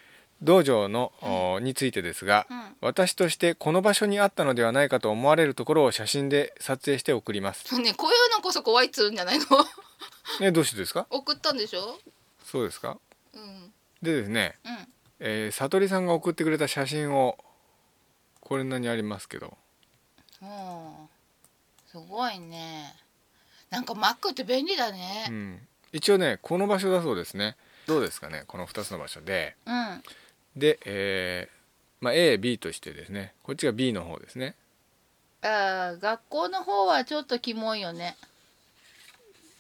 Speaker 2: 道場の、おについてですが、
Speaker 1: うん
Speaker 2: 私としてこの場所にあったのではないかと思われるところを写真で撮影して送ります
Speaker 1: ねこういうのこそ怖いっつうんじゃないの [LAUGHS]
Speaker 2: えどうしてですか
Speaker 1: 送ったんでしょ
Speaker 2: そうですか
Speaker 1: うん
Speaker 2: でですね、
Speaker 1: うん
Speaker 2: えー、悟りさんが送ってくれた写真をこれなにありますけど
Speaker 1: おーすごいねなんかマックって便利だ
Speaker 2: う
Speaker 1: ね
Speaker 2: ん、一応ねこの場所だそうですねどうですかねこの2つの場所で
Speaker 1: うん、
Speaker 2: で、えーまあ、AB としてですねこっちが B の方ですね
Speaker 1: あー学校の方はちょっとキモいよね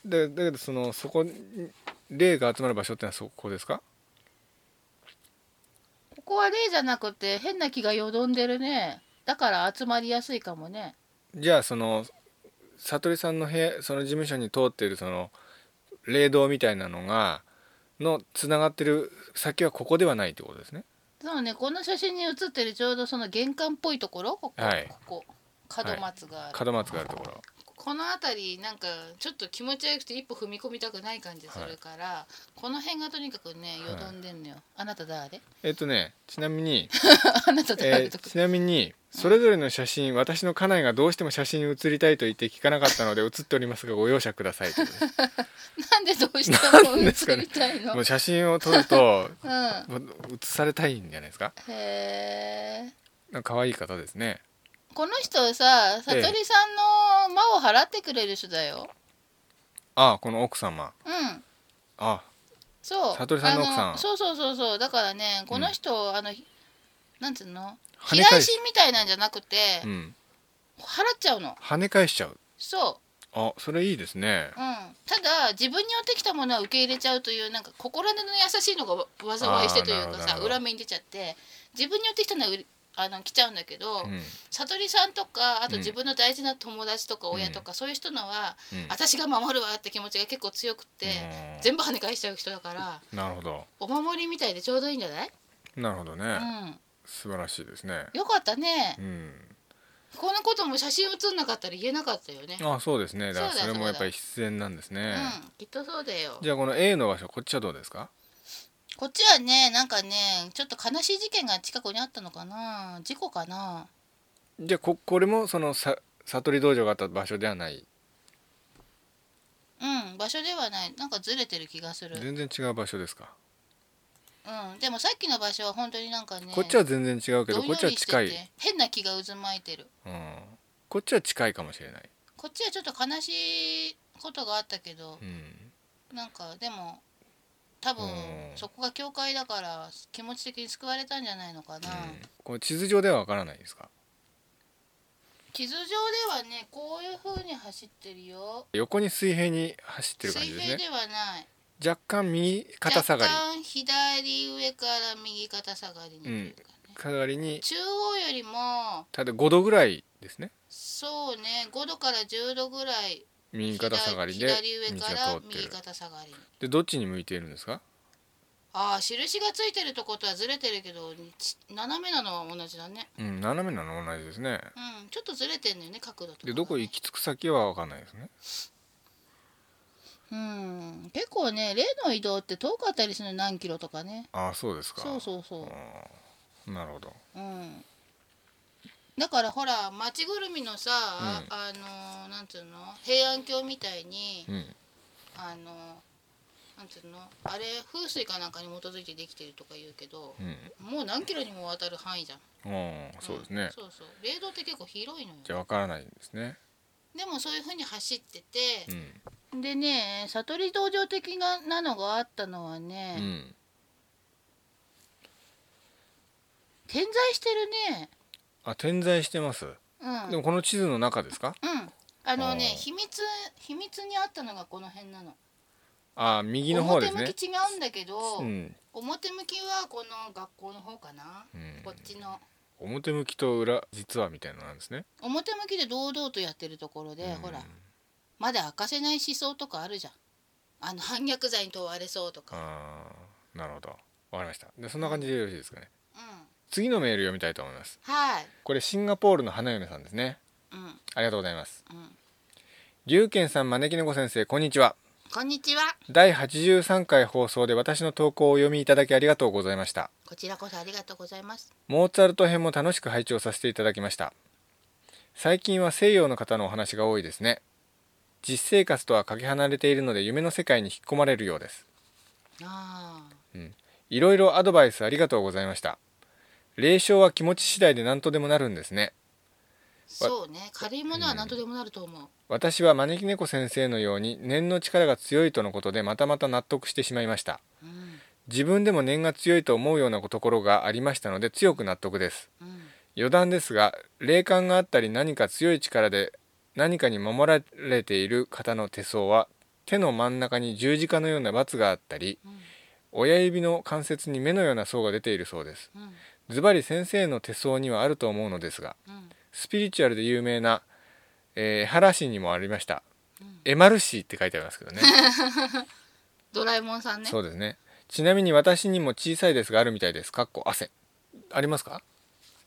Speaker 2: でだけどそのそこに霊が集まる場所ってのはそこですか
Speaker 1: ここは例じゃなくて変な気がよどんでるねだから集まりやすいかもね
Speaker 2: じゃあその悟りさんの部屋その事務所に通っているその霊道みたいなのがのつながってる先はここではないってことですね
Speaker 1: そうねこの写真に写ってるちょうどその玄関っぽいところここ、
Speaker 2: はい
Speaker 1: ここ門松がある、
Speaker 2: 門松があるところ
Speaker 1: この辺りなんかちょっと気持ち悪くて一歩踏み込みたくない感じするから、この辺がとにかくねよどんでんのよ、あなた誰 [LAUGHS]
Speaker 2: えっとねちなみに
Speaker 1: あなた誰
Speaker 2: え
Speaker 1: とか
Speaker 2: ー、ちなみにそれぞれの写真私の家内がどうしても写真に写りたいと言って聞かなかったので写っておりますがご容赦ください
Speaker 1: [LAUGHS]
Speaker 2: ということです
Speaker 1: なんでどうしても
Speaker 2: [LAUGHS] なんです
Speaker 1: 映
Speaker 2: かね
Speaker 1: りたいの、
Speaker 2: もう写真を撮ると
Speaker 1: う
Speaker 2: もう写されたいんじゃないですか
Speaker 1: んへえ
Speaker 2: なんか可愛い方ですね
Speaker 1: この人さ
Speaker 2: え
Speaker 1: 悟
Speaker 2: え
Speaker 1: りさんの間を払ってくれる人だよ
Speaker 2: ああこの奥様
Speaker 1: うん
Speaker 2: あ
Speaker 1: そう
Speaker 2: 悟りさんの奥さん
Speaker 1: あそうそうそうそうだからねこの人、あのなんつうの
Speaker 2: 跳
Speaker 1: 飛
Speaker 2: ね
Speaker 1: 来
Speaker 2: 返し
Speaker 1: 心みたいなんじゃなくて、
Speaker 2: うん
Speaker 1: 払っちゃうの
Speaker 2: 跳ね返しちゃう
Speaker 1: そう
Speaker 2: あそれいいですね
Speaker 1: うん、ただ自分に寄ってきたものは受け入れちゃうというなんか心根の優しいのがわ災いしてというか
Speaker 2: あーなるほどなる
Speaker 1: さ
Speaker 2: ほど
Speaker 1: 裏目に出ちゃって自分に寄ってきたのはうりあの来ちゃうんだけど、
Speaker 2: うん
Speaker 1: 悟りさんとかあと
Speaker 2: うん
Speaker 1: 自分の大事な友達とか親とか、そういう人のは、私が守るわって気持ちが結構強くて、
Speaker 2: うん
Speaker 1: 全部跳ね返しちゃう人だから
Speaker 2: なるほど
Speaker 1: お守りみたいでちょうどいいんじゃない、
Speaker 2: なるほどね、
Speaker 1: うん
Speaker 2: 素晴らしいですね
Speaker 1: よかったね
Speaker 2: う、ん
Speaker 1: このことも写真写んなかったら言えなかったよね、
Speaker 2: あそうですねだから
Speaker 1: そうだ
Speaker 2: それもやっぱ
Speaker 1: そうだ
Speaker 2: り必然なんですね
Speaker 1: うんきっとそうだよ
Speaker 2: じゃあこの A の場所こっちはどうですか
Speaker 1: こっちはねなんかねちょっと悲しい事件が近くにあったのかな事故かな
Speaker 2: じゃあここれもそのさ悟り道場があった場所ではない
Speaker 1: うん場所ではないなんかずれてる気がする
Speaker 2: 全然違う場所ですか、
Speaker 1: うんでもさっきの場所は本当になんかね
Speaker 2: こっちは全然違うけ
Speaker 1: ど
Speaker 2: ど
Speaker 1: ん
Speaker 2: こ
Speaker 1: よ
Speaker 2: っちは
Speaker 1: りして
Speaker 2: 近い
Speaker 1: て変な気が渦巻いてる
Speaker 2: うん、こっちは近いかもしれない、
Speaker 1: こっちはちょっと悲しいことがあったけど
Speaker 2: う、ん、
Speaker 1: なんかでも多分
Speaker 2: うん
Speaker 1: そこが教会だから気持ち的に救われたんじゃないのかな、
Speaker 2: うんこの地図上ではわからないですか
Speaker 1: 地図上ではねこういう風に走ってるよ
Speaker 2: 横に水平に走ってる感
Speaker 1: 水
Speaker 2: じです
Speaker 1: 平
Speaker 2: ね
Speaker 1: ではない
Speaker 2: 若干右肩下がり
Speaker 1: 若干左上から右肩下がりにというかね、
Speaker 2: 下がりに
Speaker 1: 中央よりも
Speaker 2: ただ5度ぐらいですね
Speaker 1: そうね5度から10度ぐらい
Speaker 2: 右肩下がりで
Speaker 1: 左左上
Speaker 2: 道
Speaker 1: か
Speaker 2: が
Speaker 1: ら
Speaker 2: 通って
Speaker 1: 右
Speaker 2: る
Speaker 1: 肩下がりに
Speaker 2: でどっちに向いているんですか
Speaker 1: ああ印がついてるとことはずれてるけどち斜めなのは同じだね
Speaker 2: うん、斜めなの同じですね
Speaker 1: うんちょっとずれてんのよね角度とか、ね、
Speaker 2: でどこ行き着く先は分かんないですね
Speaker 1: うん結構ね例の移動って遠かったりするの何キロとかね
Speaker 2: ああそうですか
Speaker 1: そうそうそう
Speaker 2: なるほど
Speaker 1: ううんだからほら町ぐるみのさ、
Speaker 2: ん
Speaker 1: あのーなんつうの平安京みたいに、
Speaker 2: うん
Speaker 1: あのーなんつうのあれ風水かなんかに基づいてできてるとか言うけど
Speaker 2: うん
Speaker 1: もう何キロにもわたる範囲じゃん
Speaker 2: うんそうですね
Speaker 1: んそうそう霊道って結構広いのよ
Speaker 2: じゃあ分からないんですね
Speaker 1: でもそういうふうに走ってて、
Speaker 2: うん
Speaker 1: でね悟り道場的ななのがあったのはね、
Speaker 2: うん
Speaker 1: 点在してるね
Speaker 2: あ点在してます
Speaker 1: うん
Speaker 2: でもこの地図の中ですか
Speaker 1: うんあのね
Speaker 2: あー
Speaker 1: 秘密秘密にあったのがこの辺なの
Speaker 2: ああ右の方です
Speaker 1: 表
Speaker 2: ね
Speaker 1: 向き違うんだけど、
Speaker 2: うん、
Speaker 1: 表向きはこの学校の方かな、
Speaker 2: うん
Speaker 1: こっちの
Speaker 2: 表向きと裏実はみたいなのなんですね
Speaker 1: 表向きで堂々とやってるところで、
Speaker 2: うん
Speaker 1: ほらまだ明かせない思想とかあるじゃんあの反逆罪に問われそうとか、
Speaker 2: ああなるほどわかりましたでそんな感じでよろしいですかね
Speaker 1: うん、
Speaker 2: 次のメール読みたいと思います
Speaker 1: はい、
Speaker 2: これシンガポールの花嫁さんですね
Speaker 1: うん
Speaker 2: ありがとうございます
Speaker 1: うん、
Speaker 2: 龍賢さん招き猫先生こんにちは
Speaker 1: こんにちは
Speaker 2: 第83回放送で私の投稿をお読みいただきありがとうございました
Speaker 1: こちらこそありがとうございます
Speaker 2: モーツァルト編も楽しく拝聴させていただきました最近は西洋の方のお話が多いですね実生活とはかけ離れているので夢の世界に引っ込まれるようです
Speaker 1: ああ
Speaker 2: いろいろアドバイスありがとうございました霊障は気持ち次第で何とでもなるんですね
Speaker 1: そうね軽いものは何とでもなると思う、
Speaker 2: 私は招き猫先生のように念の力が強いとのことでまたまた納得してしまいました
Speaker 1: うん
Speaker 2: 自分でも念が強いと思うようなところがありましたので強く納得です
Speaker 1: うん
Speaker 2: 余談ですが霊感があったり何か強い力で何かに守られている方の手相は手の真ん中に十字架のような罰があったり
Speaker 1: うん
Speaker 2: 親指の関節に目のような層が出ているそうです
Speaker 1: うん
Speaker 2: ズバリ先生の手相にはあると思うのですが
Speaker 1: うん
Speaker 2: スピリチュアルで有名な、えー、江原市にもありました、
Speaker 1: うん
Speaker 2: エマルシーって書いてありま
Speaker 1: [LAUGHS]
Speaker 2: すけどね
Speaker 1: ドラえもんさんね
Speaker 2: そうですねちなみに私にも小さいですがあるみたいですかっこ汗ありますか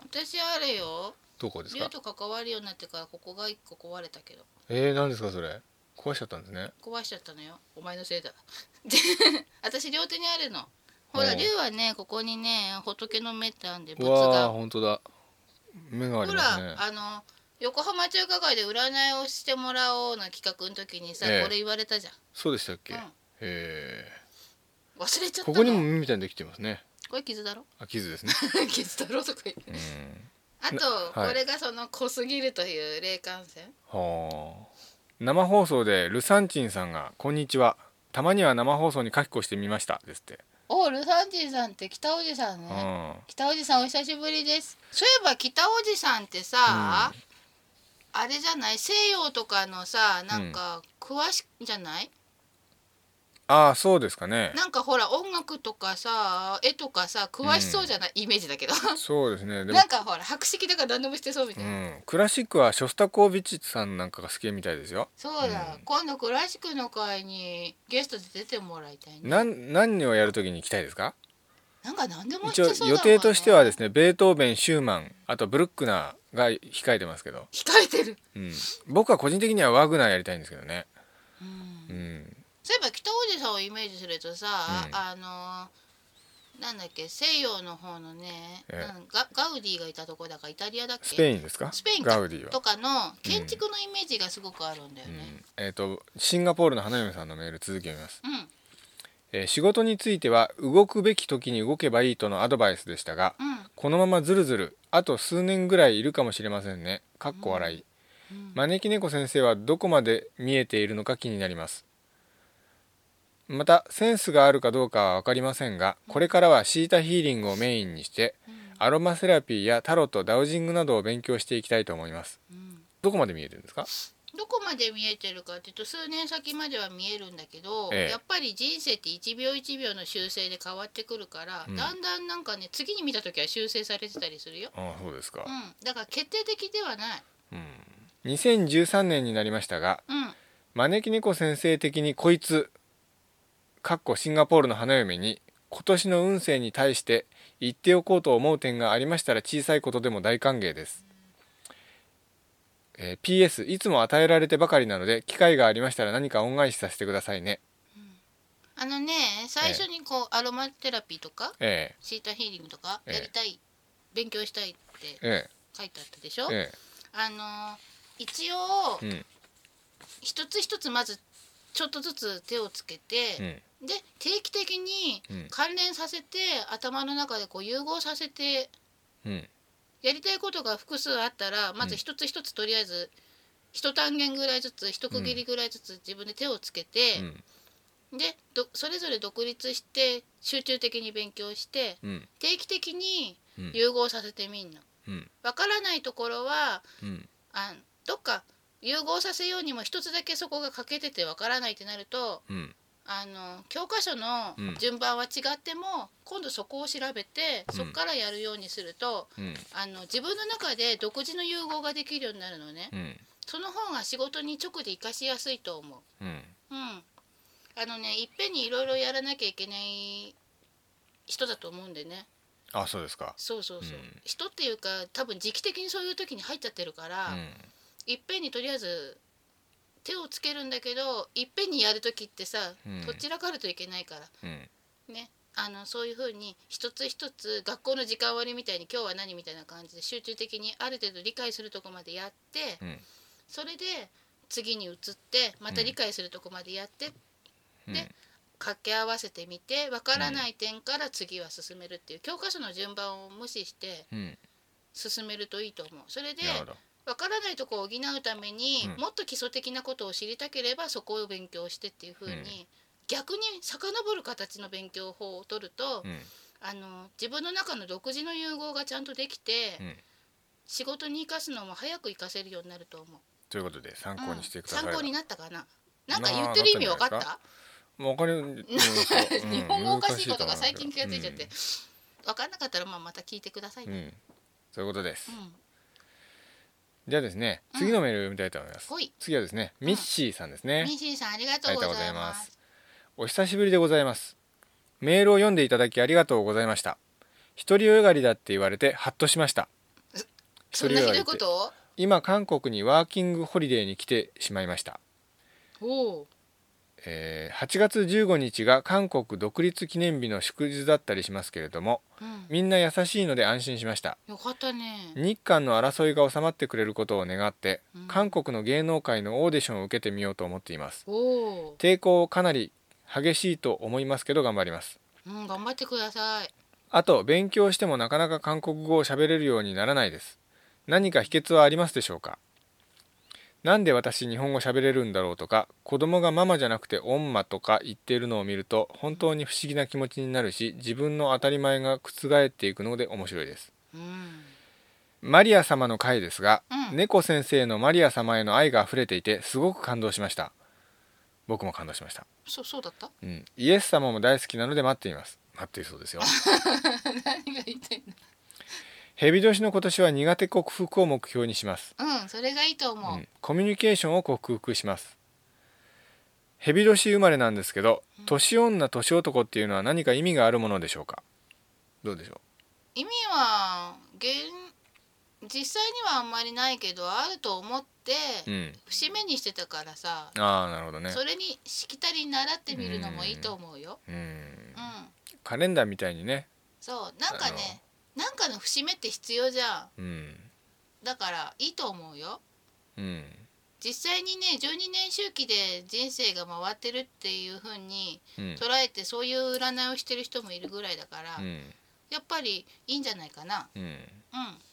Speaker 1: 私あれよ
Speaker 2: どこです
Speaker 1: 竜
Speaker 2: か
Speaker 1: と関わるようになってからここが一個壊れたけど
Speaker 2: えー、何ですかそれ壊しちゃったんですね
Speaker 1: 壊しちゃったのよお前のせいだ [LAUGHS] で私両手にあるのほ
Speaker 2: お
Speaker 1: ら
Speaker 2: う
Speaker 1: 竜はねここにね仏の目ってあるんで
Speaker 2: う
Speaker 1: 仏
Speaker 2: わあ
Speaker 1: が
Speaker 2: 本当だ目があり
Speaker 1: ほ
Speaker 2: ま
Speaker 1: ら
Speaker 2: すね
Speaker 1: あの横浜中華街で占いをしてもらおうの企画の時にさ、
Speaker 2: ええ
Speaker 1: これ言われたじゃん
Speaker 2: そうでしたっけ、
Speaker 1: うん
Speaker 2: え
Speaker 1: 忘れちゃ
Speaker 2: ー、
Speaker 1: った
Speaker 2: こ
Speaker 1: の
Speaker 2: こにも目みたいにできてますね
Speaker 1: これ傷だろ
Speaker 2: あ [LAUGHS] 傷ですね
Speaker 1: 傷だろとか言って
Speaker 2: うん
Speaker 1: あと、
Speaker 2: はい
Speaker 1: これがその濃すぎるという霊感染
Speaker 2: はあ生放送でルサンチンさんが「こんにちはたまには生放送に書き越してみました」ですって、
Speaker 1: おルサンジンさんって北おじさんね、
Speaker 2: うん
Speaker 1: 北おじさんお久しぶりですそういえば北おじさんってさ、あれじゃない西洋とかのさなんか詳しいんじゃない、
Speaker 2: ああそうですかね
Speaker 1: なんかほら音楽とかさ絵とかさ詳しそうじゃない、イメージだけど
Speaker 2: そうですねでも
Speaker 1: なんかほら博識だから何でもしてそうみた
Speaker 2: う
Speaker 1: いな、
Speaker 2: ん、クラシックはショスタコービッチさんなんかが好きみたいですよ
Speaker 1: そうだ、
Speaker 2: うん
Speaker 1: 今度クラシックの会にゲストで出てもらいたいね
Speaker 2: なん何をやるときに行きたいですか
Speaker 1: なんか何でもし
Speaker 2: 一
Speaker 1: て
Speaker 2: 応
Speaker 1: そうだもん、ね、
Speaker 2: 予定としてはですねベートーベンシューマンあとブルックナーが控えてますけど、
Speaker 1: 控えてる、
Speaker 2: うん、僕は個人的にはワグナーやりたいんですけどね、
Speaker 1: うん
Speaker 2: うん、
Speaker 1: そういえば北おじさんをイメージするとさ、
Speaker 2: うん
Speaker 1: あのーなんだっけ西洋の方のね、
Speaker 2: ええ
Speaker 1: なんガガウディがいたとこだからイタリアだっけ
Speaker 2: スペ
Speaker 1: ン
Speaker 2: インですか
Speaker 1: スペインか
Speaker 2: ガウディは
Speaker 1: とかの建築のイメージがすごくあるんだよ
Speaker 2: う
Speaker 1: ね。
Speaker 2: んえー、とシンガポールの花嫁さんのメール続きを見ます、
Speaker 1: うん、
Speaker 2: えー仕事については動くべき時に動けばいいとのアドバイスでしたが
Speaker 1: うん、
Speaker 2: このままずるずるあと数年ぐらいいるかもしれませんねかっこ笑い、
Speaker 1: うん
Speaker 2: 招き猫先生はどこまで見えているのか気になりますまたセンスがあるかどうかは分かりませんがこれからはシータヒーリングをメインにして
Speaker 1: う
Speaker 2: アロマセラピーやタロットダウジングなどを勉強していきたいと思います
Speaker 1: ん、うん。
Speaker 2: どこまで見えてるんですか
Speaker 1: どこまで見えてるかっていうと数年先までは見えるんだけど、
Speaker 2: ええ
Speaker 1: やっぱり人生って1秒1秒の修正で変わってくるから、
Speaker 2: うん
Speaker 1: だんだんなんかね次に見た時は修正されてたりするよ。
Speaker 2: ああそうですか
Speaker 1: うん、だから決定的ではない。
Speaker 2: うん、2013年になりましたが
Speaker 1: うん
Speaker 2: 招き猫先生的にこいつかっこシンガポールの花嫁に今年の運勢に対して言っておこうと思う点がありましたら小さいことでも大歓迎です、えー PS いつも与えられてばかりなので機会がありましたら何か恩返しさせてくださいね
Speaker 1: あのね最初にこうアロマテラピーとか
Speaker 2: え
Speaker 1: シータヒーリングとか
Speaker 2: ええ
Speaker 1: やりたい、勉強したいって
Speaker 2: ええ
Speaker 1: 書いてあったでしょ、
Speaker 2: ええ
Speaker 1: あのー一応
Speaker 2: えうん
Speaker 1: 一つ一つまずちょっとずつ手をつけ
Speaker 2: う
Speaker 1: て、
Speaker 2: ん
Speaker 1: で定期的に
Speaker 2: うん
Speaker 1: 関連させて頭の中でこう融合させて
Speaker 2: うん
Speaker 1: やりたいことが複数あったらまず一つ一つとりあえず一単元ぐらいずつ一区切りぐらいずつ自分で手をつけて
Speaker 2: う、ん
Speaker 1: でどそれぞれ独立して集中的に勉強して
Speaker 2: うん
Speaker 1: 定期的に
Speaker 2: うん
Speaker 1: 融合させてみんの。
Speaker 2: うん
Speaker 1: わからないところは
Speaker 2: うん
Speaker 1: あどっか融合させようにも一つだけそこが欠けててわからないってなると
Speaker 2: うん
Speaker 1: あの教科書の
Speaker 2: うん
Speaker 1: 順番は違っても、今度そこを調べて
Speaker 2: うん
Speaker 1: そこからやるようにすると、
Speaker 2: うん
Speaker 1: あの自分の中で独自の融合ができるようになるのね
Speaker 2: うん
Speaker 1: その方が仕事に直で活かしやすいと思う。
Speaker 2: う
Speaker 1: う
Speaker 2: ん
Speaker 1: ん、あのねいっぺんにいろいろやらなきゃいけない人だと思うんでね
Speaker 2: あそうですか
Speaker 1: そうそうそう、
Speaker 2: うん
Speaker 1: 人っていうか多分時期的にそういう時に入っちゃってるから。
Speaker 2: う
Speaker 1: いっぺんにとりあえず手をつけるんだけどいっぺんにやる時ってさ、
Speaker 2: うん
Speaker 1: どちらかるといけないか
Speaker 2: んうん
Speaker 1: らねあのそういうふうに一つ一つ学校の時間割みたいに今日は何みたいな感じで集中的にある程度理解するとこまでやって
Speaker 2: うん
Speaker 1: それで次に移ってまた理解するとこまでやって、
Speaker 2: うん
Speaker 1: で掛け合わせてみてわからない点から次は進めるっていう教科書の順番を無視して
Speaker 2: うん
Speaker 1: 進めるといいと思う。それで
Speaker 2: なるほど
Speaker 1: わからないとこを補うために、
Speaker 2: うん
Speaker 1: もっと基礎的なことを知りたければそこを勉強してっていうふうに、
Speaker 2: うん
Speaker 1: 逆に遡る形の勉強法を取ると、
Speaker 2: うん
Speaker 1: あの自分の中の独自の融合がちゃんとできて、
Speaker 2: うん
Speaker 1: 仕事に生かすのも早く生かせるようになると思う。
Speaker 2: ということで参考にしてください、
Speaker 1: うん参考になったかな。なんか
Speaker 2: まあ
Speaker 1: 言ってる意味分かっ？
Speaker 2: なったもうわかる、
Speaker 1: [LAUGHS]
Speaker 2: うん
Speaker 1: 日本語おかしいことが
Speaker 2: 難
Speaker 1: 最
Speaker 2: な
Speaker 1: 近気がついちゃって、分かんなかったらまあまた聞いてください
Speaker 2: うん、う
Speaker 1: ね。
Speaker 2: んそういうことです、
Speaker 1: うん、
Speaker 2: じゃあですね
Speaker 1: うん
Speaker 2: 次のメール読みたいと思います、
Speaker 1: ほい。
Speaker 2: 次はですねミッシーさんですね、
Speaker 1: ミッシーさんありがと
Speaker 2: あ
Speaker 1: う
Speaker 2: り
Speaker 1: ご
Speaker 2: が
Speaker 1: ざ
Speaker 2: とうござ
Speaker 1: い
Speaker 2: いま
Speaker 1: ます。
Speaker 2: すお久しぶりでございますメールを読んでいただきありがとうございました独りよがりだって言われてハッとしました
Speaker 1: そんなひどいことを？
Speaker 2: 今韓国にワーキングホリデーに来てしまいました、
Speaker 1: おう
Speaker 2: えー8月15日が韓国独立記念日の祝日だったりしますけれども
Speaker 1: うん
Speaker 2: みんな優しいので安心しました
Speaker 1: よかったね。
Speaker 2: 日韓の争いが収まってくれることを願って、
Speaker 1: うん
Speaker 2: 韓国の芸能界のオーディションを受けてみようと思っています
Speaker 1: おお、
Speaker 2: 抵抗かなり激しいと思いますけど頑張ります
Speaker 1: うん、頑張ってください。
Speaker 2: あと勉強してもなかなか韓国語を喋れるようにならないです何か秘訣はありますでしょうかなんで私日本語喋れるんだろうとか子供がママじゃなくてオンマとか言っているのを見ると本当に不思議な気持ちになるし自分の当たり前が覆っていくので面白いです
Speaker 1: うん、
Speaker 2: マリア様の回ですが、
Speaker 1: うん
Speaker 2: 猫先生のマリア様への愛が溢れていてすごく感動しました僕も感動しました、
Speaker 1: そそうだった？
Speaker 2: うん、イエス様も大好きなので待っています待っているそうですよ
Speaker 1: [LAUGHS] 何が言いたい
Speaker 2: 蛇年の今年は苦手克服を目標にします、
Speaker 1: の？うん、それがいいと思う。
Speaker 2: うんコミュニケーションを克服します蛇年生まれなんですけど年女年男っていうのは何か意味があるものでしょうかどうでしょ
Speaker 1: 意味は現実際にはあんまりないけどあると思って、
Speaker 2: う、うん、
Speaker 1: 節目にしてたからさ、
Speaker 2: ああなるほどね
Speaker 1: それにしきたりに習ってみるのもいいと思うよ。
Speaker 2: うん
Speaker 1: うん、
Speaker 2: カレンダーみたいにね、
Speaker 1: そう、なんかね、なんかの節目って必要じゃん。
Speaker 2: うん
Speaker 1: だからいいと思うよ。
Speaker 2: うん、
Speaker 1: 実際にね12年周期で人生が回ってるっていう風に
Speaker 2: うん
Speaker 1: 捉えてそういう占いをしてる人もいるぐらいだから、
Speaker 2: うん
Speaker 1: やっぱりいいんじゃないかな。
Speaker 2: うん、
Speaker 1: うん、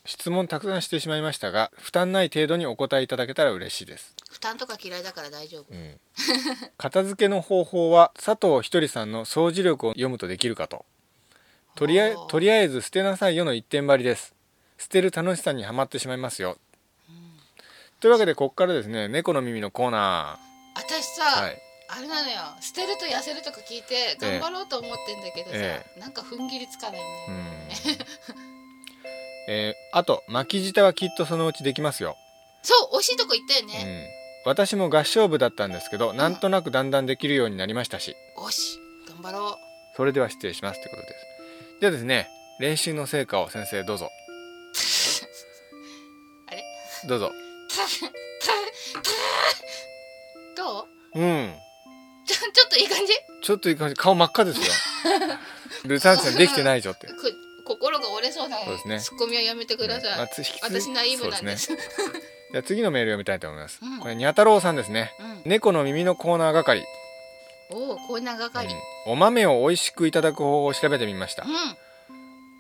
Speaker 2: 質問たくさんしてしまいましたが負担ない程度にお答えいただけたら嬉しいです、
Speaker 1: 負担とか嫌いだから大丈夫。
Speaker 2: うん、片付けの方法は佐藤ひとりさんの掃除力を読むとできるかととりあえ
Speaker 1: おー
Speaker 2: とりあえず捨てなさいよの一点張りです捨てる楽しさにはまってしまいますよ、というわけでここからですね猫の耳のコーナ
Speaker 1: 私さ、
Speaker 2: ーはい
Speaker 1: あれなのよ捨てると痩せるとか聞いて頑張ろうと思ってんだけどさ、
Speaker 2: え
Speaker 1: なんか踏ん切りつかない
Speaker 2: う
Speaker 1: だ
Speaker 2: ん
Speaker 1: よ
Speaker 2: えーあと巻き舌はきっとそのうちできますよ
Speaker 1: そう惜しいとこ行ったよ
Speaker 2: う
Speaker 1: ね。
Speaker 2: ん、私も合唱部だったんですけどなんとなくだんだんできるようになりましたし
Speaker 1: 惜しい頑張ろう。 [LAUGHS]
Speaker 2: それでは失礼しますということですじゃあですね練習の成果を先生どうぞ
Speaker 1: あれ
Speaker 2: どうぞ
Speaker 1: どう
Speaker 2: うん
Speaker 1: ちょ [LAUGHS] ちょっといい感じ
Speaker 2: ちょっといい感じ顔真っ赤ですよ
Speaker 1: [LAUGHS]
Speaker 2: ルサンチさんできてないぞって
Speaker 1: く心が折れそうな
Speaker 2: そうですね
Speaker 1: ツッコミはやめてください、
Speaker 2: まあつ引き続き
Speaker 1: 私ナイーブなんです
Speaker 2: そうねじゃあ次のメールを見たいと思います、
Speaker 1: うん
Speaker 2: これにゃ太郎さんですね
Speaker 1: うん、
Speaker 2: 猫の耳のコーナー係、
Speaker 1: おおこんな係うん、
Speaker 2: うんお豆を美味しくいただく方法を調べてみました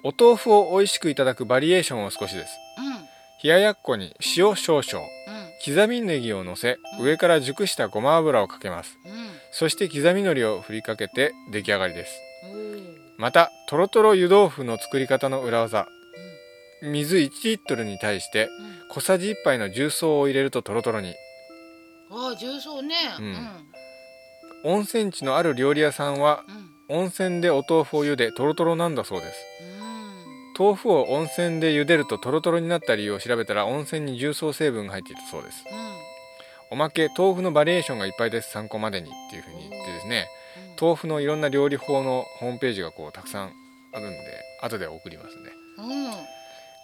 Speaker 2: お豆腐を美味しくいただくバリエーションを少しです
Speaker 1: うん
Speaker 2: 冷ややっこに塩少々
Speaker 1: うん
Speaker 2: 刻みネギをのせ
Speaker 1: うん
Speaker 2: 上から熟したごま油をかけます
Speaker 1: うん
Speaker 2: そして刻み海苔を振りかけて出来上がりです
Speaker 1: おー
Speaker 2: またとろとろ湯豆腐の作り方の裏技水1リットルに対して
Speaker 1: うんうん
Speaker 2: 小さじ1杯の重曹を入れるととろとろに
Speaker 1: ああ重曹ね
Speaker 2: う
Speaker 1: うんん
Speaker 2: 温泉地のある料理屋さんは
Speaker 1: うん
Speaker 2: 温泉でお豆腐を茹でとろとろなんだそうです
Speaker 1: うん
Speaker 2: 豆腐を温泉で茹でるととろとろになった理由を調べたら温泉に重曹成分が入っていたそうです
Speaker 1: うん
Speaker 2: おまけ豆腐のバリエーションがいっぱいです参考までにっていうふうに言ってですね豆腐のいろんな料理法のホームページがこうたくさんあるんで後で送りますね
Speaker 1: うん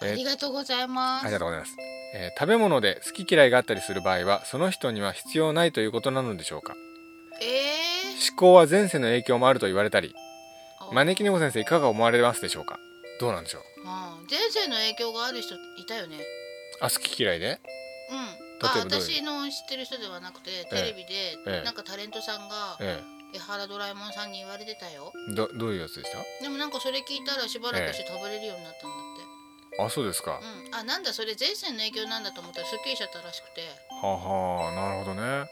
Speaker 2: えー
Speaker 1: ありがとうございま
Speaker 2: あり
Speaker 1: す
Speaker 2: がとうございます、えー食べ物で好き嫌いがあったりする場合はその人には必要ないということなのでしょうか
Speaker 1: え
Speaker 2: 思考は前世の影響もあると言われたり
Speaker 1: ー
Speaker 2: 招き猫先生いかが思われますでしょうかどうなんでしょう
Speaker 1: あー前世の影響がある人いたよね
Speaker 2: あ好き嫌いで
Speaker 1: うん
Speaker 2: 例
Speaker 1: あ
Speaker 2: えばどういう
Speaker 1: 私の知ってる人ではなくてテレビ
Speaker 2: ええ
Speaker 1: でなんかタレントさんが
Speaker 2: え
Speaker 1: 江原ドラえもんさんに言われてたよ
Speaker 2: えどどういうやつでし
Speaker 1: でもなんかそれ聞いたらしばらくして食べれるようになったんだって
Speaker 2: たあそうですか、
Speaker 1: うん、あなんだそれ前世の影響なんだと思ったらすっきりしちゃったらしくて、
Speaker 2: ははあなるほどね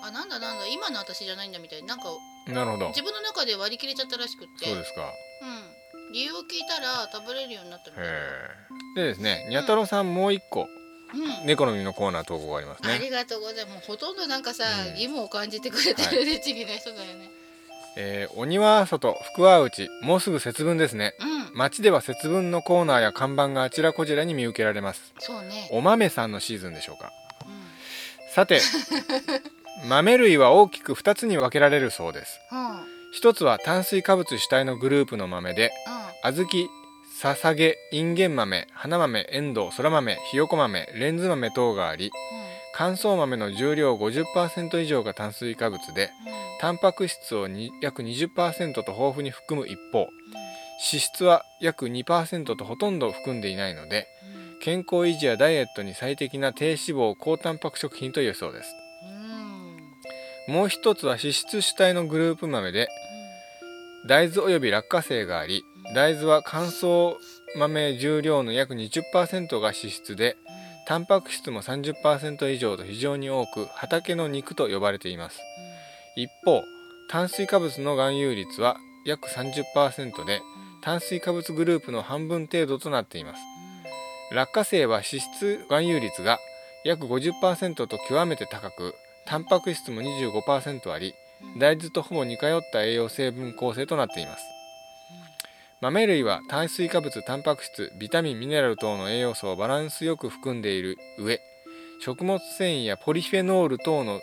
Speaker 1: うん、あなんだなんだ今の私じゃないんだみたいになんか
Speaker 2: なるほど
Speaker 1: 自分の中で割り切れちゃったらしくって
Speaker 2: そうですか
Speaker 1: うん、理由を聞いたら食べれるようになったみたいな、
Speaker 2: へえでですねにゃ太郎さんもう一個
Speaker 1: うん
Speaker 2: 猫の耳のコーナー投稿があります
Speaker 1: あ
Speaker 2: ね
Speaker 1: りがとうございますもうほとんどなんかさ、
Speaker 2: うん
Speaker 1: 義務を感じてくれて
Speaker 2: は
Speaker 1: る律儀な人だよね、
Speaker 2: えー、鬼は外福は内もうすぐ節分ですね
Speaker 1: うん
Speaker 2: 街では節分のコーナーや看板があちらこちらに見受けられます
Speaker 1: そうね、
Speaker 2: お豆さんのシーズンでしょうか
Speaker 1: うん、
Speaker 2: さて豆類は大きく2つに分けられるそうです
Speaker 1: は
Speaker 2: 一つは炭水化物主体のグループの豆で
Speaker 1: あ、
Speaker 2: 小豆ささげインゲン豆花豆エンドウそら豆ひよこ豆レンズ豆等があり
Speaker 1: う
Speaker 2: 乾燥豆の重量50%以上が炭水化物で
Speaker 1: んうんうん
Speaker 2: タンパク質をに約20%と豊富に含む一
Speaker 1: う
Speaker 2: 方脂質は約2%とほとんど含んでいないので
Speaker 1: んうん
Speaker 2: 健康維持やダイエットに最適な低脂肪高タンパク食品というそうです
Speaker 1: うん
Speaker 2: もう一つは脂質主体のグループ豆で大豆および落花生があり大豆は乾燥豆重量の約20%が脂質でタンパク質も30%以上と非常に多く畑の肉と呼ばれています一方炭水化物の含有率は約30%で炭水化物グループの半分程度となっています落花生は脂質含有率が約50%と極めて高くタンパク質も25%あり大豆とほぼ似通った栄養成分構成となっています豆類は炭水化物タンパク質ビタミンミネラル等の栄養素をバランスよく含んでいる上食物繊維やポリフェノール等の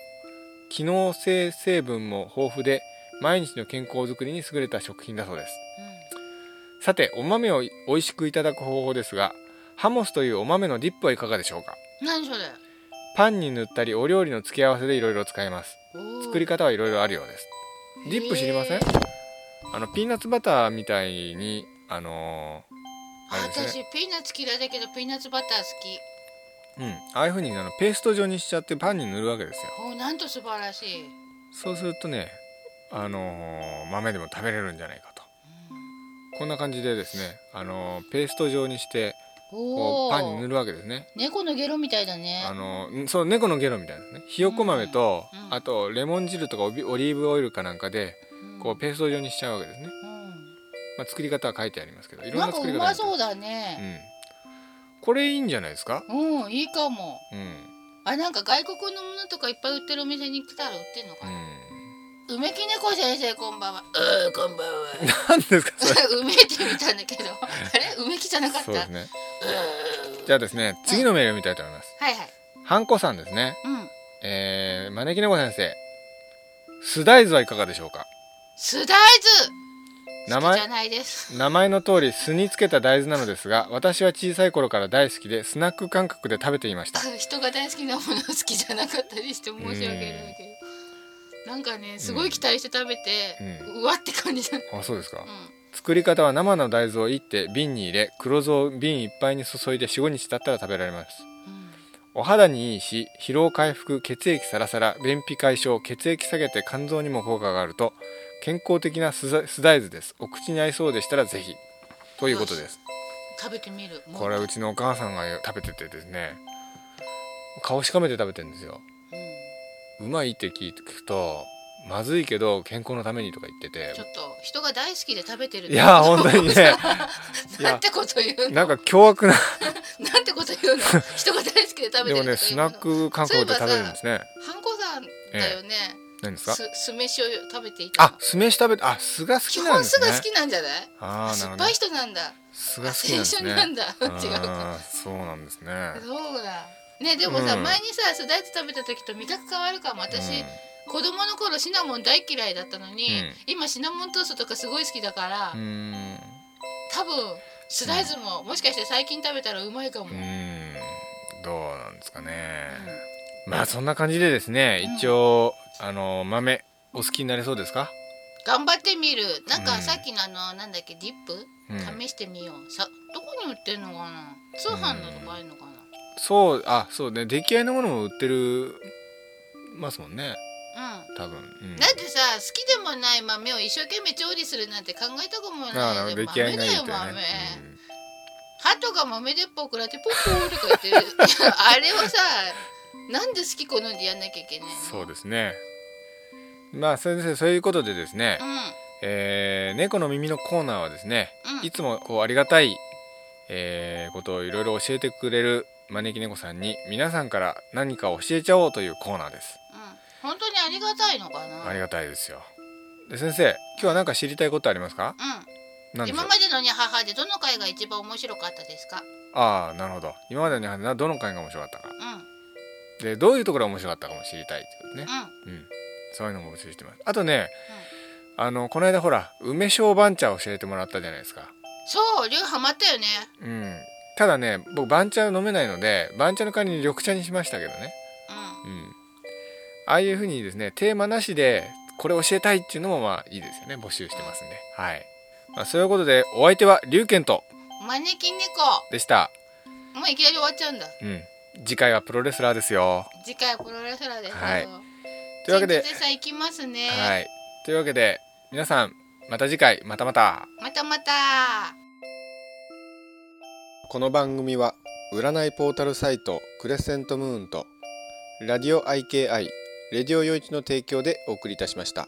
Speaker 2: 機能性成分も豊富で毎日の健康づくりに優れた食品だそうですさてお豆を美味しくいただく方法ですがハモスというお豆のディップはいかがでしょうか
Speaker 1: 何それ
Speaker 2: パンに塗ったりお料理の付け合わせでいろいろ使えます作り方はいろいろあるようですディップ知りません
Speaker 1: へー
Speaker 2: あのピーナッツバターみたいにあのーあれですね
Speaker 1: 私ピーナッツ嫌いだけどピーナッツバター好き
Speaker 2: うんああいう風にあのペースト状にしちゃってパンに塗るわけですよ
Speaker 1: おーなんと素晴らしい、うん
Speaker 2: そうするとねあのー豆でも食べれるんじゃないかとこんな感じでですねあのーペースト状にして
Speaker 1: お
Speaker 2: こう
Speaker 1: お
Speaker 2: パンに塗るわけですね
Speaker 1: 猫のゲロみたいだね
Speaker 2: あのんそう猫のゲロみたいなねひよこ豆と、
Speaker 1: うんうん
Speaker 2: あとレモン汁とかオビオリーブオイルかなんかで
Speaker 1: うん
Speaker 2: こうペースト状にしちゃうわけですね、
Speaker 1: う
Speaker 2: まあ、作り方は書いてありますけどい
Speaker 1: ん、
Speaker 2: ろん
Speaker 1: なんか
Speaker 2: な作
Speaker 1: う
Speaker 2: り方
Speaker 1: まそううだ
Speaker 2: う
Speaker 1: ね
Speaker 2: ん、これいいんじゃないですか
Speaker 1: うん、いいかも
Speaker 2: うん、
Speaker 1: あなんか外国のものとかいっぱい売ってるお店に来たら売ってんのか
Speaker 2: う
Speaker 1: な、
Speaker 2: ん、
Speaker 1: 梅木猫先生こん
Speaker 2: [LAUGHS]
Speaker 1: ばんはうーこんばんは
Speaker 2: 何ですかそれ
Speaker 1: 梅木見たんだけ
Speaker 2: [LAUGHS]
Speaker 1: どあれ梅木じゃなかっ
Speaker 2: そ
Speaker 1: た
Speaker 2: うですね
Speaker 1: うー
Speaker 2: じゃあですね次のメールを見たいと思います
Speaker 1: はいはい
Speaker 2: ハンコさんですね
Speaker 1: うん
Speaker 2: えー、招き猫先生酢大豆はいかがでしょうか
Speaker 1: スダイズ好
Speaker 2: 名
Speaker 1: き
Speaker 2: 前
Speaker 1: じゃないです。
Speaker 2: 名前の通り酢につけた大豆なのですが私は小さい頃から大好きでスナック感覚で食べていました
Speaker 1: [LAUGHS] 人が大好きなもの好きじゃなかったりして申し訳ないけど。なんかね、すごい期待して食べて、うわって感じだね。
Speaker 2: あそうですか
Speaker 1: う
Speaker 2: 作り方は生の大豆をいって瓶に入れ黒酢を瓶いっぱいに注いで45日経ったら食べられます
Speaker 1: ん。うん
Speaker 2: お肌にいいし疲労回復血液サラサラ便秘解消血液下げて肝臓にも効果があると健康的な酢ざ酢大豆ですお口に合いそうでしたらぜひということです
Speaker 1: 食べてみる。もう
Speaker 2: これうちのお母さんが食べててですね顔しかめて食べてるんですよ
Speaker 1: うん
Speaker 2: うまいって聞くとまずいけど健康のためにとか言ってて
Speaker 1: ちょっと人が大好きで食べてる。
Speaker 2: いやー本当にねい
Speaker 1: [LAUGHS]
Speaker 2: や
Speaker 1: なんてこと言うの。
Speaker 2: なんか凶悪な
Speaker 1: なんてこと
Speaker 2: [LAUGHS]
Speaker 1: 言うの。人が大好きで食べてるとか
Speaker 2: で
Speaker 1: 言
Speaker 2: も
Speaker 1: うの。
Speaker 2: ねスナック感覚で食べるんですね
Speaker 1: ハンコさんだよね。
Speaker 2: 何ですか
Speaker 1: す酢飯を食べていた。
Speaker 2: あ酢飯食べあ酢が好
Speaker 1: 基
Speaker 2: きなん
Speaker 1: 本
Speaker 2: です
Speaker 1: 酢
Speaker 2: ね
Speaker 1: が好きなんじゃない？
Speaker 2: ああなる
Speaker 1: 酸
Speaker 2: ほ
Speaker 1: っ
Speaker 2: ど
Speaker 1: ぱい人なんだ。
Speaker 2: 酢が
Speaker 1: あ
Speaker 2: 好きなん
Speaker 1: 青
Speaker 2: です
Speaker 1: 春
Speaker 2: ね
Speaker 1: なんだ。 [LAUGHS] 違うか。
Speaker 2: あーそうなんですね
Speaker 1: そうだ。ねでもさ、
Speaker 2: うん
Speaker 1: 前にさ酢大豆食べた時と味覚変わるかも。私、子供の頃シナモン大嫌いだったのに、
Speaker 2: うん
Speaker 1: 今シナモントーストとかすごい好きだから、
Speaker 2: うんうん
Speaker 1: 多分酢大豆ももしかして最近食べたらうまいかも。
Speaker 2: うーんどうなんですかね
Speaker 1: う
Speaker 2: まあそんな感じでですね一応あの豆お好きになれそうですか
Speaker 1: 頑張ってみるなんか
Speaker 2: うん
Speaker 1: さっきのあの、なんだっけディップ、
Speaker 2: うん
Speaker 1: 試してみようさどこに売ってんのかな通販のとこあるのかな
Speaker 2: そうあそうね出来合いのものも売ってるますもんね
Speaker 1: うん、
Speaker 2: 多分うん
Speaker 1: だってさ好きでもない豆を一生懸命調理するなんて考えたくも
Speaker 2: ああな
Speaker 1: ない
Speaker 2: るほど
Speaker 1: でも
Speaker 2: 出来合い
Speaker 1: 豆
Speaker 2: がいい
Speaker 1: だよ
Speaker 2: とね
Speaker 1: 豆、鳩が豆鉄砲食らってポッポーとか言
Speaker 2: [LAUGHS]
Speaker 1: ってるいやあれはさなんで好き好んでやんなきゃいけないの
Speaker 2: うんそうですねまあ先生そういうことでですね
Speaker 1: う、ん
Speaker 2: えー猫の耳のコーナーはですね
Speaker 1: うん
Speaker 2: いつもこうありがたい、えーことをいろいろ教えてくれる招き猫さんに皆さんから何か教えちゃおうというコーナーです。
Speaker 1: うん本当にありがたいのかな
Speaker 2: ありがたいですよ。で先生今日は何か知りたいことありますか？
Speaker 1: う
Speaker 2: 何
Speaker 1: ん
Speaker 2: でしょ
Speaker 1: 今
Speaker 2: う？
Speaker 1: までのに母でどの回が一番面白かったですか
Speaker 2: ああなるほど。今までの話はどの回が面白かったか
Speaker 1: う。んうん
Speaker 2: でどういうところが面白かったかも知りたいってことね。うん。そういうのも募集してます。あとね、あのこの間ほら梅小番茶を教えてもらったじゃないですか。
Speaker 1: そう龍ハマったよね
Speaker 2: うん。ただね僕番茶飲めないので番茶の代わりに緑茶にしましたけどね。
Speaker 1: うん
Speaker 2: うん、ああいうふうにですねテーマなしでこれ教えたいっていうのもまあいいですよね募集してますんではい、まあ、そういうことでお相手は龍賢と
Speaker 1: 招き猫
Speaker 2: でした、
Speaker 1: もういきなり終わっちゃうんだ
Speaker 2: うん、次回はプロレスラーですよ
Speaker 1: 次回はプロレスラーですよ
Speaker 2: はいというわけで
Speaker 1: チェンジさん行きますね、
Speaker 2: はいというわけで皆さんまた次回またまた
Speaker 1: またまた
Speaker 2: この番組は占いポータルサイトクレッセントムーンとラディオ IKI レディオイチの提供でお送りいたしました